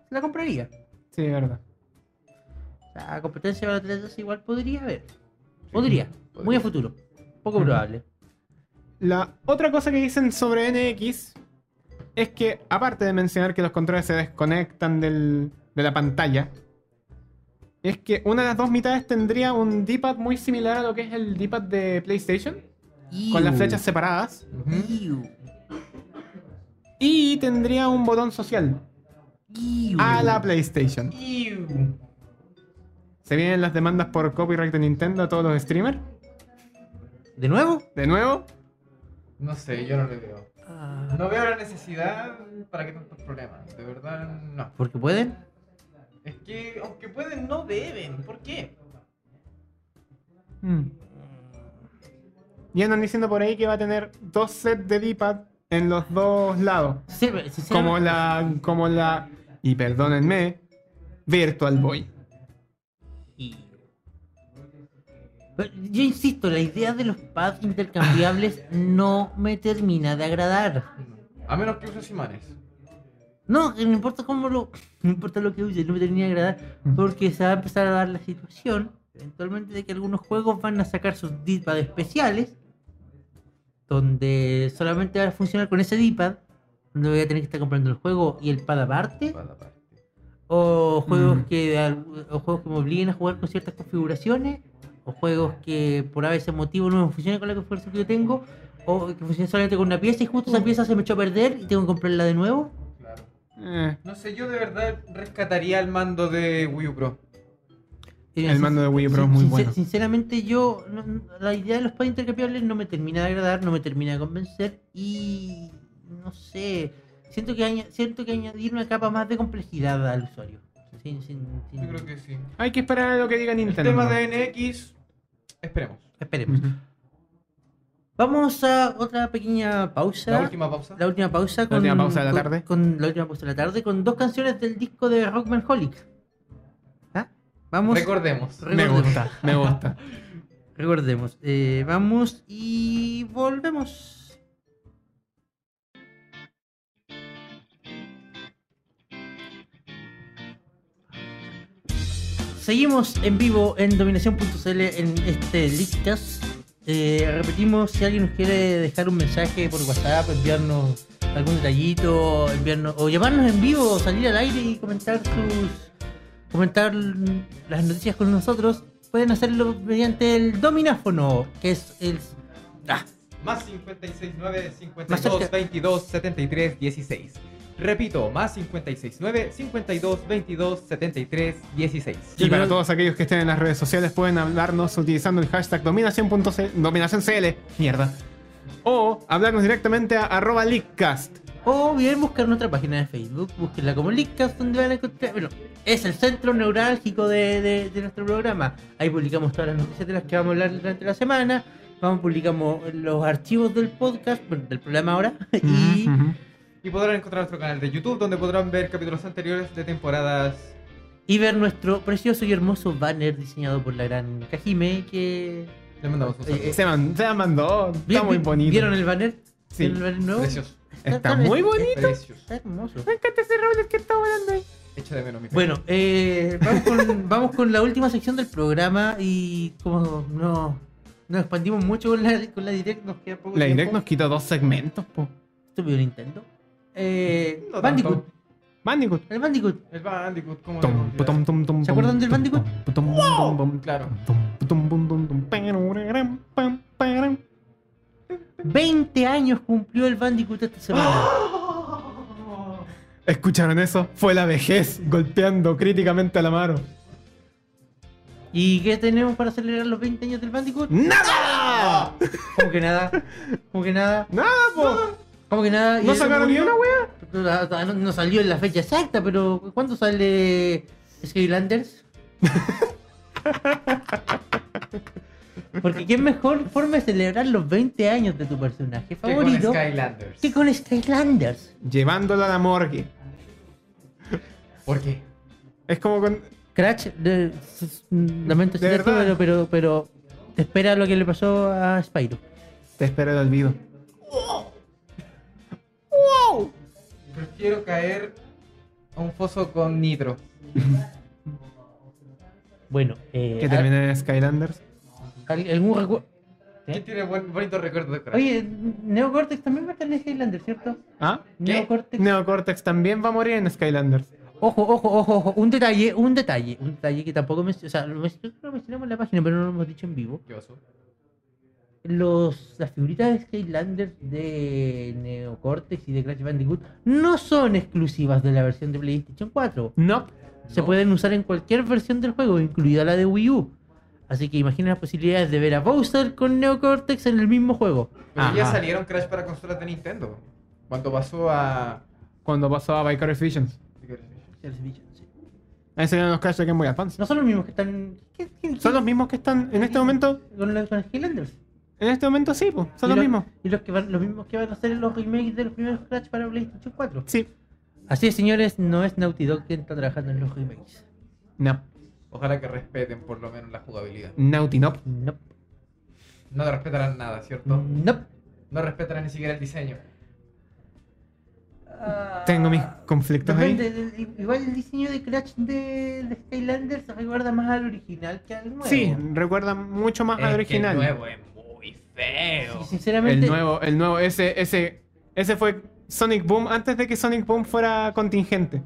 Speaker 1: la compraría.
Speaker 3: Sí, es verdad.
Speaker 1: La competencia para la 3DS igual podría haber. Podría. Muy
Speaker 2: podría.
Speaker 1: a futuro. Poco
Speaker 3: Ujú.
Speaker 1: probable.
Speaker 3: La otra cosa que dicen sobre NX es que, aparte de mencionar que los controles se desconectan del- de la pantalla, es que una de las dos mitades tendría un D-pad muy similar a lo que es el D-pad de PlayStation, con las
Speaker 1: Iu.
Speaker 3: flechas separadas,
Speaker 1: Iu.
Speaker 3: y tendría un botón social
Speaker 1: Iu.
Speaker 3: a la PlayStation.
Speaker 2: Iu.
Speaker 3: Se vienen las demandas por copyright de Nintendo a todos los streamers.
Speaker 1: ¿De nuevo?
Speaker 3: De nuevo,
Speaker 2: No sé, yo no le veo.
Speaker 1: Ah,
Speaker 2: No veo la necesidad para que tantos problemas. De verdad, no.
Speaker 1: ¿Porque pueden?
Speaker 2: Es que, aunque pueden, no deben. ¿Por qué?
Speaker 3: Mm. ya andan diciendo por ahí que va a tener dos sets de D-pad en los dos lados.
Speaker 1: Sí, sinceramente-
Speaker 3: como la como la y perdónenme Virtual Boy
Speaker 1: Iu. Pero Yo insisto, la idea de los pads intercambiables no me termina de agradar.
Speaker 2: A menos que uses imanes.
Speaker 1: No, no importa cómo lo. No importa lo que use, no me termina de agradar. Porque se va a empezar a dar la situación, eventualmente, de que algunos juegos van a sacar sus D-pad especiales. Donde solamente va a funcionar con ese D-pad. Donde voy a tener que estar comprando el juego y el pad aparte. O juegos
Speaker 3: Mm.
Speaker 1: que al- o juegos que me obliguen a jugar con ciertas configuraciones. O juegos que por a veces motivo no me funcionan con la configuración que yo tengo. O que funcionan solamente con una pieza y justo esa pieza se me echó a perder y tengo que comprarla de nuevo.
Speaker 2: Claro.
Speaker 3: Eh,
Speaker 2: No sé, yo de verdad rescataría el mando de Wii U Pro.
Speaker 1: Eh,
Speaker 3: El
Speaker 1: sin-
Speaker 3: mando de Wii U Pro es
Speaker 1: sin-
Speaker 3: muy
Speaker 1: sin-
Speaker 3: bueno.
Speaker 1: Sinceramente, yo. no- no, la idea de los pads intercambiables no me termina de agradar, no me termina de convencer y. No sé. Siento que, aña- siento que añadir una capa más de complejidad al usuario. Sin- sin- sin-
Speaker 2: Yo creo que sí.
Speaker 3: hay que esperar a lo que diga
Speaker 2: El
Speaker 3: Nintendo
Speaker 2: tema
Speaker 3: ¿no?
Speaker 2: de NX, esperemos.
Speaker 1: Esperemos.
Speaker 3: Ujú.
Speaker 1: Vamos a otra pequeña pausa.
Speaker 2: La última pausa.
Speaker 1: La última pausa con,
Speaker 3: última pausa de la
Speaker 1: con-
Speaker 3: tarde.
Speaker 1: con- la última pausa de la tarde con dos canciones del disco de Rockman Holic. ¿Ah? Vamos.
Speaker 2: Recordemos.
Speaker 3: me
Speaker 1: recordemos.
Speaker 3: gusta me gusta
Speaker 1: Recordemos, eh, vamos y volvemos. Seguimos en vivo en dominación.cl en este Leadcast. Eh, repetimos, si alguien nos quiere dejar un mensaje por WhatsApp, enviarnos algún detallito, enviarnos, o llamarnos en vivo, salir al aire y comentar sus, comentar las noticias con nosotros, pueden hacerlo mediante el domináfono, que es el... ah,
Speaker 2: Más 56, 9,
Speaker 1: Más
Speaker 2: 52,
Speaker 1: cerca.
Speaker 2: 22, 73, 16.
Speaker 5: Repito, más 569 52 22 73 16.
Speaker 3: Y para todos aquellos que estén en las redes sociales pueden hablarnos utilizando el hashtag dominación.cl, dominacioncl, mierda. O hablarnos directamente a arroba leakcast.
Speaker 1: O bien buscar nuestra página de Facebook, búsquenla como Lickcast, donde van a encontrar. Bueno, es el centro neurálgico de, de- de nuestro programa. Ahí publicamos todas las noticias de las que vamos a hablar durante la semana. Vamos, publicamos los archivos del podcast, bueno, del programa ahora. Y
Speaker 3: Ujú.
Speaker 5: Y podrán encontrar nuestro canal de YouTube donde podrán ver capítulos anteriores de temporadas.
Speaker 1: y ver nuestro precioso y hermoso banner diseñado por la gran Kajime que
Speaker 5: Le mandamos un saludo.
Speaker 3: Eh, Se, man- se la mandó,
Speaker 1: ¿Bien-
Speaker 3: está muy bonito.
Speaker 1: ¿Vieron el banner?
Speaker 3: Sí.
Speaker 1: ¿Vieron el banner nuevo?
Speaker 2: Precioso.
Speaker 3: Está muy bonito.
Speaker 2: Precioso.
Speaker 1: Está hermoso.
Speaker 2: Echa de menos mi
Speaker 1: Bueno, eh, vamos, con, vamos con la última sección del programa y como no nos expandimos mucho con la, con la direct, nos queda poco
Speaker 3: La
Speaker 1: tiempo.
Speaker 3: Direct nos quitó dos segmentos, po.
Speaker 1: Estúpido Nintendo. Eh,
Speaker 2: No tanto.
Speaker 1: Bandicoot,
Speaker 3: Bandicoot.
Speaker 1: el Bandicoot.
Speaker 2: El Bandicoot, ¿cómo
Speaker 3: Tom,
Speaker 2: lo
Speaker 3: tom, tom, tom,
Speaker 1: ¿Se acuerdan
Speaker 3: tom,
Speaker 1: del
Speaker 3: tom,
Speaker 1: Bandicoot?
Speaker 3: tom, tom, tom, tom,
Speaker 2: Claro.
Speaker 3: tom, tom, tom, tom, tom, pararam, pam, pararam.
Speaker 1: 20 años cumplió el Bandicoot esta semana.
Speaker 3: ¿Escucharon eso? Fue la vejez golpeando críticamente a la mano.
Speaker 1: ¿Y qué tenemos para celebrar los 20 años del Bandicoot?
Speaker 3: ¡Nada!
Speaker 1: Como que nada, como que nada,
Speaker 3: ¡Nada, po!
Speaker 1: como que nada.
Speaker 3: ¿No sacaron ni una wea?
Speaker 1: wea? No, no salió en la fecha exacta, pero ¿cuándo sale Skylanders? Porque qué mejor forma de celebrar los 20 años de tu personaje
Speaker 2: Que con
Speaker 1: favorito
Speaker 2: Skylanders.
Speaker 1: que con Skylanders.
Speaker 3: Llevándolo a la morgue.
Speaker 2: ¿Por qué?
Speaker 3: Es como con.
Speaker 1: Crash, de- s- lamento
Speaker 3: De
Speaker 1: decir esto,
Speaker 3: verdad.
Speaker 1: pero, pero, pero te espera lo que le pasó a Spyro.
Speaker 3: Te espero el olvido.
Speaker 2: Prefiero caer a un foso con nitro.
Speaker 1: Bueno, eh,
Speaker 3: Que termine en Skylanders.
Speaker 1: ¿al- ¿algún recuerdo?
Speaker 2: ¿Quién tiene buen, bonito recuerdo de Crash?
Speaker 1: Oye, Neocortex también va a estar en Skylanders, ¿cierto?
Speaker 3: ¿Ah?
Speaker 1: Neocortex.
Speaker 3: Neocortex también va a morir en Skylanders.
Speaker 1: Ojo, ojo, ojo, ojo, un detalle, un detalle, un detalle que tampoco men- o sea, lo, men- creo que lo mencionamos en la página, pero no lo hemos dicho en vivo.
Speaker 2: Yo soy.
Speaker 1: Los, las figuritas de Skylanders de Neocortex y de Crash Bandicoot no son exclusivas de la versión de PlayStation 4.
Speaker 3: Nope.
Speaker 1: Se pueden usar en cualquier versión del juego, incluida la de Wii U. Así que imaginen las posibilidades de ver a Bowser con Neocortex en el mismo juego.
Speaker 2: Pero ya
Speaker 3: Ajá.
Speaker 2: salieron Crash para consolas de Nintendo. Cuando pasó a.
Speaker 3: Cuando pasó a Vicarious Visions. Ahí salieron los Crash de Game Boy Advance.
Speaker 1: No son los mismos que están. ¿qué- qué-
Speaker 3: Son los mismos que están en este momento.
Speaker 1: con los con Skylanders.
Speaker 3: En este momento sí, po. Son
Speaker 1: Y
Speaker 3: los
Speaker 1: lo-
Speaker 3: mismos.
Speaker 1: Y los, que van, los mismos que van a hacer los remakes de los primeros Crash para PlayStation 4.
Speaker 3: Sí.
Speaker 1: Así es, señores, no es Naughty Dog quien está trabajando en los remakes.
Speaker 3: No.
Speaker 2: Ojalá que respeten por lo menos la jugabilidad.
Speaker 3: Naughty Nope.
Speaker 1: No,
Speaker 2: No respetarán nada, ¿cierto?
Speaker 1: no.
Speaker 2: No respetarán ni siquiera el diseño.
Speaker 3: Tengo mis conflictos ahí.
Speaker 1: igual el diseño de Crash de, de Skylanders se recuerda más al original que al nuevo.
Speaker 3: Sí, recuerda mucho más al
Speaker 2: Es que el
Speaker 3: original.
Speaker 2: nuevo eh. es muy feo.
Speaker 1: Y sinceramente,
Speaker 3: El nuevo, el nuevo, ese, ese, ese fue Sonic Boom antes de que Sonic Boom fuera contingente.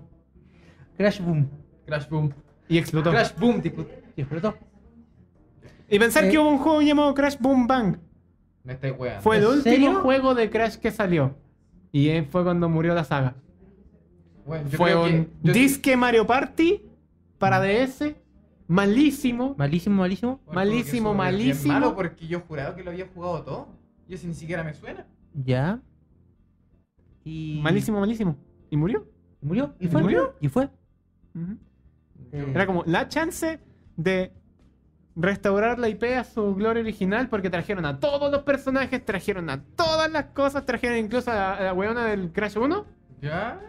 Speaker 1: Crash Boom.
Speaker 2: Crash Boom.
Speaker 3: Y explotó.
Speaker 2: Crash Boom, tipo.
Speaker 1: Sí, explotó.
Speaker 3: Y pensar
Speaker 1: Eh.
Speaker 3: que hubo un juego llamado Crash Boom Bang.
Speaker 2: Me estáis weando.
Speaker 3: Fue el
Speaker 1: ¿En
Speaker 3: último
Speaker 1: serio?
Speaker 3: juego de Crash que salió. Y eh, fue cuando murió la saga.
Speaker 2: Bueno, yo
Speaker 3: fue
Speaker 2: creo que-
Speaker 3: un
Speaker 2: yo- Mm.
Speaker 3: disque Mario Party para DS. Malísimo.
Speaker 1: Malísimo, malísimo.
Speaker 2: Bueno, como que
Speaker 3: malísimo,
Speaker 2: eso es bien
Speaker 3: malísimo.
Speaker 2: malo porque yo juraba que lo había jugado todo. Y eso ni siquiera me suena.
Speaker 1: Ya. Y.
Speaker 3: Malísimo, malísimo. Y murió.
Speaker 1: ¿Murió? ¿Y fue?
Speaker 3: ¿Murió?
Speaker 1: ¿Y fue?
Speaker 3: Ujú.
Speaker 2: Yo-
Speaker 1: Eh.
Speaker 3: Era como la chance de restaurar la IP a su gloria original porque trajeron a todos los personajes, trajeron a todas las cosas, trajeron incluso a la, a la weona del Crash 1,
Speaker 2: ¿Ya?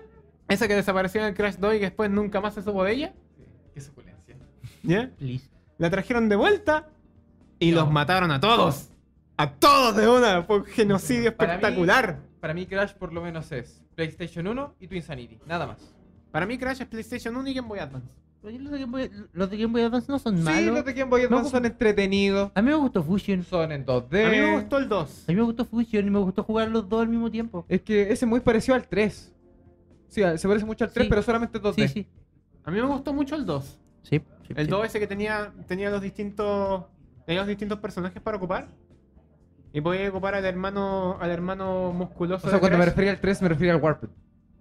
Speaker 3: esa que desapareció en el Crash 2 y que después nunca más se supo de ella.
Speaker 2: Sí, Qué suculencia.
Speaker 3: ¿ya?
Speaker 1: Please.
Speaker 3: La trajeron de vuelta y
Speaker 2: No.
Speaker 3: los mataron a todos. A todos de una. Fue un genocidio
Speaker 2: Para mí-
Speaker 3: espectacular.
Speaker 2: Para mí Crash por lo menos es PlayStation 1 y tu Insanity. Nada más.
Speaker 3: Para mí Crash es PlayStation 1 y Game Boy Advance.
Speaker 1: Oye, Los de Game Boy, los de Game Boy Advance no son malos.
Speaker 2: Sí, los de Game Boy Advance
Speaker 1: No, pues,
Speaker 2: son entretenidos.
Speaker 1: A mí me gustó Fusion.
Speaker 2: Son en
Speaker 3: A mí me
Speaker 2: 2D.
Speaker 3: gustó el 2.
Speaker 1: A mí me gustó Fusion y me gustó jugar los dos al mismo tiempo.
Speaker 2: Es que ese es muy parecido al 3. Sí, al- se parece mucho al 3,
Speaker 1: Sí.
Speaker 2: pero solamente
Speaker 1: Sí,
Speaker 2: 2D.
Speaker 1: sí.
Speaker 3: A mí me gustó mucho el 2.
Speaker 1: Sí, sí,
Speaker 3: El
Speaker 1: sí.
Speaker 3: 2 ese que tenía, tenía los distintos. Tenía los distintos personajes para ocupar. Y podía ocupar al hermano. al hermano musculoso.
Speaker 2: O sea,
Speaker 3: de
Speaker 2: cuando me
Speaker 3: Crash.
Speaker 2: refería al 3, me refería al Warped.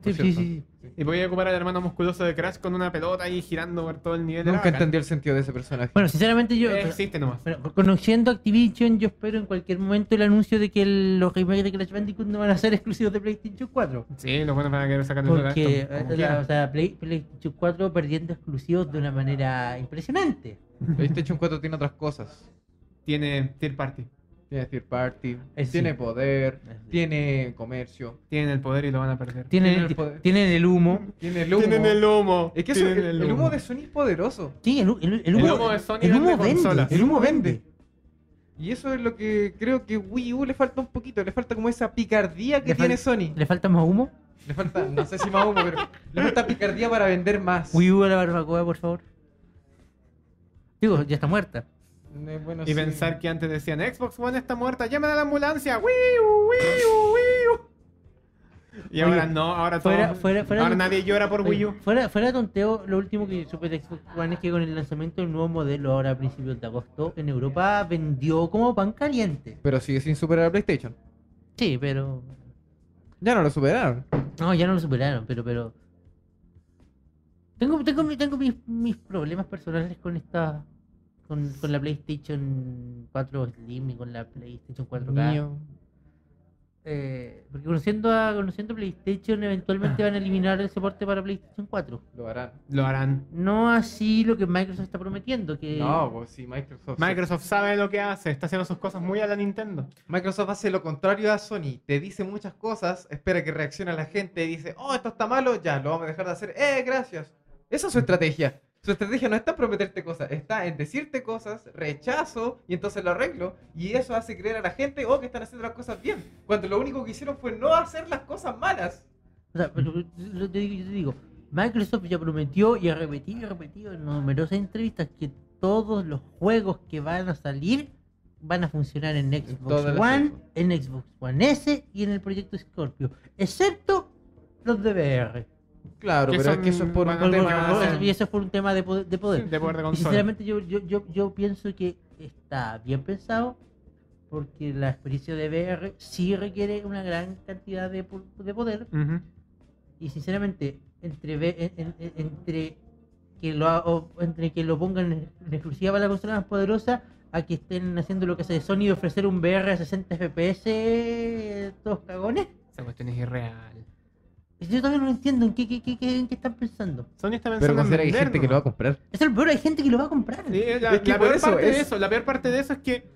Speaker 1: Sí,
Speaker 2: por
Speaker 1: sí,
Speaker 2: cierto.
Speaker 1: sí.
Speaker 3: Y voy a ocupar al hermano musculoso de Crash con una pelota ahí girando por todo el nivel.
Speaker 2: Nunca
Speaker 3: Era bacán.
Speaker 2: entendí el sentido de ese personaje.
Speaker 1: Bueno, sinceramente yo.
Speaker 3: Eh, existe nomás.
Speaker 1: Bueno, conociendo Activision, yo espero en cualquier momento el anuncio de que el- los remakes de Crash Bandicoot no van a ser exclusivos de PlayStation 4.
Speaker 3: Sí, los buenos van a querer sacar el
Speaker 1: Porque
Speaker 3: resto, como
Speaker 1: eh, la-
Speaker 3: quieran.
Speaker 1: o sea, Play- PlayStation 4 perdiendo exclusivos de una manera impresionante.
Speaker 2: PlayStation 4 tiene otras cosas.
Speaker 3: Tiene Tier Party.
Speaker 2: Tiene third party,
Speaker 1: Es
Speaker 2: tiene
Speaker 1: sí.
Speaker 2: poder,
Speaker 1: Es sí.
Speaker 2: tiene comercio,
Speaker 3: Tienen el poder y lo van a perder.
Speaker 1: Tienen,
Speaker 2: Tienen el poder.
Speaker 1: tienen el humo.
Speaker 2: tiene el humo.
Speaker 3: humo.
Speaker 2: Es que eso- el, el humo de Sony es poderoso.
Speaker 1: Sí, el, hu- el- el
Speaker 3: El
Speaker 1: humo,
Speaker 3: humo de Sony
Speaker 1: el humo
Speaker 3: vende
Speaker 1: vende.
Speaker 3: consolas.
Speaker 1: El humo vende.
Speaker 2: Y eso es lo que creo que Wii U le falta un poquito. Le falta como esa picardía que
Speaker 1: Le fal-
Speaker 2: tiene Sony.
Speaker 1: ¿Le falta más humo?
Speaker 2: Le falta, no sé si más humo, pero le falta picardía para vender más.
Speaker 1: Wii U a la barbacoa, por favor. Digo, ya está muerta.
Speaker 2: Eh, bueno,
Speaker 3: Y
Speaker 2: sí.
Speaker 3: pensar que antes decían Xbox One está muerta, llamen a la ambulancia. ¡Wiu, wiu, wiu! Y
Speaker 1: Oye,
Speaker 3: ahora no, ahora todo.
Speaker 1: fuera- fuera- fuera
Speaker 3: ahora
Speaker 1: de-
Speaker 3: nadie llora por Wii U.
Speaker 1: Oye, Fuera, fuera de tonteo, lo último que supe de Xbox One es que con el lanzamiento del nuevo modelo ahora a principios de agosto en Europa vendió como pan caliente.
Speaker 2: Pero sigue sin superar a PlayStation.
Speaker 1: Sí, pero
Speaker 2: Ya no lo superaron.
Speaker 1: no, ya no lo superaron, pero pero tengo tengo, mi- tengo mis, mis problemas personales con esta con, con la PlayStation 4 Slim y con la PlayStation 4K.
Speaker 2: Mío.
Speaker 1: Eh, porque conociendo a conociendo PlayStation eventualmente van a eliminar el soporte para PlayStation 4.
Speaker 2: Lo harán.
Speaker 3: Lo harán.
Speaker 1: No así lo que Microsoft está prometiendo que
Speaker 2: No, pues sí, Microsoft.
Speaker 3: Microsoft sabe lo que hace, está haciendo sus cosas muy a la Nintendo.
Speaker 2: Microsoft hace lo contrario a Sony. Te dice muchas cosas, espera que reaccione la gente y dice, oh, esto está malo, ya, lo vamos a dejar de hacer. Eh, gracias. Esa es su estrategia. Su estrategia no está en prometerte cosas, está en decirte cosas, rechazo y entonces lo arreglo. Y eso hace creer a la gente, oh, que están haciendo las cosas bien. Cuando lo único que hicieron fue no hacer las cosas malas.
Speaker 1: O sea, pero yo te digo, yo te digo, Microsoft ya prometió y ha repetido y repetido en numerosas entrevistas que todos los juegos que van a salir van a funcionar en Xbox
Speaker 2: todas las
Speaker 1: One,
Speaker 2: Xbox.
Speaker 1: en Xbox One S y en el proyecto Scorpio, excepto los de VR.
Speaker 2: Claro,
Speaker 3: Que
Speaker 2: pero es
Speaker 3: son-
Speaker 2: que eso es por un
Speaker 3: van a-
Speaker 2: tema-
Speaker 3: van a ser-
Speaker 1: Y eso fue un tema de poder. De poder.
Speaker 3: De poder de
Speaker 1: Y
Speaker 3: consola.
Speaker 1: sinceramente yo, yo, yo, yo pienso que está bien pensado porque la experiencia de VR sí requiere una gran cantidad de, po- de poder
Speaker 3: Ujú.
Speaker 1: y sinceramente entre ve- en- en- en- entre que lo ha- o- entre que lo pongan en, en exclusiva para la consola más poderosa a que estén haciendo lo que hace Sony de ofrecer un VR a 60 FPS eh, todos cagones
Speaker 3: Esa cuestión es irreal.
Speaker 1: yo también no entiendo en qué, qué, qué, qué- en qué están pensando
Speaker 3: Sony está
Speaker 2: Pero
Speaker 3: pensando en
Speaker 2: considera que hay gente que lo
Speaker 3: vendernos.
Speaker 2: va a comprar.
Speaker 1: es el peor hay gente que lo va a comprar
Speaker 3: Sí, la,
Speaker 2: Es que
Speaker 3: la
Speaker 2: por
Speaker 3: peor
Speaker 2: eso
Speaker 3: parte
Speaker 2: es-
Speaker 3: de eso, la peor parte de eso es que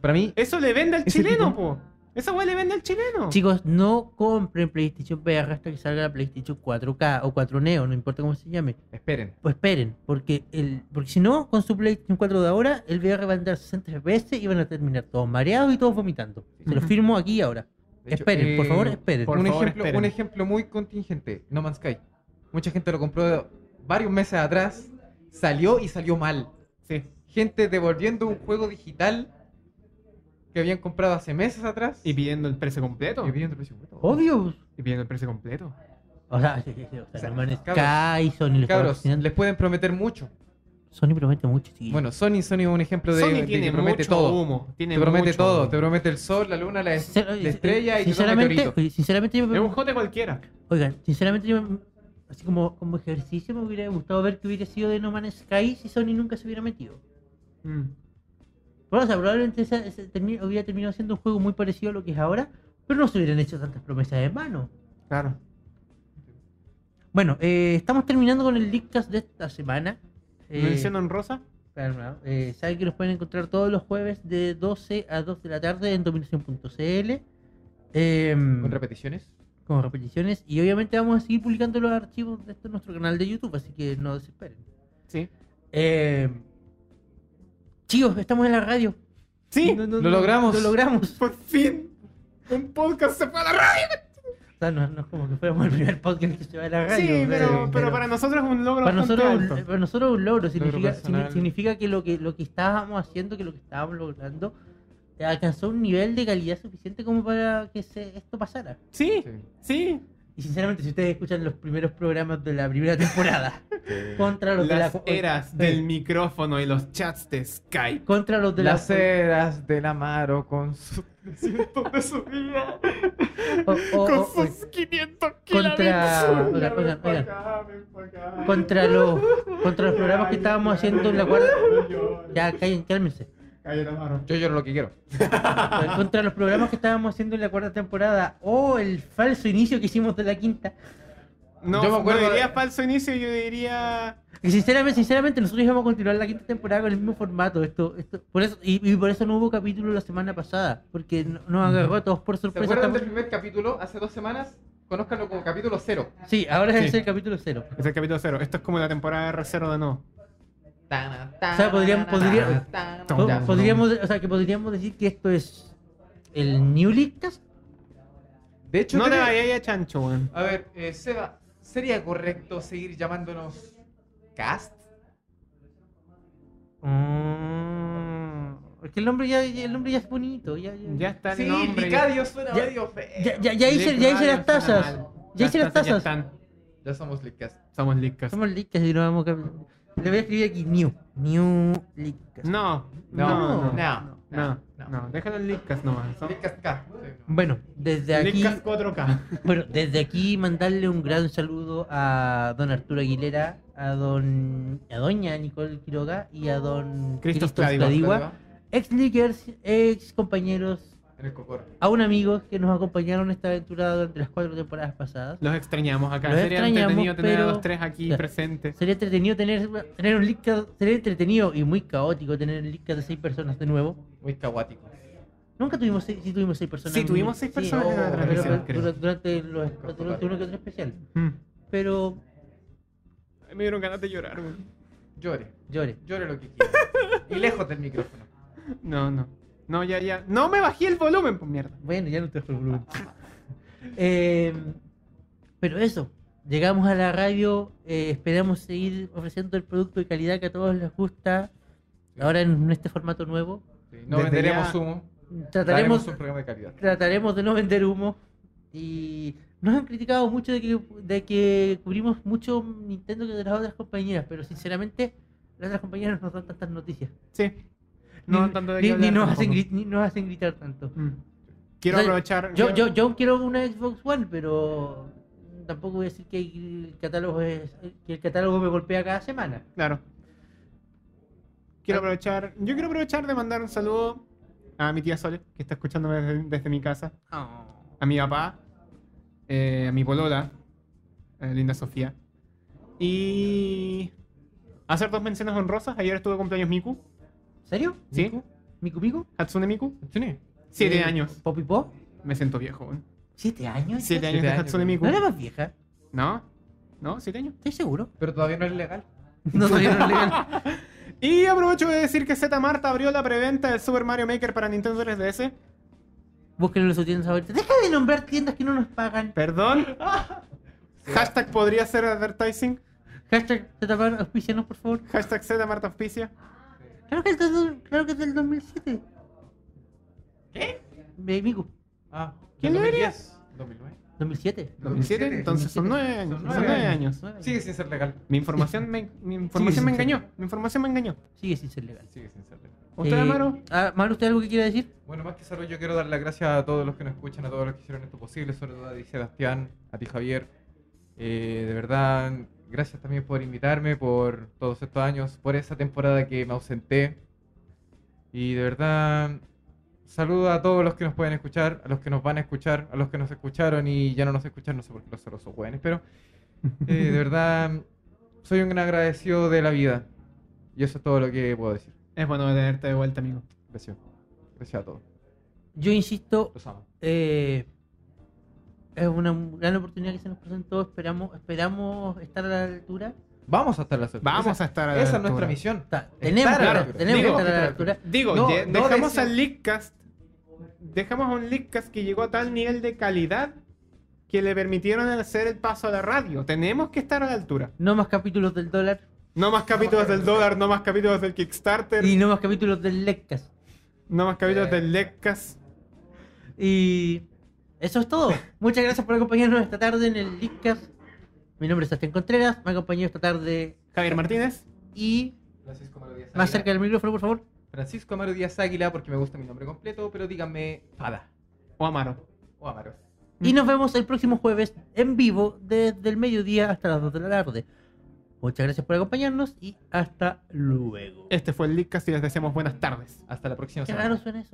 Speaker 2: Para mí,
Speaker 3: eso le vende al
Speaker 2: Ese
Speaker 3: chileno,
Speaker 2: tipo-
Speaker 3: po. Esa weá le vende al chileno.
Speaker 1: chicos no compren PlayStation VR hasta que salga la PlayStation 4K o 4 Neo no importa cómo se llame
Speaker 2: esperen.
Speaker 1: pues esperen, porque el porque si no, con su PlayStation 4 de ahora, el VR va a andar a 60 FPS y van a terminar todos mareados y todos vomitando. Se lo
Speaker 3: Ujú.
Speaker 1: firmo aquí y ahora.
Speaker 2: De hecho,
Speaker 1: esperen, por
Speaker 2: eh,
Speaker 1: favor, esperen.
Speaker 3: por-
Speaker 2: un,
Speaker 3: favor,
Speaker 2: ejemplo,
Speaker 3: esperen.
Speaker 2: un ejemplo muy contingente, No Man's Sky. Mucha gente lo compró varios meses atrás, salió y salió mal.
Speaker 3: Sí.
Speaker 2: Gente devolviendo un juego digital que habían comprado hace meses atrás.
Speaker 3: Y pidiendo el precio completo.
Speaker 2: y pidiendo el precio completo.
Speaker 1: Obvio.
Speaker 3: Y pidiendo el precio completo.
Speaker 1: O sea, sí, sí, sí, o sea,
Speaker 2: O sea,
Speaker 1: no manes-
Speaker 2: cabros,
Speaker 1: Kai, Sony les está
Speaker 2: Cabros,
Speaker 1: patrocinando.
Speaker 2: les pueden prometer mucho.
Speaker 1: Sony promete mucho, sí.
Speaker 2: Bueno, Sony, Sony es un ejemplo de, de
Speaker 3: Sony
Speaker 2: que
Speaker 3: tiene
Speaker 2: promete
Speaker 3: mucho
Speaker 2: todo.
Speaker 3: humo. Tiene
Speaker 2: Te promete
Speaker 3: mucho
Speaker 2: todo,
Speaker 3: humo.
Speaker 2: te promete el sol, la luna, la,
Speaker 1: Sincer-
Speaker 2: la
Speaker 1: oye,
Speaker 2: estrella y te da un
Speaker 1: sinceramente,
Speaker 2: meteorito.
Speaker 1: oye, sinceramente yo me-
Speaker 3: Es un jote cualquiera.
Speaker 1: oigan, sinceramente yo me- así como, como ejercicio me hubiera gustado ver que hubiera sido de No Man's Sky si Sony nunca se hubiera metido.
Speaker 3: Mm.
Speaker 1: Bueno, o sea, probablemente esa- ese termi- hubiera terminado siendo un juego muy parecido a lo que es ahora, pero no se hubieran hecho tantas promesas de mano.
Speaker 3: Claro.
Speaker 1: Bueno, eh, estamos terminando con el Leakcast de esta semana. Eh,
Speaker 3: Mención honrosa.
Speaker 1: calma, eh, saben que nos pueden encontrar todos los jueves de 12 a 2 de la tarde en dominación.cl. em,
Speaker 2: Con repeticiones.
Speaker 1: con repeticiones. Y obviamente vamos a seguir publicando los archivos de esto en nuestro canal de YouTube, así que no desesperen.
Speaker 3: Sí.
Speaker 1: Em, chicos, estamos en la radio.
Speaker 3: Sí.
Speaker 1: No, no,
Speaker 2: lo
Speaker 1: no,
Speaker 2: logramos.
Speaker 1: Lo logramos.
Speaker 3: Por fin. Un podcast se fue a la radio.
Speaker 1: O sea, no, no es como que fuéramos el primer podcast que se va a la radio.
Speaker 3: Sí, pero,
Speaker 1: eh,
Speaker 3: pero para nosotros es un logro
Speaker 1: para
Speaker 3: bastante
Speaker 1: nosotros,
Speaker 3: alto.
Speaker 1: un- para nosotros un logro. Significa, signi-
Speaker 2: personal.
Speaker 1: significa que, lo que lo que estábamos haciendo, que lo que estábamos logrando, eh, alcanzó un nivel de calidad suficiente como para que se- esto pasara.
Speaker 3: Sí,
Speaker 2: Sí.
Speaker 3: sí.
Speaker 1: Y sinceramente, si ustedes escuchan los primeros programas de la primera temporada contra los
Speaker 3: Las
Speaker 1: de la
Speaker 3: eras
Speaker 1: eh,
Speaker 3: del micrófono y los chats de Skype.
Speaker 1: contra los de la
Speaker 2: Las eras del Amaro con su cientos de su vida.
Speaker 1: O, o-
Speaker 3: Con
Speaker 1: o- o-
Speaker 3: sus 500
Speaker 1: oh, contra,
Speaker 3: kilómetros.
Speaker 1: oigan, oigan, oigan. contra los contra los programas que estábamos haciendo en la guardia. Ya, callen, cálmense.
Speaker 2: Yo lloro lo que quiero.
Speaker 1: Contra los programas que estábamos haciendo en la cuarta temporada. O el falso inicio que hicimos de la quinta.
Speaker 3: No,
Speaker 2: Yo
Speaker 3: no
Speaker 2: me acuerdo
Speaker 3: diría
Speaker 2: de-
Speaker 3: falso inicio, yo diría.
Speaker 1: Que sinceramente, sinceramente, nosotros íbamos a continuar la quinta temporada con el mismo formato. Esto, esto, por eso, y, y por eso no hubo capítulo la semana pasada. Porque no- nos agarró a todos por
Speaker 2: ¿Se
Speaker 1: sorpresa.
Speaker 2: acuerdan del
Speaker 1: Estamos-
Speaker 2: primer capítulo? Hace dos semanas. Conózcanlo como capítulo cero.
Speaker 1: Sí, ahora es
Speaker 3: Sí.
Speaker 1: el capítulo cero.
Speaker 3: Es el capítulo cero. Esto es como la temporada R0 de nuevo.
Speaker 1: O sea, podrían- podrían- Po-
Speaker 2: Ya.
Speaker 1: podríamos, o sea, que podríamos decir que esto es el New League Cast.
Speaker 2: De hecho,
Speaker 3: No te
Speaker 2: tenía-
Speaker 3: vayas a chancho, weón.
Speaker 2: a ver, eh, Seba, ¿sería correcto seguir llamándonos cast?
Speaker 1: Es que el nombre ya, ya- el nombre ya es bonito. Ya, ya,
Speaker 3: Ya está el
Speaker 2: Sí,
Speaker 3: nombre.
Speaker 2: Licadio suena
Speaker 1: Ya-
Speaker 2: medio feo.
Speaker 1: ya, ya- ya hice, ya hice las tazas. Ya hice las tazas.
Speaker 2: Ya somos Leadcast.
Speaker 3: Somos licas.
Speaker 1: Somos League Cast y nos vamos a cambiar. Le voy a escribir aquí New. New League Cast.
Speaker 3: No,
Speaker 1: No,
Speaker 3: no, no.
Speaker 2: No,
Speaker 3: No, no, déjalo en licas nomás. Son-
Speaker 2: Leadcast K.
Speaker 1: Bueno, desde aquí.
Speaker 3: Lickas 4K.
Speaker 1: Bueno, desde aquí mandarle un gran saludo a don Arturo Aguilera, a don a doña Nicole Quiroga y a don
Speaker 3: Christoph
Speaker 1: Christoph
Speaker 3: Cladiva.
Speaker 1: Cladiva, ex leakers, ex compañeros,
Speaker 2: En el cocor.
Speaker 1: a un amigo que nos acompañaron en esta aventura durante las cuatro temporadas pasadas.
Speaker 3: Los extrañamos acá.
Speaker 1: Los
Speaker 3: Sería
Speaker 1: extrañamos,
Speaker 3: entretenido tener a
Speaker 1: pero-
Speaker 3: los tres aquí
Speaker 1: Claro.
Speaker 3: presentes.
Speaker 1: Sería entretenido tener, tener un leak, sería entretenido y muy caótico tener un leak de seis personas de nuevo.
Speaker 2: Muy caguático.
Speaker 1: Nunca tuvimos seis, sí tuvimos seis personas.
Speaker 3: Sí, tuvimos seis personas
Speaker 2: en la
Speaker 1: pero-
Speaker 2: transmisión,
Speaker 1: pero
Speaker 3: creo.
Speaker 1: oh, durante, los, durante uno que otro especial.
Speaker 3: Mm.
Speaker 1: Pero
Speaker 3: Ay, Me dieron ganas de llorar, weón.
Speaker 2: Llore.
Speaker 1: llore.
Speaker 2: Llore lo que quiera. y lejos del micrófono.
Speaker 3: No, no. No, ya, ya. No me bajé el volumen, pues mierda.
Speaker 1: Bueno, ya no te fue el volumen. Eh, pero eso, llegamos a la radio, eh, esperamos seguir ofreciendo el producto de calidad que a todos les gusta, ahora en este formato nuevo.
Speaker 2: Sí, no
Speaker 3: Desde
Speaker 2: venderemos
Speaker 3: ya-
Speaker 2: humo. Trataremos
Speaker 1: Trataremos,
Speaker 2: un programa de calidad.
Speaker 1: trataremos de no vender humo y nos han criticado mucho de que, de que cubrimos mucho Nintendo que de las otras compañías, pero sinceramente las otras compañías no nos dan tantas noticias.
Speaker 3: Sí. No
Speaker 1: ni,
Speaker 3: tanto de
Speaker 1: ni-
Speaker 3: qué
Speaker 1: ni
Speaker 3: hablar
Speaker 1: nos hacen,
Speaker 3: tampoco.
Speaker 1: gri- ni nos hacen gritar tanto.
Speaker 3: Mm. Quiero
Speaker 1: O sea,
Speaker 3: aprovechar.
Speaker 1: Yo, yo, yo quiero una Xbox One, pero tampoco voy a decir que el catálogo es, que el catálogo me golpea cada semana.
Speaker 3: Claro. Quiero aprovechar. Yo quiero aprovechar de mandar un saludo a mi tía Sole, que está escuchándome desde, desde mi casa. A mi papá. eh, a mi polola. a la linda Sofía. Y. Hacer dos menciones honrosas. Ayer estuvo de cumpleaños Miku.
Speaker 1: ¿En serio?
Speaker 3: ¿Sí?
Speaker 1: ¿Miku Miku?
Speaker 3: Hatsune Miku.
Speaker 2: ¿Tiene?
Speaker 3: Siete
Speaker 1: Eh,
Speaker 3: años.
Speaker 1: ¿Poppy Pop?
Speaker 3: Me siento viejo, weón.
Speaker 1: ¿Siete años?
Speaker 3: Siete años
Speaker 2: Siete
Speaker 3: de
Speaker 2: años,
Speaker 3: Hatsune
Speaker 2: güey.
Speaker 3: Miku.
Speaker 1: ¿No era más vieja?
Speaker 3: No, no, siete años.
Speaker 1: ¿Estoy seguro?
Speaker 2: Pero todavía no es legal.
Speaker 1: No todavía no lo legal.
Speaker 3: Y aprovecho de decir que Z Marta abrió la preventa del Super Mario Maker para Nintendo 3DS.
Speaker 1: Búsquenlo en su tienda favorita. Deja de nombrar tiendas que no nos pagan.
Speaker 3: Perdón. Hashtag podría ser advertising.
Speaker 1: Hashtag Zetapar, auspícianos, por favor.
Speaker 3: Hashtag Z Marta Auspicia.
Speaker 1: Claro que es del, claro que es del 2007. ¿Qué? De Miku.
Speaker 2: Ah,
Speaker 3: ¿Quién lo diría?
Speaker 2: 2010, 2009.
Speaker 1: 2007.
Speaker 3: 2007, entonces son nueve años.
Speaker 2: Son
Speaker 3: Son
Speaker 2: nueve
Speaker 3: nueve
Speaker 2: años.
Speaker 3: años.
Speaker 1: Nueve.
Speaker 2: Sigue sin ser legal.
Speaker 3: Mi información me, mi información me engañó. Mi información me engañó.
Speaker 1: Sigue sin ser legal.
Speaker 2: Sigue sin ser legal.
Speaker 3: ¿Usted,
Speaker 1: Eh,
Speaker 3: Amaro?
Speaker 1: ah, Maru, ¿usted algo que quiera decir?
Speaker 2: Bueno, más que salud, yo quiero dar las gracias a todos los que nos escuchan, a todos los que hicieron esto posible, sobre todo a ti, Sebastián, a ti, Javier. Eh, de verdad, gracias también por invitarme, por todos estos años, por esa temporada que me ausenté. Y de verdad, saludo a todos los que nos pueden escuchar, a los que nos van a escuchar, a los que nos escucharon y ya no nos escuchan, no sé por qué los celosos jóvenes, pero eh, de verdad, soy un gran agradecido de la vida. Y eso es todo lo que puedo decir.
Speaker 3: Es bueno tenerte de vuelta, amigo.
Speaker 2: Gracias. Gracias a todos.
Speaker 1: Yo insisto,
Speaker 2: Los amo.
Speaker 1: eh, es una gran oportunidad que se nos presentó. Esperamos, esperamos estar a la altura.
Speaker 2: Vamos a estar a la sorpresa.
Speaker 3: Vamos a estar a la
Speaker 2: Esa es
Speaker 3: altura.
Speaker 2: nuestra misión.
Speaker 1: Ta- tenemos
Speaker 2: Estar a la
Speaker 1: que-
Speaker 2: altura.
Speaker 1: tenemos
Speaker 3: Digo,
Speaker 1: que estar a la altura.
Speaker 3: Digo,
Speaker 2: No,
Speaker 3: ye-
Speaker 2: no
Speaker 3: dejamos
Speaker 2: decía-
Speaker 3: al Leakcast. Dejamos a un Leakcast que llegó a tal nivel de calidad que le permitieron hacer el paso a la radio. Tenemos que estar a la altura.
Speaker 1: No más capítulos del dólar
Speaker 3: No más capítulos del dólar, no más capítulos del Kickstarter,
Speaker 1: y no más capítulos del Lecas.
Speaker 3: no más capítulos
Speaker 2: Eh.
Speaker 3: del Leakcast.
Speaker 1: Y eso es todo. Muchas gracias por acompañarnos esta tarde en el Lecas. Mi nombre es Sebastián Contreras. Me ha acompañado esta tarde
Speaker 3: Javier Martínez.
Speaker 1: y
Speaker 2: Francisco Amaro Díaz
Speaker 1: más
Speaker 2: Águila.
Speaker 1: cerca del micrófono, por favor.
Speaker 2: Francisco Amaro Díaz Águila, porque me gusta mi nombre completo, pero díganme Fada
Speaker 3: O Amaro.
Speaker 2: o Amaro.
Speaker 1: Y nos vemos el próximo jueves en vivo desde el mediodía hasta las 2 de la tarde. Muchas gracias por acompañarnos y hasta luego.
Speaker 3: Este fue el Leadcast y les deseamos buenas tardes.
Speaker 5: Hasta la próxima
Speaker 1: Qué
Speaker 5: semana.
Speaker 1: raro suena eso.